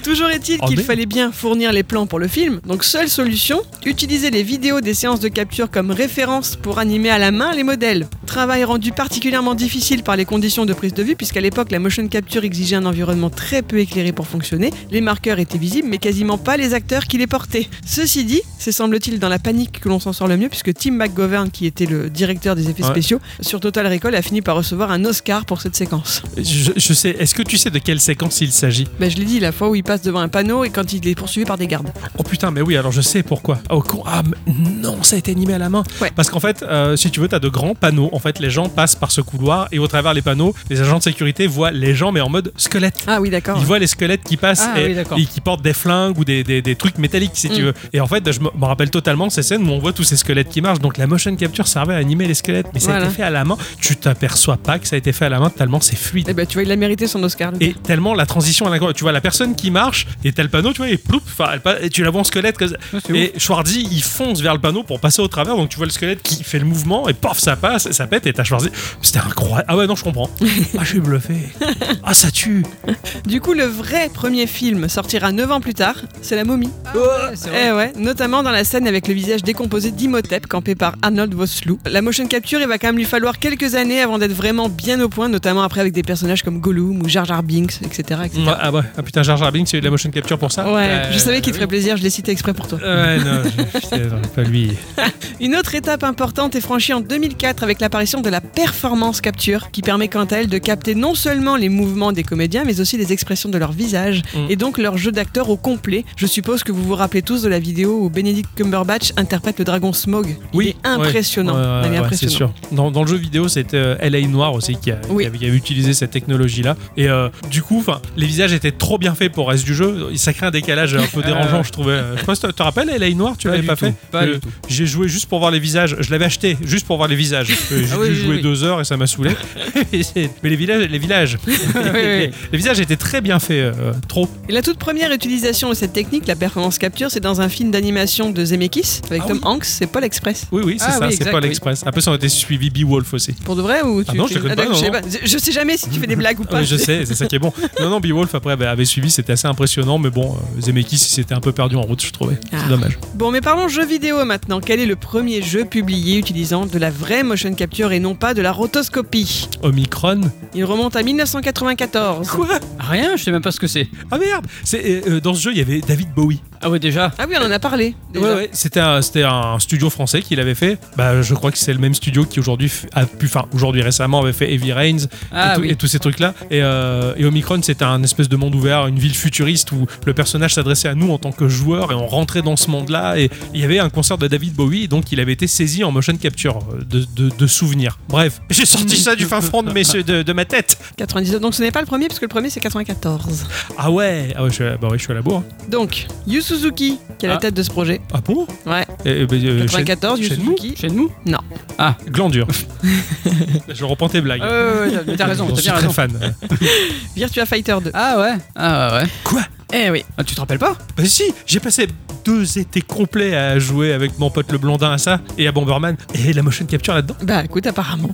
Speaker 2: Toujours est-il
Speaker 1: Oh,
Speaker 2: qu'il
Speaker 1: merde.
Speaker 2: fallait bien fournir les plans pour le film, donc seule solution, utiliser les vidéos des séances de capture comme référence pour animer à la main les modèles. Travail rendu particulièrement difficile par les conditions de prise de vue, puisqu'à l'époque la motion capture exigeait un environnement très peu éclairé pour fonctionner, les marqueurs étaient visibles mais quasiment pas les acteurs qui les portaient. Ceci dit, c'est semble-t-il dans la panique que l'on s'en sort le mieux, puisque Tim McGovern, qui était le directeur des effets
Speaker 1: Ouais.
Speaker 2: spéciaux, sur Total Recall a fini par recevoir un Oscar pour cette séquence.
Speaker 1: Je, je sais, est-ce que tu sais de quelle séquence il s'agit
Speaker 2: Ben, je l'ai dit, la fois où il passe devant un panneau et quand il est poursuivi par des gardes.
Speaker 1: Oh putain, mais oui, alors je sais pourquoi. Oh con, ah mais non, ça a été animé à la main.
Speaker 2: Ouais.
Speaker 1: Parce qu'en fait, euh, si tu veux, t'as de grands panneaux. En fait, les gens passent par ce couloir et au travers les panneaux, les agents de sécurité voient les gens, mais en mode squelette.
Speaker 2: Ah oui, d'accord.
Speaker 1: Ils voient les squelettes qui passent
Speaker 3: Ah
Speaker 1: et,
Speaker 3: oui, d'accord.
Speaker 1: et qui portent des flingues ou des, des- des trucs métalliques, si tu
Speaker 2: Mm.
Speaker 1: veux. Et en fait, je me me rappelle totalement ces scènes où on voit tous ces squelettes qui marchent. Donc la motion capture servait à animer les squelettes, mais ça a
Speaker 2: Voilà.
Speaker 1: été fait à la main. Tu t'aperçois pas que ça a été fait à la main tellement c'est fluide.
Speaker 2: Eh ben, tu vois, il a mérité son Oscar. le
Speaker 1: Et tellement la transition à l'incroyable. Tu vois la personne qui marche et t'as le panneau, tu vois, et ploup, enfin, elle pa- et tu la vois en squelette. Comme ça.
Speaker 3: Ah, c'est
Speaker 1: Et Schwarzy, il fonce vers le panneau pour passer au travers. Donc tu vois le squelette qui fait le mouvement et pof, ça passe, ça pète et t'as Schwarzy. C'était incroyable. Ah ouais, non, je
Speaker 3: (laughs)
Speaker 1: comprends. Ah, je suis bluffé. Ah, ça tue.
Speaker 2: Du coup, le vrai premier film sortira 9 ans plus tard, c'est La Momie.
Speaker 3: Ouais, Euh, c'est vrai.
Speaker 2: Eh ouais, notamment dans la scène avec le visage décomposé d'Imhotep campé par Arnold Vosloo. La motion capture, il va quand même lui falloir quelques années avant d'être vraiment bien au point, notamment après avec des personnages comme Gollum ou Jar Jar Binks, etc. etc.
Speaker 1: Ouais, ah ouais, ah putain, Jar Jar Binks, il y a eu de la motion capture pour ça.
Speaker 2: Ouais, je savais qu'il te
Speaker 3: oui.
Speaker 2: ferait plaisir, je l'ai cité exprès pour toi.
Speaker 1: Ouais, non, je- putain, pas lui.
Speaker 2: Une autre étape importante est franchie en 2004 avec l'apparition de la performance capture, qui permet quant à elle de capter non seulement les mouvements des comédiens, mais aussi les expressions de leur visage
Speaker 1: Mm.
Speaker 2: et donc leur jeu d'acteur au complet. Je suppose que vous vous rappelez tous de la vidéo où Benedict Cumberbatch interprète le dragon Smog. Il
Speaker 1: Oui,
Speaker 2: est impressionnant.
Speaker 1: Ouais, ouais,
Speaker 2: Il est
Speaker 1: ouais, c'est
Speaker 2: impressionnant.
Speaker 1: sûr. Dans, dans le jeu vidéo, c'était euh, LA Noir aussi qui, a,
Speaker 2: Oui.
Speaker 1: qui avait, qui avait utilisé cette technologie-là. Et euh, du coup, 'fin, les visages étaient trop bien faits pour le reste du jeu. Ça crée un décalage un peu dérangeant, je trouvais. Euh, Je sais pas si tu te rappelles LA Noir, tu l'avais
Speaker 3: du
Speaker 1: pas
Speaker 3: tout,
Speaker 1: fait
Speaker 3: Pas
Speaker 1: Le-
Speaker 3: du tout.
Speaker 1: J'ai joué juste pour voir les visages. Je l'avais acheté juste pour voir les visages. Euh, J'ai
Speaker 3: Ah oui,
Speaker 1: dû
Speaker 3: oui,
Speaker 1: jouer
Speaker 3: oui.
Speaker 1: deux heures et ça m'a saoulé. (laughs) Mais c'est- Mais les villages, les villages, les, (laughs) les visages étaient très bien faits. euh, trop.
Speaker 2: Et la toute première utilisation de cette technique, la performance capture, c'est dans un film d'animation de Zemeckis avec
Speaker 1: Ah
Speaker 2: Tom Hanks, c'est Paul Express.
Speaker 1: Oui, oui, c'est
Speaker 3: Ah
Speaker 1: ça.
Speaker 3: oui,
Speaker 1: c'est
Speaker 3: exact,
Speaker 1: pas
Speaker 3: oui.
Speaker 1: l'Express. Après, ça a été suivi Beowulf aussi.
Speaker 2: Pour de vrai ou tu
Speaker 1: Ah non, je
Speaker 2: tu-
Speaker 1: te connais pas,
Speaker 2: d'accord,
Speaker 1: non,
Speaker 2: je, sais pas. Je- je sais jamais si tu fais
Speaker 1: (laughs)
Speaker 2: des blagues ou
Speaker 1: Ah,
Speaker 2: pas.
Speaker 1: mais je sais, c'est ça qui est bon. Non, non, Beowulf après bah, avait suivi, c'était assez impressionnant, mais bon, euh, Zemeckis il s'était un peu perdu en route, je trouvais.
Speaker 2: Ah.
Speaker 1: C'est dommage.
Speaker 2: Bon, mais parlons jeux vidéo maintenant. Quel est le premier jeu publié utilisant de la vraie motion capture et non pas de la rotoscopie
Speaker 1: Omicron.
Speaker 2: Il remonte à 1994.
Speaker 1: Quoi
Speaker 3: Eh, Rien, je sais même pas ce que c'est.
Speaker 1: Ah merde C'est, euh, euh, Dans ce jeu, il y avait David Bowie.
Speaker 3: Ah ouais, déjà.
Speaker 2: Ah oui, on en a parlé. déjà.
Speaker 1: Ouais, ouais, c'était un, c'était un studio français qui l'avait fait. Bah, je crois que c'est le même studio qui aujourd'hui f- a pu, enfin aujourd'hui récemment avait fait Heavy Rains et
Speaker 3: Ah
Speaker 1: tout- et,
Speaker 3: oui.
Speaker 1: tous ces trucs là. Et, euh, et Omicron, c'était un espèce de monde ouvert, une ville futuriste où le personnage s'adressait à nous en tant que joueur et on rentrait dans ce monde là. Et il y avait un concert de David Bowie, donc il avait été saisi en motion capture euh, de, de, de souvenirs. Bref, (laughs) j'ai sorti ça du fin fond de, mes, de, de ma tête.
Speaker 2: 99. Donc ce n'est pas le premier, parce que le premier c'est 94.
Speaker 1: Ah ouais, ah ouais, je suis à, bah ouais, je suis à la bourre.
Speaker 2: Donc, Yu Suzuki, qui est à la
Speaker 3: Ah.
Speaker 2: tête de ce projet.
Speaker 1: Ah bon
Speaker 2: Ouais.
Speaker 1: Eh, eh ben, euh,
Speaker 2: 94, Yu
Speaker 1: Shen- Shenmue
Speaker 2: Suzuki.
Speaker 3: Chez nous
Speaker 1: Shen-
Speaker 3: (laughs)
Speaker 1: Glandure. je reprends tes blagues.
Speaker 3: Ouais, ouais, Ah ouais, t'as- mais t'as raison,
Speaker 1: J'en
Speaker 3: t'as
Speaker 1: suis
Speaker 3: bien
Speaker 1: très
Speaker 3: raison.
Speaker 1: fan.
Speaker 2: Virtua Fighter 2.
Speaker 3: Ah ouais Ah ouais, ouais.
Speaker 1: Quoi
Speaker 2: Eh oui.
Speaker 3: Ah, tu te rappelles pas
Speaker 1: Bah si, j'ai passé deux étés complets à jouer avec mon pote le blondin à ça et à Bomberman et la motion capture là-dedans.
Speaker 2: Bah écoute, apparemment.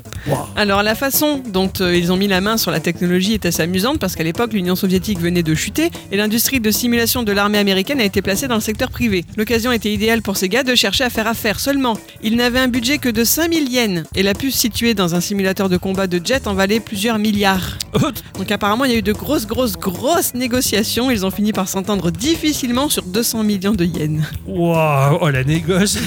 Speaker 2: Alors la façon dont euh, ils ont mis la main sur la technologie est assez amusante parce qu'à l'époque l'Union soviétique venait de chuter et l'industrie de simulation de l'armée américaine a été placée dans le secteur privé. L'occasion était idéale pour ces gars de chercher à faire affaire seulement. Ils n'avaient un budget que de 5000 yens et la puce située dans un simulateur de combat de jet en valait plusieurs milliards. Donc apparemment il y a eu de grosses grosses grosses négociations, ils ont fini par s'entendre difficilement sur 200 millions de yens.
Speaker 1: Waouh, oh la (laughs) négoce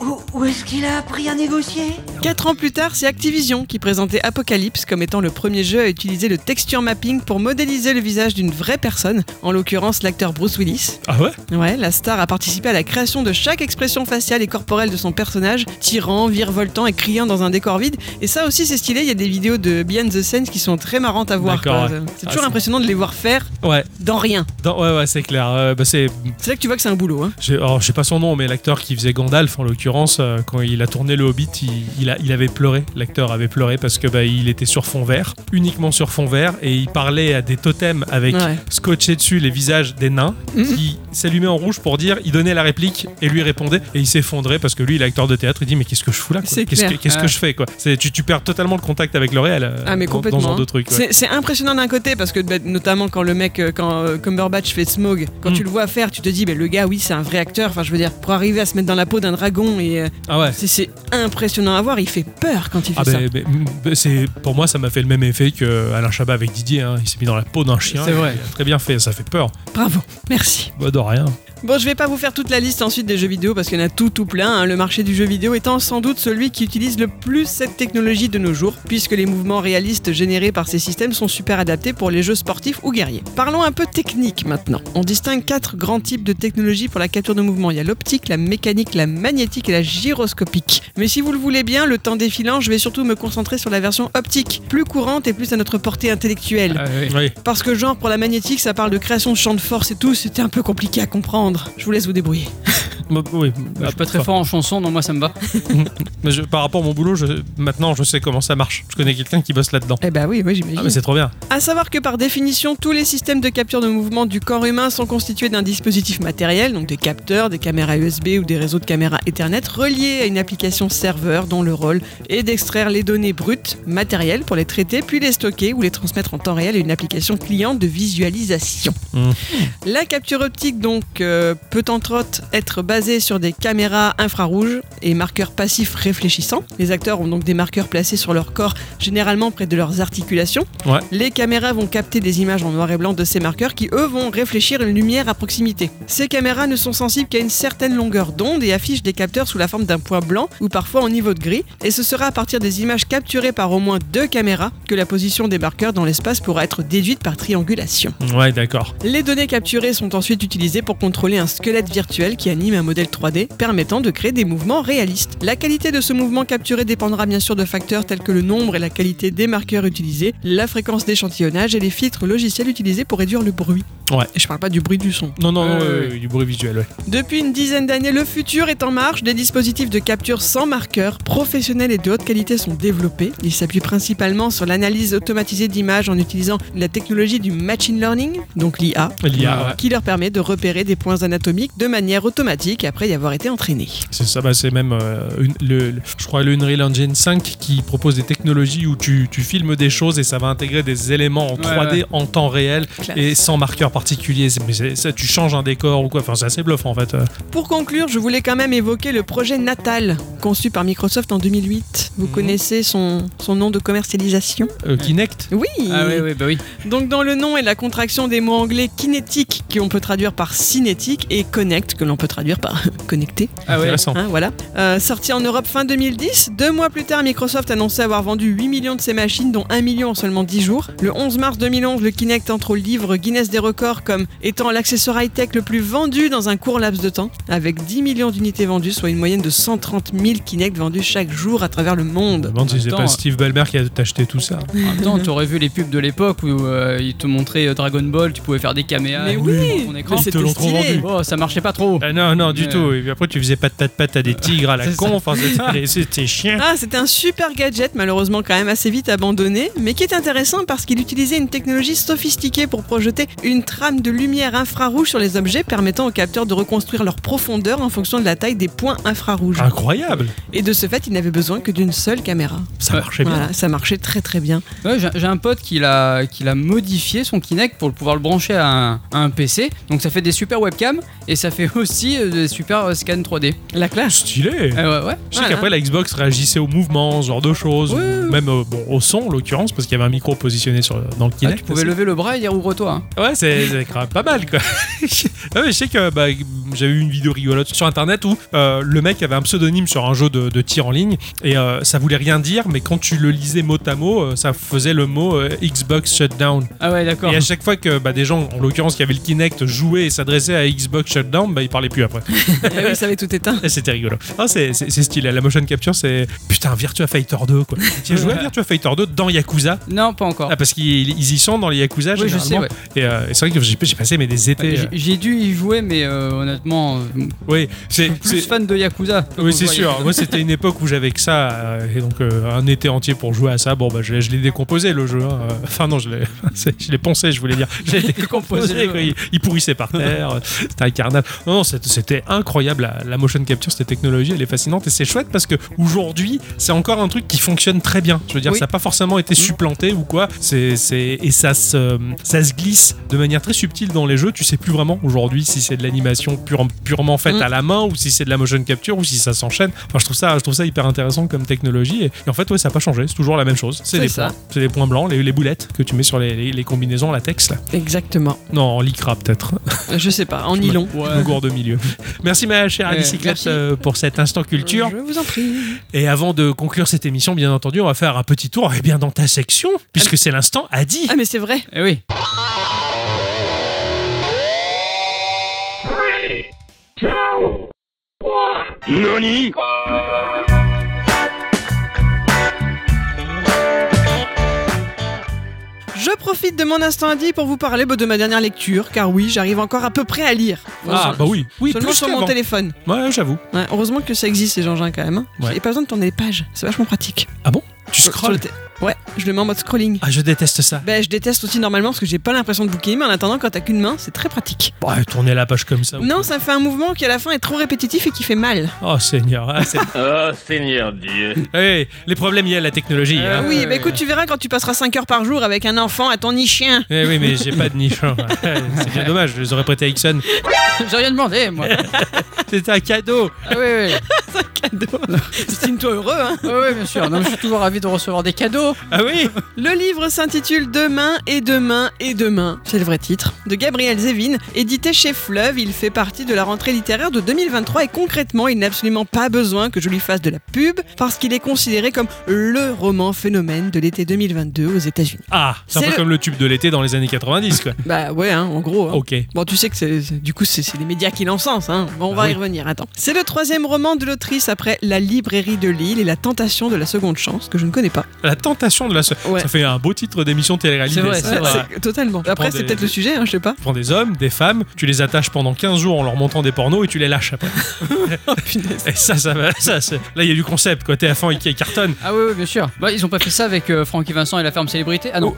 Speaker 4: Où, où est-ce qu'il a appris à négocier
Speaker 2: Quatre ans plus tard, c'est Activision qui présentait Apocalypse comme étant le premier jeu à utiliser le texture mapping pour modéliser le visage d'une vraie personne, en l'occurrence l'acteur Bruce Willis.
Speaker 1: Ah ouais
Speaker 2: Ouais, la star a participé à la création de chaque expression faciale et corporelle de son personnage, tirant, virevoltant et criant dans un décor vide. Et ça aussi, c'est stylé, il y a des vidéos de Behind the Scenes qui sont très marrantes à voir.
Speaker 1: D'accord,
Speaker 2: quoi.
Speaker 1: ouais.
Speaker 2: C'est
Speaker 1: Ah,
Speaker 2: toujours
Speaker 1: c'est-
Speaker 2: impressionnant de les voir faire
Speaker 1: Ouais,
Speaker 2: dans rien.
Speaker 1: dans- ouais, ouais, c'est clair. Euh, bah, c'est,
Speaker 2: C'est là que tu vois que c'est un boulot. Hein.
Speaker 1: j'ai- alors, je sais pas son nom, mais l'acteur qui faisait Gandalf en l'occurrence, euh, quand il a tourné le Hobbit, il, il a, il avait pleuré. L'acteur avait pleuré parce que bah, il était sur fond vert, uniquement sur fond vert, et il parlait à des totems avec
Speaker 2: Ouais. Mhm.
Speaker 1: scotché dessus les visages des nains qui s'allumaient en rouge pour dire, il donnait la réplique et lui répondait et il s'effondrait parce que lui, il est acteur de théâtre, il dit mais qu'est-ce que je fous là quoi
Speaker 2: C'est
Speaker 1: Qu'est-ce
Speaker 2: clair.
Speaker 1: que, qu'est-ce que
Speaker 3: Ah.
Speaker 1: je fais quoi C'est- tu, tu perds totalement le contact avec le réel euh,
Speaker 2: Ah mais
Speaker 1: dans-
Speaker 2: complètement.
Speaker 1: dans ce genre de
Speaker 2: hein.
Speaker 1: truc. ouais.
Speaker 2: C'est- C'est impressionnant d'un côté parce que bah, notamment quand le mec, euh, quand euh, Cumberbatch fait Smog, quand
Speaker 1: Mm.
Speaker 2: tu le vois faire, tu te dis bah, le gars oui c'est un vrai acteur. Enfin je veux dire pour arriver à se mettre dans la peau d'un dragon et euh,
Speaker 1: Ah ouais.
Speaker 2: c'est- c'est impressionnant à voir. Il fait peur quand il fait
Speaker 1: Ah
Speaker 2: ça.
Speaker 1: ben, ben, mm, ben, c'est pour moi ça m'a fait le même effet que euh, Alain Chabat avec Didier. hein. Il s'est mis dans la peau d'un chien.
Speaker 3: C'est vrai.
Speaker 1: Il a Très bien fait. Ça fait peur.
Speaker 2: Bravo, merci.
Speaker 1: Bah de rien.
Speaker 2: Bon, je vais pas vous faire toute la liste ensuite des jeux vidéo parce qu'il y en a tout tout plein. hein. Le marché du jeu vidéo étant sans doute celui qui utilise le plus cette technologie de nos jours, puisque les mouvements réalistes générés par ces systèmes sont super adaptés pour les jeux sportifs ou guerriers. Parlons un peu technique maintenant. On distingue quatre grands types de technologies pour la capture de mouvement. Il y a l'optique, la mécanique, la magnétique et la gyroscopique. Mais si vous le voulez bien, le temps défilant, je vais surtout me concentrer sur la version optique, plus courante et plus à notre portée intellectuelle.
Speaker 3: Ah ouais, ouais.
Speaker 1: Oui.
Speaker 2: Parce que genre pour la magnétique ça parle de création de champs de force et tout, c'était un peu compliqué à comprendre. Je vous laisse vous débrouiller.
Speaker 1: Bah, oui.
Speaker 3: Je suis Ah, pas très fort en chanson, non, moi ça me va.
Speaker 1: Mais je- par rapport à mon boulot, je- maintenant je sais comment ça marche. Je connais quelqu'un qui bosse là-dedans.
Speaker 2: Eh bah oui, oui
Speaker 1: Ah mais
Speaker 2: j'imagine.
Speaker 1: c'est trop bien.
Speaker 2: à savoir que par définition, tous les systèmes de capture de mouvement du corps humain sont constitués d'un dispositif matériel, donc des capteurs, des caméras USB ou des réseaux de caméras Ethernet reliés à une application serveur dont le rôle est d'extraire les données brutes, matérielles, pour les traiter, puis les stocker ou les transmettre en temps réel à une application client de visualisation.
Speaker 1: Mhm.
Speaker 2: La capture optique donc euh, peut entre autres être basée sur des caméras infrarouges et marqueurs passifs réfléchissants. Les acteurs ont donc des marqueurs placés sur leur corps, généralement près de leurs articulations.
Speaker 1: Ouais.
Speaker 2: Les caméras vont capter des images en noir et blanc de ces marqueurs qui eux vont réfléchir une lumière à proximité. Ces caméras ne sont sensibles qu'à une certaine longueur d'onde et affichent des capteurs sous la forme d'un point blanc ou parfois au niveau de gris. Et ce sera à partir des images capturées par au moins deux caméras que la position des marqueurs dans l'espace pourra être déduite par triangulation.
Speaker 1: Ouais d'accord.
Speaker 2: Les données capturées sont ensuite utilisées pour contrôler un squelette virtuel qui anime un modèle 3D permettant de créer des mouvements réalistes. La qualité de ce mouvement capturé dépendra bien sûr de facteurs tels que le nombre et la qualité des marqueurs utilisés, la fréquence d'échantillonnage et les filtres logiciels utilisés pour réduire le bruit.
Speaker 1: Ouais.
Speaker 2: Et je parle pas du bruit du son.
Speaker 1: Non, non, non,
Speaker 3: Euh,
Speaker 1: euh, du bruit visuel, ouais.
Speaker 2: Depuis une dizaine d'années, le futur est en marche. Des dispositifs de capture sans marqueur, professionnels et de haute qualité sont développés. Ils s'appuient principalement sur l'analyse automatisée d'images en utilisant la technologie du machine learning, donc l'IA,
Speaker 3: Ah
Speaker 1: L'IA, ouais.
Speaker 2: qui leur permet de repérer des points anatomiques de manière automatique après y avoir été entraînés.
Speaker 1: C'est ça, bah, c'est même, euh, une- le, le- je crois, le Unreal Engine 5 qui propose des technologies où tu, tu filmes des choses et ça va intégrer des éléments en 3D en temps réel
Speaker 2: Classe.
Speaker 1: et sans marqueur particulier. C'est- Mais c'est- ça, tu changes un décor ou quoi. Enfin, c'est assez bluffant en fait. euh.
Speaker 2: Pour conclure, je voulais quand même évoquer le projet Natal, conçu par Microsoft en 2008. Vous
Speaker 1: Mhm.
Speaker 2: connaissez son, son nom de commercialisation
Speaker 1: Euh, Kinect
Speaker 2: Oui
Speaker 3: Ah oui, oui, bah oui.
Speaker 2: Donc dans le nom est la contraction des mots anglais kinétique que l'on peut traduire par cinétique et connect que l'on peut traduire par (laughs) connecté.
Speaker 3: Ah ouais.
Speaker 1: Intéressant.
Speaker 2: hein, voilà. Euh, sorti en Europe fin 2010, deux mois plus tard Microsoft annonçait avoir vendu 8 millions de ses machines dont 1 million en seulement 10 jours. Le 11 mars 2011, le Kinect entre au livre Guinness des records comme étant l'accessoire high-tech le plus vendu dans un court laps de temps avec 10 millions d'unités vendues soit une moyenne de 130 000 Kinect vendus chaque jour à travers le
Speaker 1: Je me
Speaker 2: monde.
Speaker 1: demande si c'est
Speaker 3: Attends,
Speaker 1: pas
Speaker 3: euh.
Speaker 1: Steve Ballmer qui a acheté tout
Speaker 3: (laughs)
Speaker 1: ça.
Speaker 3: En même temps, t'aurais vu les pubs de l'époque où euh, ils te montraient euh, Dragon Ball, tu pouvais faire des caméas
Speaker 2: Mais
Speaker 3: et tout
Speaker 2: oui,
Speaker 3: sur ton écran.
Speaker 2: mais
Speaker 1: Ils te
Speaker 2: c'était
Speaker 1: l'ont trop
Speaker 2: stylé.
Speaker 1: vendu.
Speaker 3: Oh, ça marchait pas trop.
Speaker 1: Ah non, non, du
Speaker 3: Ouais.
Speaker 1: tout. Et puis après, tu faisais pas de tas de pattes à des tigres à la
Speaker 3: (laughs) C'est
Speaker 1: con. Enfin, c'était- c'était chien.
Speaker 2: Ah, c'était un super gadget, malheureusement quand même assez vite abandonné, mais qui est intéressant parce qu'il utilisait une technologie sophistiquée pour projeter une trame de lumière infrarouge sur les objets, permettant aux capteurs de reconstruire leur profondeur en fonction de la taille des points infrarouges.
Speaker 1: Ah. Incroyable.
Speaker 2: Et de ce fait, il n'avait besoin que d'une seule caméra.
Speaker 1: Ça
Speaker 3: Ouais.
Speaker 1: marchait Eh bien.
Speaker 2: Voilà, ça marchait très très bien.
Speaker 3: Ouais, j'ai j'ai un pote qui l'a qui l'a modifié son Kinect pour pouvoir le brancher à un, à un PC. Donc ça fait des super webcams et ça fait aussi euh, des super euh, scans 3D.
Speaker 1: (laughs)
Speaker 2: La classe.
Speaker 1: Stylé.
Speaker 3: Ah ouais, ouais.
Speaker 1: Je sais
Speaker 2: Voilà.
Speaker 1: qu'après la Xbox réagissait au mouvement, ce genre de choses,
Speaker 3: Oui,
Speaker 1: ou
Speaker 3: oui.
Speaker 1: même euh, bon, au son en l'occurrence, parce qu'il y avait un micro positionné sur, dans le
Speaker 3: Ah,
Speaker 1: Kinect.
Speaker 3: tu pouvais lever le bras et dire ouvre-toi. hein.
Speaker 1: Ouais, c'est c'est quand même pas mal quoi. (laughs) Ah ouais, je sais que bah, j'avais eu une vidéo rigolote sur internet où euh, le mec avait un pseudonyme sur un jeu de, de tir en ligne et euh, ça voulait rien dire, mais quand tu le lisais mot à mot, euh, ça faisait le mot euh, Xbox Shutdown.
Speaker 3: Ah ouais, d'accord.
Speaker 1: Et à chaque fois que bah, des gens, en l'occurrence qui avaient le Kinect, jouaient et s'adressaient à Xbox Shutdown, bah, ils parlaient plus après.
Speaker 2: Ah oui, ça avait tout éteint.
Speaker 1: Et C'était rigolo. Ah, c'est c'est- c'est stylé. La motion capture, c'est. Putain, Virtua Fighter 2,
Speaker 3: (laughs)
Speaker 1: quoi. Tu as joué à Virtua Fighter 2 dans Yakuza
Speaker 3: Non, pas encore.
Speaker 1: Ah, parce qu'ils ils y sont dans les Yakuza,
Speaker 3: Oh. Oui, je sais,
Speaker 1: généralement.
Speaker 3: ouais. Bah,
Speaker 1: Et, euh, et c'est vrai que j'ai j'ai passé mais, des étés.
Speaker 3: J'ai-
Speaker 1: euh.
Speaker 3: J'ai dû y jouer, mais euh, honnêtement, euh,
Speaker 1: Oui, c'est.
Speaker 3: plus
Speaker 1: c'est-
Speaker 3: fan de Yakuza.
Speaker 1: Oui, c'est
Speaker 3: Ouais,
Speaker 1: sûr. Moi, c'était une époque où j'avais que ça, euh, et donc euh, un été entier pour jouer à ça. Bon, bah, je, l'ai- je l'ai décomposé le jeu. hein. Euh, Enfin, non, je l'ai, (laughs) c'est- je l'ai poncé, je voulais dire. Je l'ai
Speaker 3: (laughs)
Speaker 1: décomposé.
Speaker 3: Décomposé,
Speaker 1: quoi. Il, il pourrissait par
Speaker 3: (laughs)
Speaker 1: terre. C'était un carnage. Non, non, c'était- c'était incroyable. La, la motion capture, cette technologie, elle est fascinante et c'est chouette parce que aujourd'hui, c'est encore un truc qui fonctionne très bien. Je veux dire,
Speaker 3: Oui. Mhm.
Speaker 1: ça n'a pas forcément été supplanté ou quoi. C'est, c'est, et ça se, ça se glisse de manière très subtile dans les jeux. Tu sais plus vraiment aujourd'hui si c'est de l'animation pure- purement faite
Speaker 3: Mhm.
Speaker 2: Mm.
Speaker 1: à la main ou si c'est de la motion capture ou si ça s'enchaîne. Enfin, je trouve ça, je trouve ça hyper intéressant comme technologie. Et, et en fait, ouais, ça n'a pas changé. C'est toujours la même chose. C'est,
Speaker 3: C'est
Speaker 1: des
Speaker 3: ça.
Speaker 1: points, c'est des points blancs, les, les boulettes que tu mets sur les, les, les combinaisons, la texte.
Speaker 2: Exactement.
Speaker 1: Non, en lycra peut-être.
Speaker 2: Je sais pas, en nylon.
Speaker 1: Le gourde au milieu. Merci ma chère
Speaker 3: Ouais,
Speaker 1: Alice Cyclops
Speaker 3: merci.
Speaker 1: euh, pour cet instant culture.
Speaker 2: Je vous en prie.
Speaker 1: Et avant de conclure cette émission, bien entendu, on va faire un petit tour eh bien, dans ta section, puisque c'est l'instant à dit.
Speaker 2: Ah mais c'est vrai.
Speaker 3: Eh oui. (laughs)
Speaker 2: Je profite de mon instant indie pour vous parler bah, de ma dernière lecture, car oui, j'arrive encore à peu près à lire.
Speaker 1: Ah, bah oui, oui,
Speaker 2: Seulement
Speaker 1: plus
Speaker 2: sur mon
Speaker 1: qu'avant.
Speaker 2: téléphone.
Speaker 1: Ouais, j'avoue.
Speaker 2: Ouais, heureusement que ça existe, ces engins, quand même. hein.
Speaker 1: Ouais.
Speaker 2: J'ai pas besoin de tourner les pages, c'est vachement pratique.
Speaker 1: Tu
Speaker 2: Sur- sur
Speaker 1: scrolles.
Speaker 2: le té- Ouais, je le mets en mode scrolling.
Speaker 1: Ah, je déteste ça.
Speaker 2: Ben, je déteste aussi normalement parce que j'ai pas l'impression de bouquiner, mais en attendant, quand t'as qu'une main, c'est très pratique.
Speaker 1: Bah, tourner la page comme ça.
Speaker 2: Non, ça fait un mouvement qui à la fin est trop répétitif et qui fait mal.
Speaker 1: Oh Seigneur, ah,
Speaker 2: (laughs)
Speaker 1: c'est-
Speaker 7: Oh Seigneur Dieu.
Speaker 1: Eh, les problèmes liés à la technologie.
Speaker 3: Euh,
Speaker 1: hein.
Speaker 2: oui,
Speaker 3: ouais.
Speaker 2: bah écoute, tu verras quand tu passeras 5 heures par jour avec un enfant à
Speaker 1: (laughs)
Speaker 2: ton nichien.
Speaker 1: Eh oui, mais j'ai pas de niche.
Speaker 2: (laughs)
Speaker 1: hein. c'est bien dommage, je les aurais prêtés à Ixon.
Speaker 3: J'ai rien demandé,
Speaker 1: (laughs)
Speaker 3: moi.
Speaker 1: C'était un cadeau.
Speaker 3: Ah oui, oui.
Speaker 2: Cadeau. (laughs) Estime-toi heureux, hein.
Speaker 3: Ah oui, bien sûr. Non, mais je suis toujours ravi de recevoir des cadeaux.
Speaker 1: Ah oui
Speaker 2: Le livre s'intitule Demain et demain et demain, c'est le vrai titre, de Gabriel Zevin, édité chez Fleuve. Il fait partie de la rentrée littéraire de 2023 et concrètement, il n'a absolument pas besoin que je lui fasse de la pub parce qu'il est considéré comme le roman phénomène de l'été 2022 aux États-Unis.
Speaker 1: Ah, c'est un
Speaker 2: C'est
Speaker 1: peu
Speaker 2: le-
Speaker 1: comme le tube de l'été dans les années 90,
Speaker 2: (laughs)
Speaker 1: quoi.
Speaker 2: Bah ouais, hein, en gros. hein.
Speaker 1: Ok.
Speaker 2: Bon, tu sais que c'est- c'est- du coup, c'est c'est les médias qui l'encensent. Hein. Bon, on
Speaker 1: Ah
Speaker 2: va
Speaker 1: oui.
Speaker 2: y revenir, attends. C'est le troisième roman de l'autrice après après La librairie de Lille et La tentation de la seconde chance, que je ne connais pas.
Speaker 1: La tentation de la se-
Speaker 2: Ouais.
Speaker 1: Ça fait un beau titre d'émission télé-réalité.
Speaker 3: C'est vrai, c'est
Speaker 2: Ouais,
Speaker 3: vrai.
Speaker 2: c'est- totalement. Après,
Speaker 1: prends
Speaker 2: c'est
Speaker 1: des-
Speaker 2: peut-être le sujet, hein, je sais pas.
Speaker 1: Tu prends des hommes, des femmes, tu les attaches pendant 15 jours en leur montrant des pornos et tu les lâches
Speaker 2: (laughs)
Speaker 1: après.
Speaker 2: Oh,
Speaker 1: et ça, ça, va- ça, c'est- là, il y a du concept. Quoi, TF1, qui cartonne.
Speaker 3: Ah oui, oui, bien sûr. Bah, ils ont pas fait ça avec euh, Francky Vincent et la ferme célébrité. Ah
Speaker 1: Oh.
Speaker 3: non.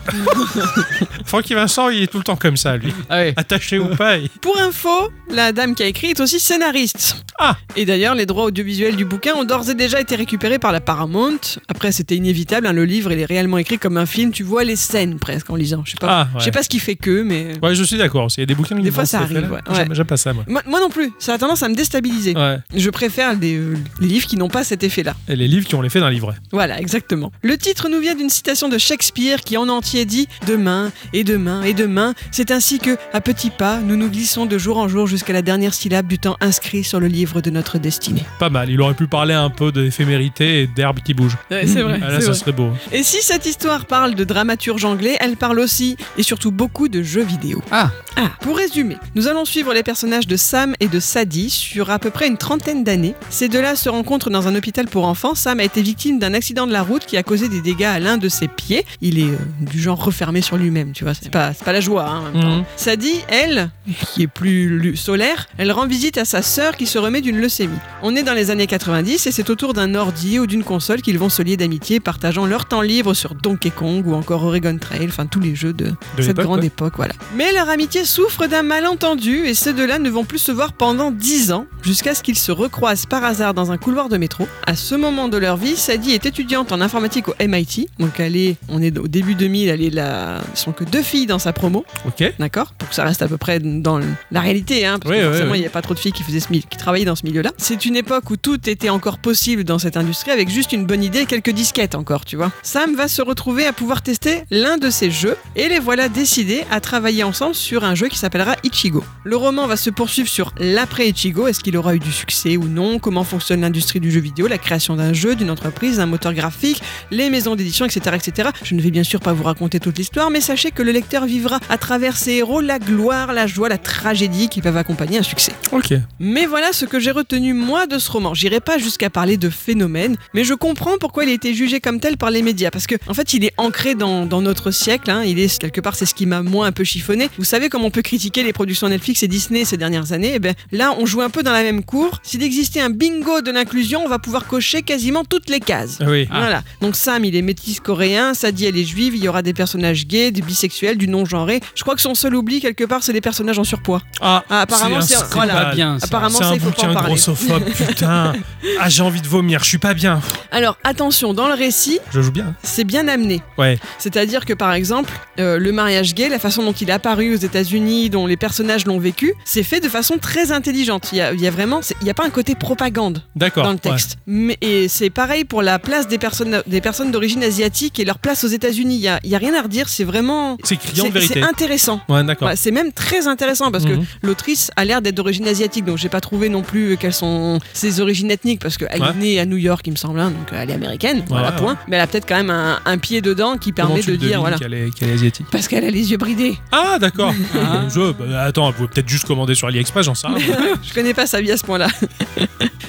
Speaker 1: Francky Vincent, il est tout le temps comme ça, lui.
Speaker 3: Ah ouais.
Speaker 1: Attaché ou pas,
Speaker 2: (laughs)
Speaker 1: il-
Speaker 2: Pour info, la dame qui a écrit est aussi scénariste.
Speaker 1: Ah.
Speaker 2: Et d'ailleurs, les droits audiovisuels du bouquin ont d'ores et déjà été récupérés par la Paramount. Après, c'était inévitable, hein, le livre il est réellement écrit comme un film. Tu vois les scènes presque en lisant. Je sais pas.
Speaker 1: Ah, ouais.
Speaker 2: Je sais pas ce qui fait que, mais
Speaker 1: Ouais, je suis d'accord. aussi. Il y a des bouquins qui
Speaker 2: Des
Speaker 1: me
Speaker 2: fois,
Speaker 1: font
Speaker 2: ça
Speaker 1: cet
Speaker 2: arrive,
Speaker 1: effet-là.
Speaker 2: ouais.
Speaker 1: J'aime- J'aime pas ça, moi.
Speaker 2: moi, moi non plus. Ça a tendance à me déstabiliser.
Speaker 1: Ouais.
Speaker 2: Je préfère des, euh, les livres qui n'ont pas cet effet-là.
Speaker 1: Et les livres qui ont les faits d'un livret.
Speaker 2: Voilà, exactement. Le titre nous vient d'une citation de Shakespeare qui en entier dit Demain, et demain, et demain. C'est ainsi que, à petits pas, nous nous glissons de jour en jour jusqu'à la dernière syllabe du temps inscrit sur le livre de notre destinée.
Speaker 1: Pas mal. Il aurait pu parler un peu d'éphémérité et d'herbe qui bouge.
Speaker 2: c'est vrai.
Speaker 1: Ah, là, ça serait beau.
Speaker 2: Et si cette histoire parle de dramaturge anglais, elle parle aussi, et surtout beaucoup, de jeux vidéo.
Speaker 3: Ah.
Speaker 2: Ah, pour résumer, nous allons suivre les personnages de Sam et de Sadie sur à peu près une trentaine d'années. Ces deux-là se rencontrent dans un hôpital pour enfants. Sam a été victime d'un accident de la route qui a causé des dégâts à l'un de ses pieds. Il est euh, du genre refermé sur lui-même, tu vois. C'est pas, c'est pas la joie, hein, en même temps.
Speaker 1: Mhm.
Speaker 2: Sadie, elle, qui est plus lu- solaire, elle rend visite à sa sœur qui se remet d'une leucémie. On est dans les années 90 et c'est autour d'un ordi ou d'une console qu'ils vont se lier d'amitié, partageant leur temps libre sur Donkey Kong ou encore Oregon Trail, enfin tous les jeux de,
Speaker 1: De
Speaker 2: cette
Speaker 1: l'époque,
Speaker 2: grande
Speaker 1: ouais.
Speaker 2: époque, voilà. Mais leur amitié souffre d'un malentendu et ces deux-là ne vont plus se voir pendant 10 ans, jusqu'à ce qu'ils se recroisent par hasard dans un couloir de métro. À ce moment de leur vie, Sadie est étudiante en informatique au MIT, donc elle est, on est au début 2000, elle est là, ils sont que deux filles dans sa promo,
Speaker 1: Ok.
Speaker 2: d'accord Pour que ça reste à peu près dans le- la réalité, hein, parce
Speaker 1: Oui,
Speaker 2: que
Speaker 1: oui,
Speaker 2: forcément,
Speaker 1: oui.
Speaker 2: il n'y a pas trop de filles qui, faisaient ce mi- qui travaillaient dans ce milieu-là. C'est une époque où tout était encore possible dans cette industrie, avec juste une bonne idée et quelques disquettes encore, tu vois. Sam va se retrouver à pouvoir tester l'un de ces jeux, et les voilà décidés à travailler ensemble sur un jeu qui s'appellera Ichigo. Le roman va se poursuivre sur l'après-Ichigo, est-ce qu'il aura eu du succès ou non, comment fonctionne l'industrie du jeu vidéo, la création d'un jeu, d'une entreprise, d'un moteur graphique, les maisons d'édition, etc., etc. Je ne vais bien sûr pas vous raconter toute l'histoire, mais sachez que le lecteur vivra à travers ses héros la gloire, la joie, la tragédie qui peuvent accompagner un succès.
Speaker 1: Ok.
Speaker 2: Mais voilà ce que j'ai retenu moi de ce roman. J'irai pas jusqu'à parler de phénomène, mais je comprends pourquoi il a été jugé comme tel par les médias. Parce que, en fait, il est ancré dans, dans notre siècle. hein. Il est, quelque part, c'est ce qui m'a moins un peu chiffonné. Vous savez, comme on peut critiquer les productions Netflix et Disney ces dernières années, eh ben, là, on joue un peu dans la même cour. S'il existait un bingo de l'inclusion, on va pouvoir cocher quasiment toutes les cases.
Speaker 1: Ah Oui.
Speaker 3: Ah.
Speaker 2: Voilà. Donc Sam, il est métis coréen, Sadie, elle est juive, il y aura des personnages gays, des bisexuels, du non-genré. Je crois que son seul oubli, quelque part, c'est les personnages en surpoids.
Speaker 1: Ah,
Speaker 2: Ah, apparemment,
Speaker 1: un
Speaker 2: c'est-
Speaker 1: scandale.
Speaker 2: voilà.
Speaker 3: Pas bien. ça.
Speaker 2: Apparemment,
Speaker 1: C'est
Speaker 2: ça,
Speaker 1: un
Speaker 2: il faut pas
Speaker 1: bouquin
Speaker 2: en parler.
Speaker 1: grossophobe,
Speaker 2: (laughs)
Speaker 1: putain. Ah, j'ai envie de vomir, je suis pas bien.
Speaker 2: Alors, attention, dans le récit,
Speaker 1: Je joue bien.
Speaker 2: c'est bien amené.
Speaker 1: Ouais.
Speaker 2: C'est-à-dire que, par exemple, euh, le mariage gay, la façon dont il est apparu aux États-Unis, dont les personnages l'ont vécu, c'est fait de façon très intelligente. Il y a, il y a vraiment, c'est- il n'y a pas un côté propagande
Speaker 1: D'accord.
Speaker 2: dans le texte. Mais, et c'est pareil pour la place des personnes, des personnes d'origine asiatique et leur place aux États-Unis. Il n'y a, il y a rien à redire, c'est vraiment.
Speaker 1: ouais. C'est criant de
Speaker 2: C'est c'est
Speaker 1: vérité.
Speaker 2: intéressant.
Speaker 1: Ouais, d'accord.
Speaker 2: Ouais, Bah, c'est même très intéressant parce
Speaker 1: Mhm.
Speaker 2: que l'autrice a l'air d'être d'origine asiatique, donc j'ai pas trouvé non plus quelles sont ses origines ethniques parce qu'elle
Speaker 1: Ouais.
Speaker 2: est née à New York, il me semble, hein, donc euh, elle est américaine, voilà,
Speaker 1: ouais.
Speaker 2: point. Mais elle a peut-être quand même un, un pied dedans qui
Speaker 1: Comment
Speaker 2: permet
Speaker 1: tu
Speaker 2: de
Speaker 1: le
Speaker 2: dire,
Speaker 1: devines
Speaker 2: voilà.
Speaker 1: qu'elle est, qu'elle est asiatique
Speaker 2: Parce qu'elle a les yeux bridés.
Speaker 1: Ah,
Speaker 2: (laughs)
Speaker 1: d'accord.
Speaker 3: Ah.
Speaker 1: Je- bah, attends, vous pouvez peut-être juste commander sur AliExpress, j'en sais rien.
Speaker 2: (laughs) Je connais pas sa vie à
Speaker 1: (laughs)
Speaker 2: ce point-là.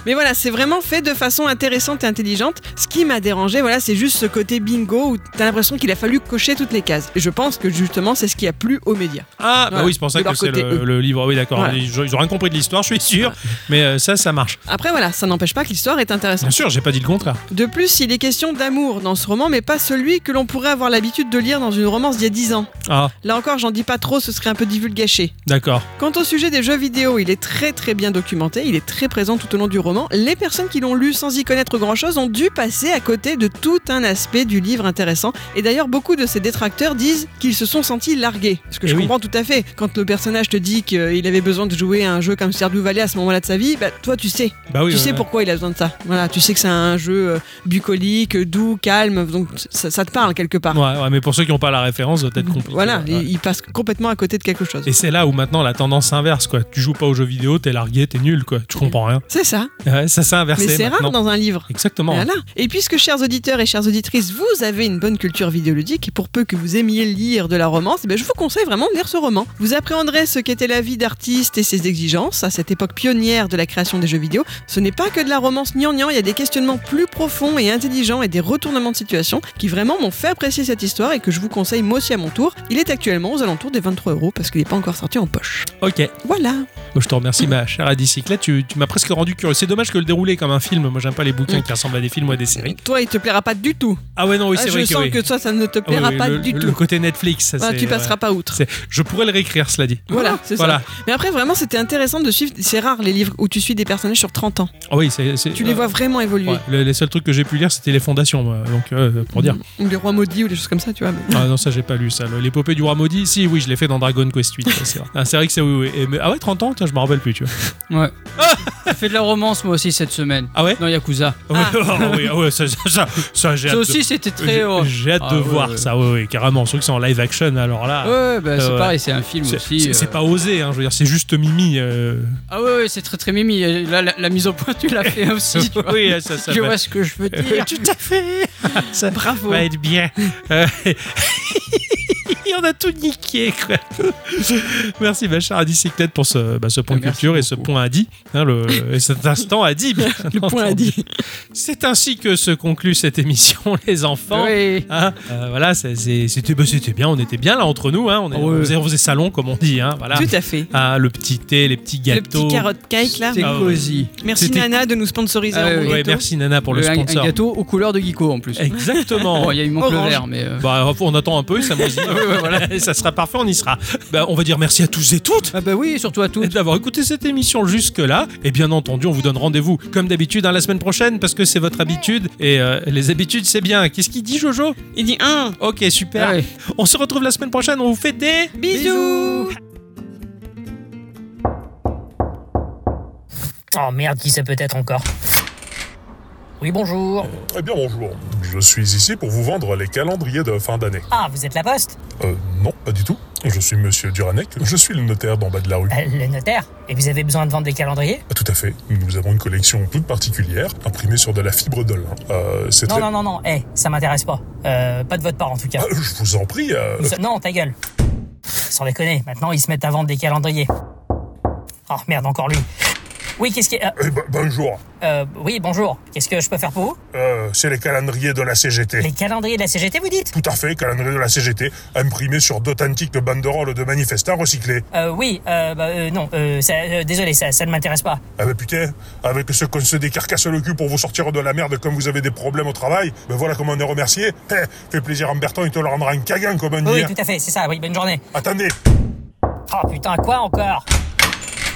Speaker 2: Mais voilà, c'est vraiment fait de façon intéressante et intelligente. Ce qui m'a dérangé, voilà, c'est juste ce côté bingo où t'as l'impression qu'il a fallu cocher toutes les cases. Et je pense que justement, c'est ce qui a plu aux médias.
Speaker 1: Ah, bah
Speaker 2: Voilà.
Speaker 1: oui, c'est pour ça
Speaker 2: De
Speaker 1: que
Speaker 2: leur
Speaker 1: c'est
Speaker 2: côté,
Speaker 1: le,
Speaker 2: eux.
Speaker 1: le livre. Oui, d'accord.
Speaker 2: Voilà.
Speaker 1: Ils, ils ont rien compris de l'histoire, je suis sûr. Mais euh, ça, ça marche.
Speaker 2: Après, voilà, ça n'empêche pas que l'histoire est intéressante.
Speaker 1: Bien sûr, j'ai pas dit le contraire.
Speaker 2: De plus, il est question d'amour dans ce roman, mais pas celui que l'on pourrait avoir l'habitude de lire dans une romance d'il y a 10 ans.
Speaker 1: Ah,
Speaker 2: Là encore, j'en dis pas trop, ce serait un peu divulgaché.
Speaker 1: d'accord.
Speaker 2: Quant au sujet des jeux vidéo, il est très très bien documenté, il est très présent tout au long du roman. Les personnes qui l'ont lu sans y connaître grand-chose ont dû passer à côté de tout un aspect du livre intéressant. Et d'ailleurs, beaucoup de ses détracteurs disent qu'ils se sont sentis largués. Ce que
Speaker 1: Eh
Speaker 2: je
Speaker 1: oui.
Speaker 2: comprends tout à fait. Quand le personnage te dit qu'il avait besoin de jouer à un jeu comme Stardew Valley à ce moment-là de sa vie, bah toi tu sais.
Speaker 1: Bah oui.
Speaker 2: Tu
Speaker 1: ouais,
Speaker 2: sais
Speaker 1: ouais.
Speaker 2: pourquoi il a besoin de ça. Voilà, tu sais que c'est un jeu euh, bucolique, euh, doux, calme, donc ça, ça te parle quelque part.
Speaker 1: Ouais, ouais, mais pour ceux qui n'ont pas la référence, ça doit être compliqué. euh,
Speaker 2: Voilà,
Speaker 1: Ouais.
Speaker 2: il, il passe complètement à côté de quelque chose.
Speaker 1: Et c'est là où maintenant la tendance s'inverse, quoi. Tu joues pas aux jeux vidéo, t'es largué, t'es nul, quoi. Tu comprends rien.
Speaker 2: C'est ça.
Speaker 1: Ouais, ça s'est inversé.
Speaker 2: Mais c'est rare
Speaker 1: Ah, maintenant.
Speaker 2: dans un livre.
Speaker 1: Exactement.
Speaker 2: Voilà. Et puisque, chers auditeurs et chères auditrices, vous avez une bonne culture vidéoludique, et pour peu que vous aimiez lire de la romance, eh ben, je vous conseille vraiment de lire ce roman. Vous appréhenderez ce qu'était la vie d'artiste et ses exigences à cette époque pionnière de la création des jeux vidéo. Ce n'est pas que de de la romance gnangnan, il y a des questionnements plus profonds et intelligents et des retournements de situation qui vraiment m'ont fait apprécier cette histoire et que je vous conseille moi aussi à mon tour. Il est actuellement aux alentours des 23 euros parce qu'il n'est pas encore sorti en poche.
Speaker 1: Ok.
Speaker 2: Voilà.
Speaker 1: Moi, je te remercie, ma chère Adicyclette. tu, tu m'as presque rendu curieux. C'est dommage que le déroulé est comme un film. Moi, j'aime pas les bouquins qui ressemblent à des films ou à des séries.
Speaker 2: Toi, il te plaira pas du tout.
Speaker 1: Ah ouais, non, oui,
Speaker 2: Mm. Ah,
Speaker 1: c'est
Speaker 2: je
Speaker 1: vrai que
Speaker 2: sens
Speaker 1: oui.
Speaker 2: que toi, ça ne te
Speaker 1: Ah oui,
Speaker 2: plaira
Speaker 1: oui,
Speaker 2: pas
Speaker 1: le,
Speaker 2: du
Speaker 1: le
Speaker 2: tout.
Speaker 1: côté Netflix, ça,
Speaker 2: Ah,
Speaker 1: c'est-
Speaker 2: tu passeras pas outre.
Speaker 1: c'est- Je pourrais le réécrire, cela dit.
Speaker 2: Voilà, c'est
Speaker 1: Voilà.
Speaker 2: ça. Mais après, vraiment, c'était intéressant de suivre. C'est rare les livres où tu suis des personnages sur 30 ans.
Speaker 1: Ah oui, c'est. c'est-
Speaker 2: Tu les vois vraiment évoluer.
Speaker 1: Ouais, le- les seuls trucs que j'ai pu lire, c'était les fondations, moi, donc euh, pour dire.
Speaker 2: Ou les rois maudits ou des choses comme ça, tu vois. mais-
Speaker 1: Ah non, ça j'ai pas lu ça. Le- L'épopée du roi maudit, si, oui, je l'ai fait dans Dragon Quest 8. ça, C'est vrai. Ah, c'est vrai que c'est oui, oui. Et mais- ah ouais, 30 ans, tiens, je me rappelle plus, tu vois.
Speaker 3: Ouais. J'ai fait de la romance moi aussi cette semaine.
Speaker 1: Ah ouais
Speaker 3: Dans Yakuza.
Speaker 2: Ah.
Speaker 1: (laughs) Ouais, ah oui, ah ouais, ça, ça, ça, ça, j'ai
Speaker 3: Ça
Speaker 1: hâte.
Speaker 3: aussi c'était
Speaker 1: de...
Speaker 3: très.
Speaker 1: j'ai-
Speaker 3: oh.
Speaker 1: J'ai hâte
Speaker 3: Ah,
Speaker 1: de
Speaker 3: ouais,
Speaker 1: voir
Speaker 3: ouais.
Speaker 1: ça, ouais, ouais, carrément. Surtout que c'est en live action, alors là.
Speaker 3: Ouais, bah, c'est
Speaker 1: Ah ouais.
Speaker 3: pareil, c'est un film
Speaker 1: c'est-
Speaker 3: aussi.
Speaker 1: C'est
Speaker 3: euh.
Speaker 1: c'est pas osé, hein, je veux dire, c'est juste Mimi. euh.
Speaker 3: Ah ouais, ouais, c'est très très mimi. Et Là, la, la mise au point, tu l'as fait aussi. Tu vois.
Speaker 1: (laughs) oui, ça, ça
Speaker 3: je
Speaker 1: va- Bah,
Speaker 3: vois ce que je veux dire.
Speaker 1: Tout à fait. (laughs) ça
Speaker 2: Bravo.
Speaker 1: va être bien. Euh, (laughs) On a tout niqué, quoi. (laughs) Merci, ma chère Adi Cyclette, pour ce, bah, ce point
Speaker 3: Merci
Speaker 1: culture et ce
Speaker 3: beaucoup.
Speaker 1: point Adi. Hein, le, et cet instant Adi. bien
Speaker 2: Le point a
Speaker 1: entendu.
Speaker 2: dit.
Speaker 1: C'est ainsi que se conclut cette émission, (laughs) les enfants.
Speaker 3: Oui.
Speaker 1: Hein, euh, voilà, c'est- c'est- c'était bah, c'était bien, on était bien là entre nous. hein, on, est-
Speaker 3: Ouais.
Speaker 1: on faisait, on faisait salon, comme on dit. hein, voilà.
Speaker 2: Ah Tout à fait.
Speaker 1: Ah, le petit thé, les petits
Speaker 2: Le
Speaker 1: gâteaux.
Speaker 2: petit carotte cake là.
Speaker 3: C'est
Speaker 1: Ah ouais.
Speaker 3: cosy.
Speaker 2: Merci
Speaker 1: c'était-
Speaker 2: Nana de nous sponsoriser.
Speaker 3: Ah
Speaker 2: en
Speaker 3: ouais,
Speaker 2: bon
Speaker 1: Ouais,
Speaker 2: gâteau.
Speaker 1: merci Nana pour le,
Speaker 3: un,
Speaker 1: sponsor.
Speaker 3: un gâteau aux couleurs de Geeko en plus.
Speaker 1: Exactement.
Speaker 2: (laughs)
Speaker 3: Bon, il y a eu manque
Speaker 2: Orange.
Speaker 3: le verre, mais. euh,
Speaker 1: Bah, on attend un peu, ça
Speaker 2: (laughs)
Speaker 1: me dit. Et ça sera parfait, on y sera. Bah, on va dire merci à tous et toutes
Speaker 3: Ah bah oui, surtout à toutes.
Speaker 1: d'avoir écouté cette émission jusque-là. Et bien entendu, on vous donne rendez-vous, comme d'habitude, hein, la semaine prochaine, parce que c'est votre habitude. Et euh, les habitudes, c'est bien. Qu'est-ce qu'il dit, Jojo
Speaker 2: Il dit un.
Speaker 1: Ok, super.
Speaker 3: Ah ouais.
Speaker 1: On se retrouve la semaine prochaine, on vous fait des...
Speaker 2: Bisous.
Speaker 8: Oh merde, qui c'est peut-être encore Oui, bonjour.
Speaker 9: Eh bien bonjour, je suis ici pour vous vendre les calendriers de fin d'année.
Speaker 8: Ah, vous êtes la poste
Speaker 9: Euh, non, pas du tout. Je suis Monsieur Duranek, je suis le notaire d'en bas de la rue.
Speaker 8: Euh, Le notaire Et vous avez besoin de vendre des calendriers
Speaker 9: Ah, Tout à fait, nous avons une collection toute particulière, imprimée sur de la fibre de lin. Euh, c'est
Speaker 8: Non,
Speaker 9: très-
Speaker 8: non, non, non, Eh, ça m'intéresse pas. Euh, pas de votre part en tout cas.
Speaker 9: Ah, je vous en prie, euh,
Speaker 8: Vous- Non, ta gueule. Sans déconner, maintenant ils se mettent à vendre des calendriers. Oh merde, encore lui. Oui, qu'est-ce que. euh,
Speaker 9: eh ben, bonjour.
Speaker 8: euh, oui, bonjour. Qu'est-ce que je peux faire pour vous
Speaker 9: Euh, c'est les calendriers de la CGT.
Speaker 8: Les calendriers de la CGT, vous dites
Speaker 9: Tout à fait, calendriers de la CGT, imprimés sur d'authentiques banderoles de manifestants recyclés.
Speaker 8: euh, Oui, euh, bah, euh, non, euh, ça- euh, désolé, ça, ça ne m'intéresse pas.
Speaker 9: Ah ben putain, avec ce qu'on se décarcasse le cul pour vous sortir de la merde comme vous avez des problèmes au travail, ben voilà comment on est remercié. (laughs) Eh, fais plaisir à Berton, il te le rendra un cagan comme on dit.
Speaker 8: Oui,
Speaker 9: hein.
Speaker 8: tout à fait, c'est ça, oui, bonne journée.
Speaker 9: Attendez,
Speaker 8: Oh putain, quoi encore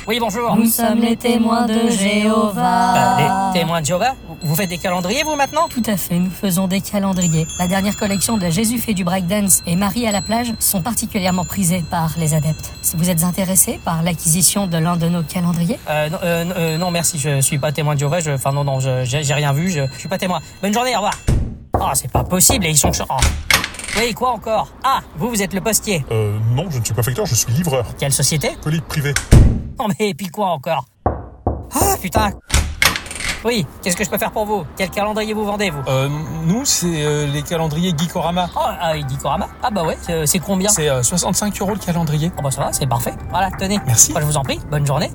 Speaker 8: Oui, bonjour.
Speaker 10: Nous sommes les témoins de Jéhovah.
Speaker 8: Euh, les témoins de Jéhovah Vous- Vous faites des calendriers, vous, maintenant
Speaker 10: Tout à fait, nous faisons des calendriers. La dernière collection de Jésus fait du breakdance et Marie à la plage sont particulièrement prisées par les adeptes. Si vous êtes intéressé par l'acquisition de l'un de nos calendriers,
Speaker 8: euh, non, euh, non, euh, non, merci, je suis pas témoin de Jéhovah. je- Enfin, non, non, je- j'ai j'ai rien vu, je, je suis pas témoin. Bonne journée, au revoir. Ah, c'est pas possible, et ils sont... ch- Oh. Oui, quoi encore Ah, vous, vous êtes le postier.
Speaker 9: euh, non, je ne suis pas facteur, je suis livreur.
Speaker 8: Quelle société
Speaker 9: Colis privé.
Speaker 8: Non, mais et puis quoi encore Ah, putain Oui, qu'est-ce que je peux faire pour vous Quel calendrier vous vendez, vous
Speaker 11: Euh, nous, c'est euh, les calendriers Geekorama.
Speaker 8: Oh, ah, il dit Korama Ah bah ouais, c'est c'est combien
Speaker 11: C'est euh, 65 euros le calendrier.
Speaker 8: Oh bah ça va, c'est parfait. Voilà, tenez.
Speaker 11: Merci.
Speaker 8: Bah, je vous en prie, bonne journée.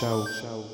Speaker 5: Ciao. Ciao.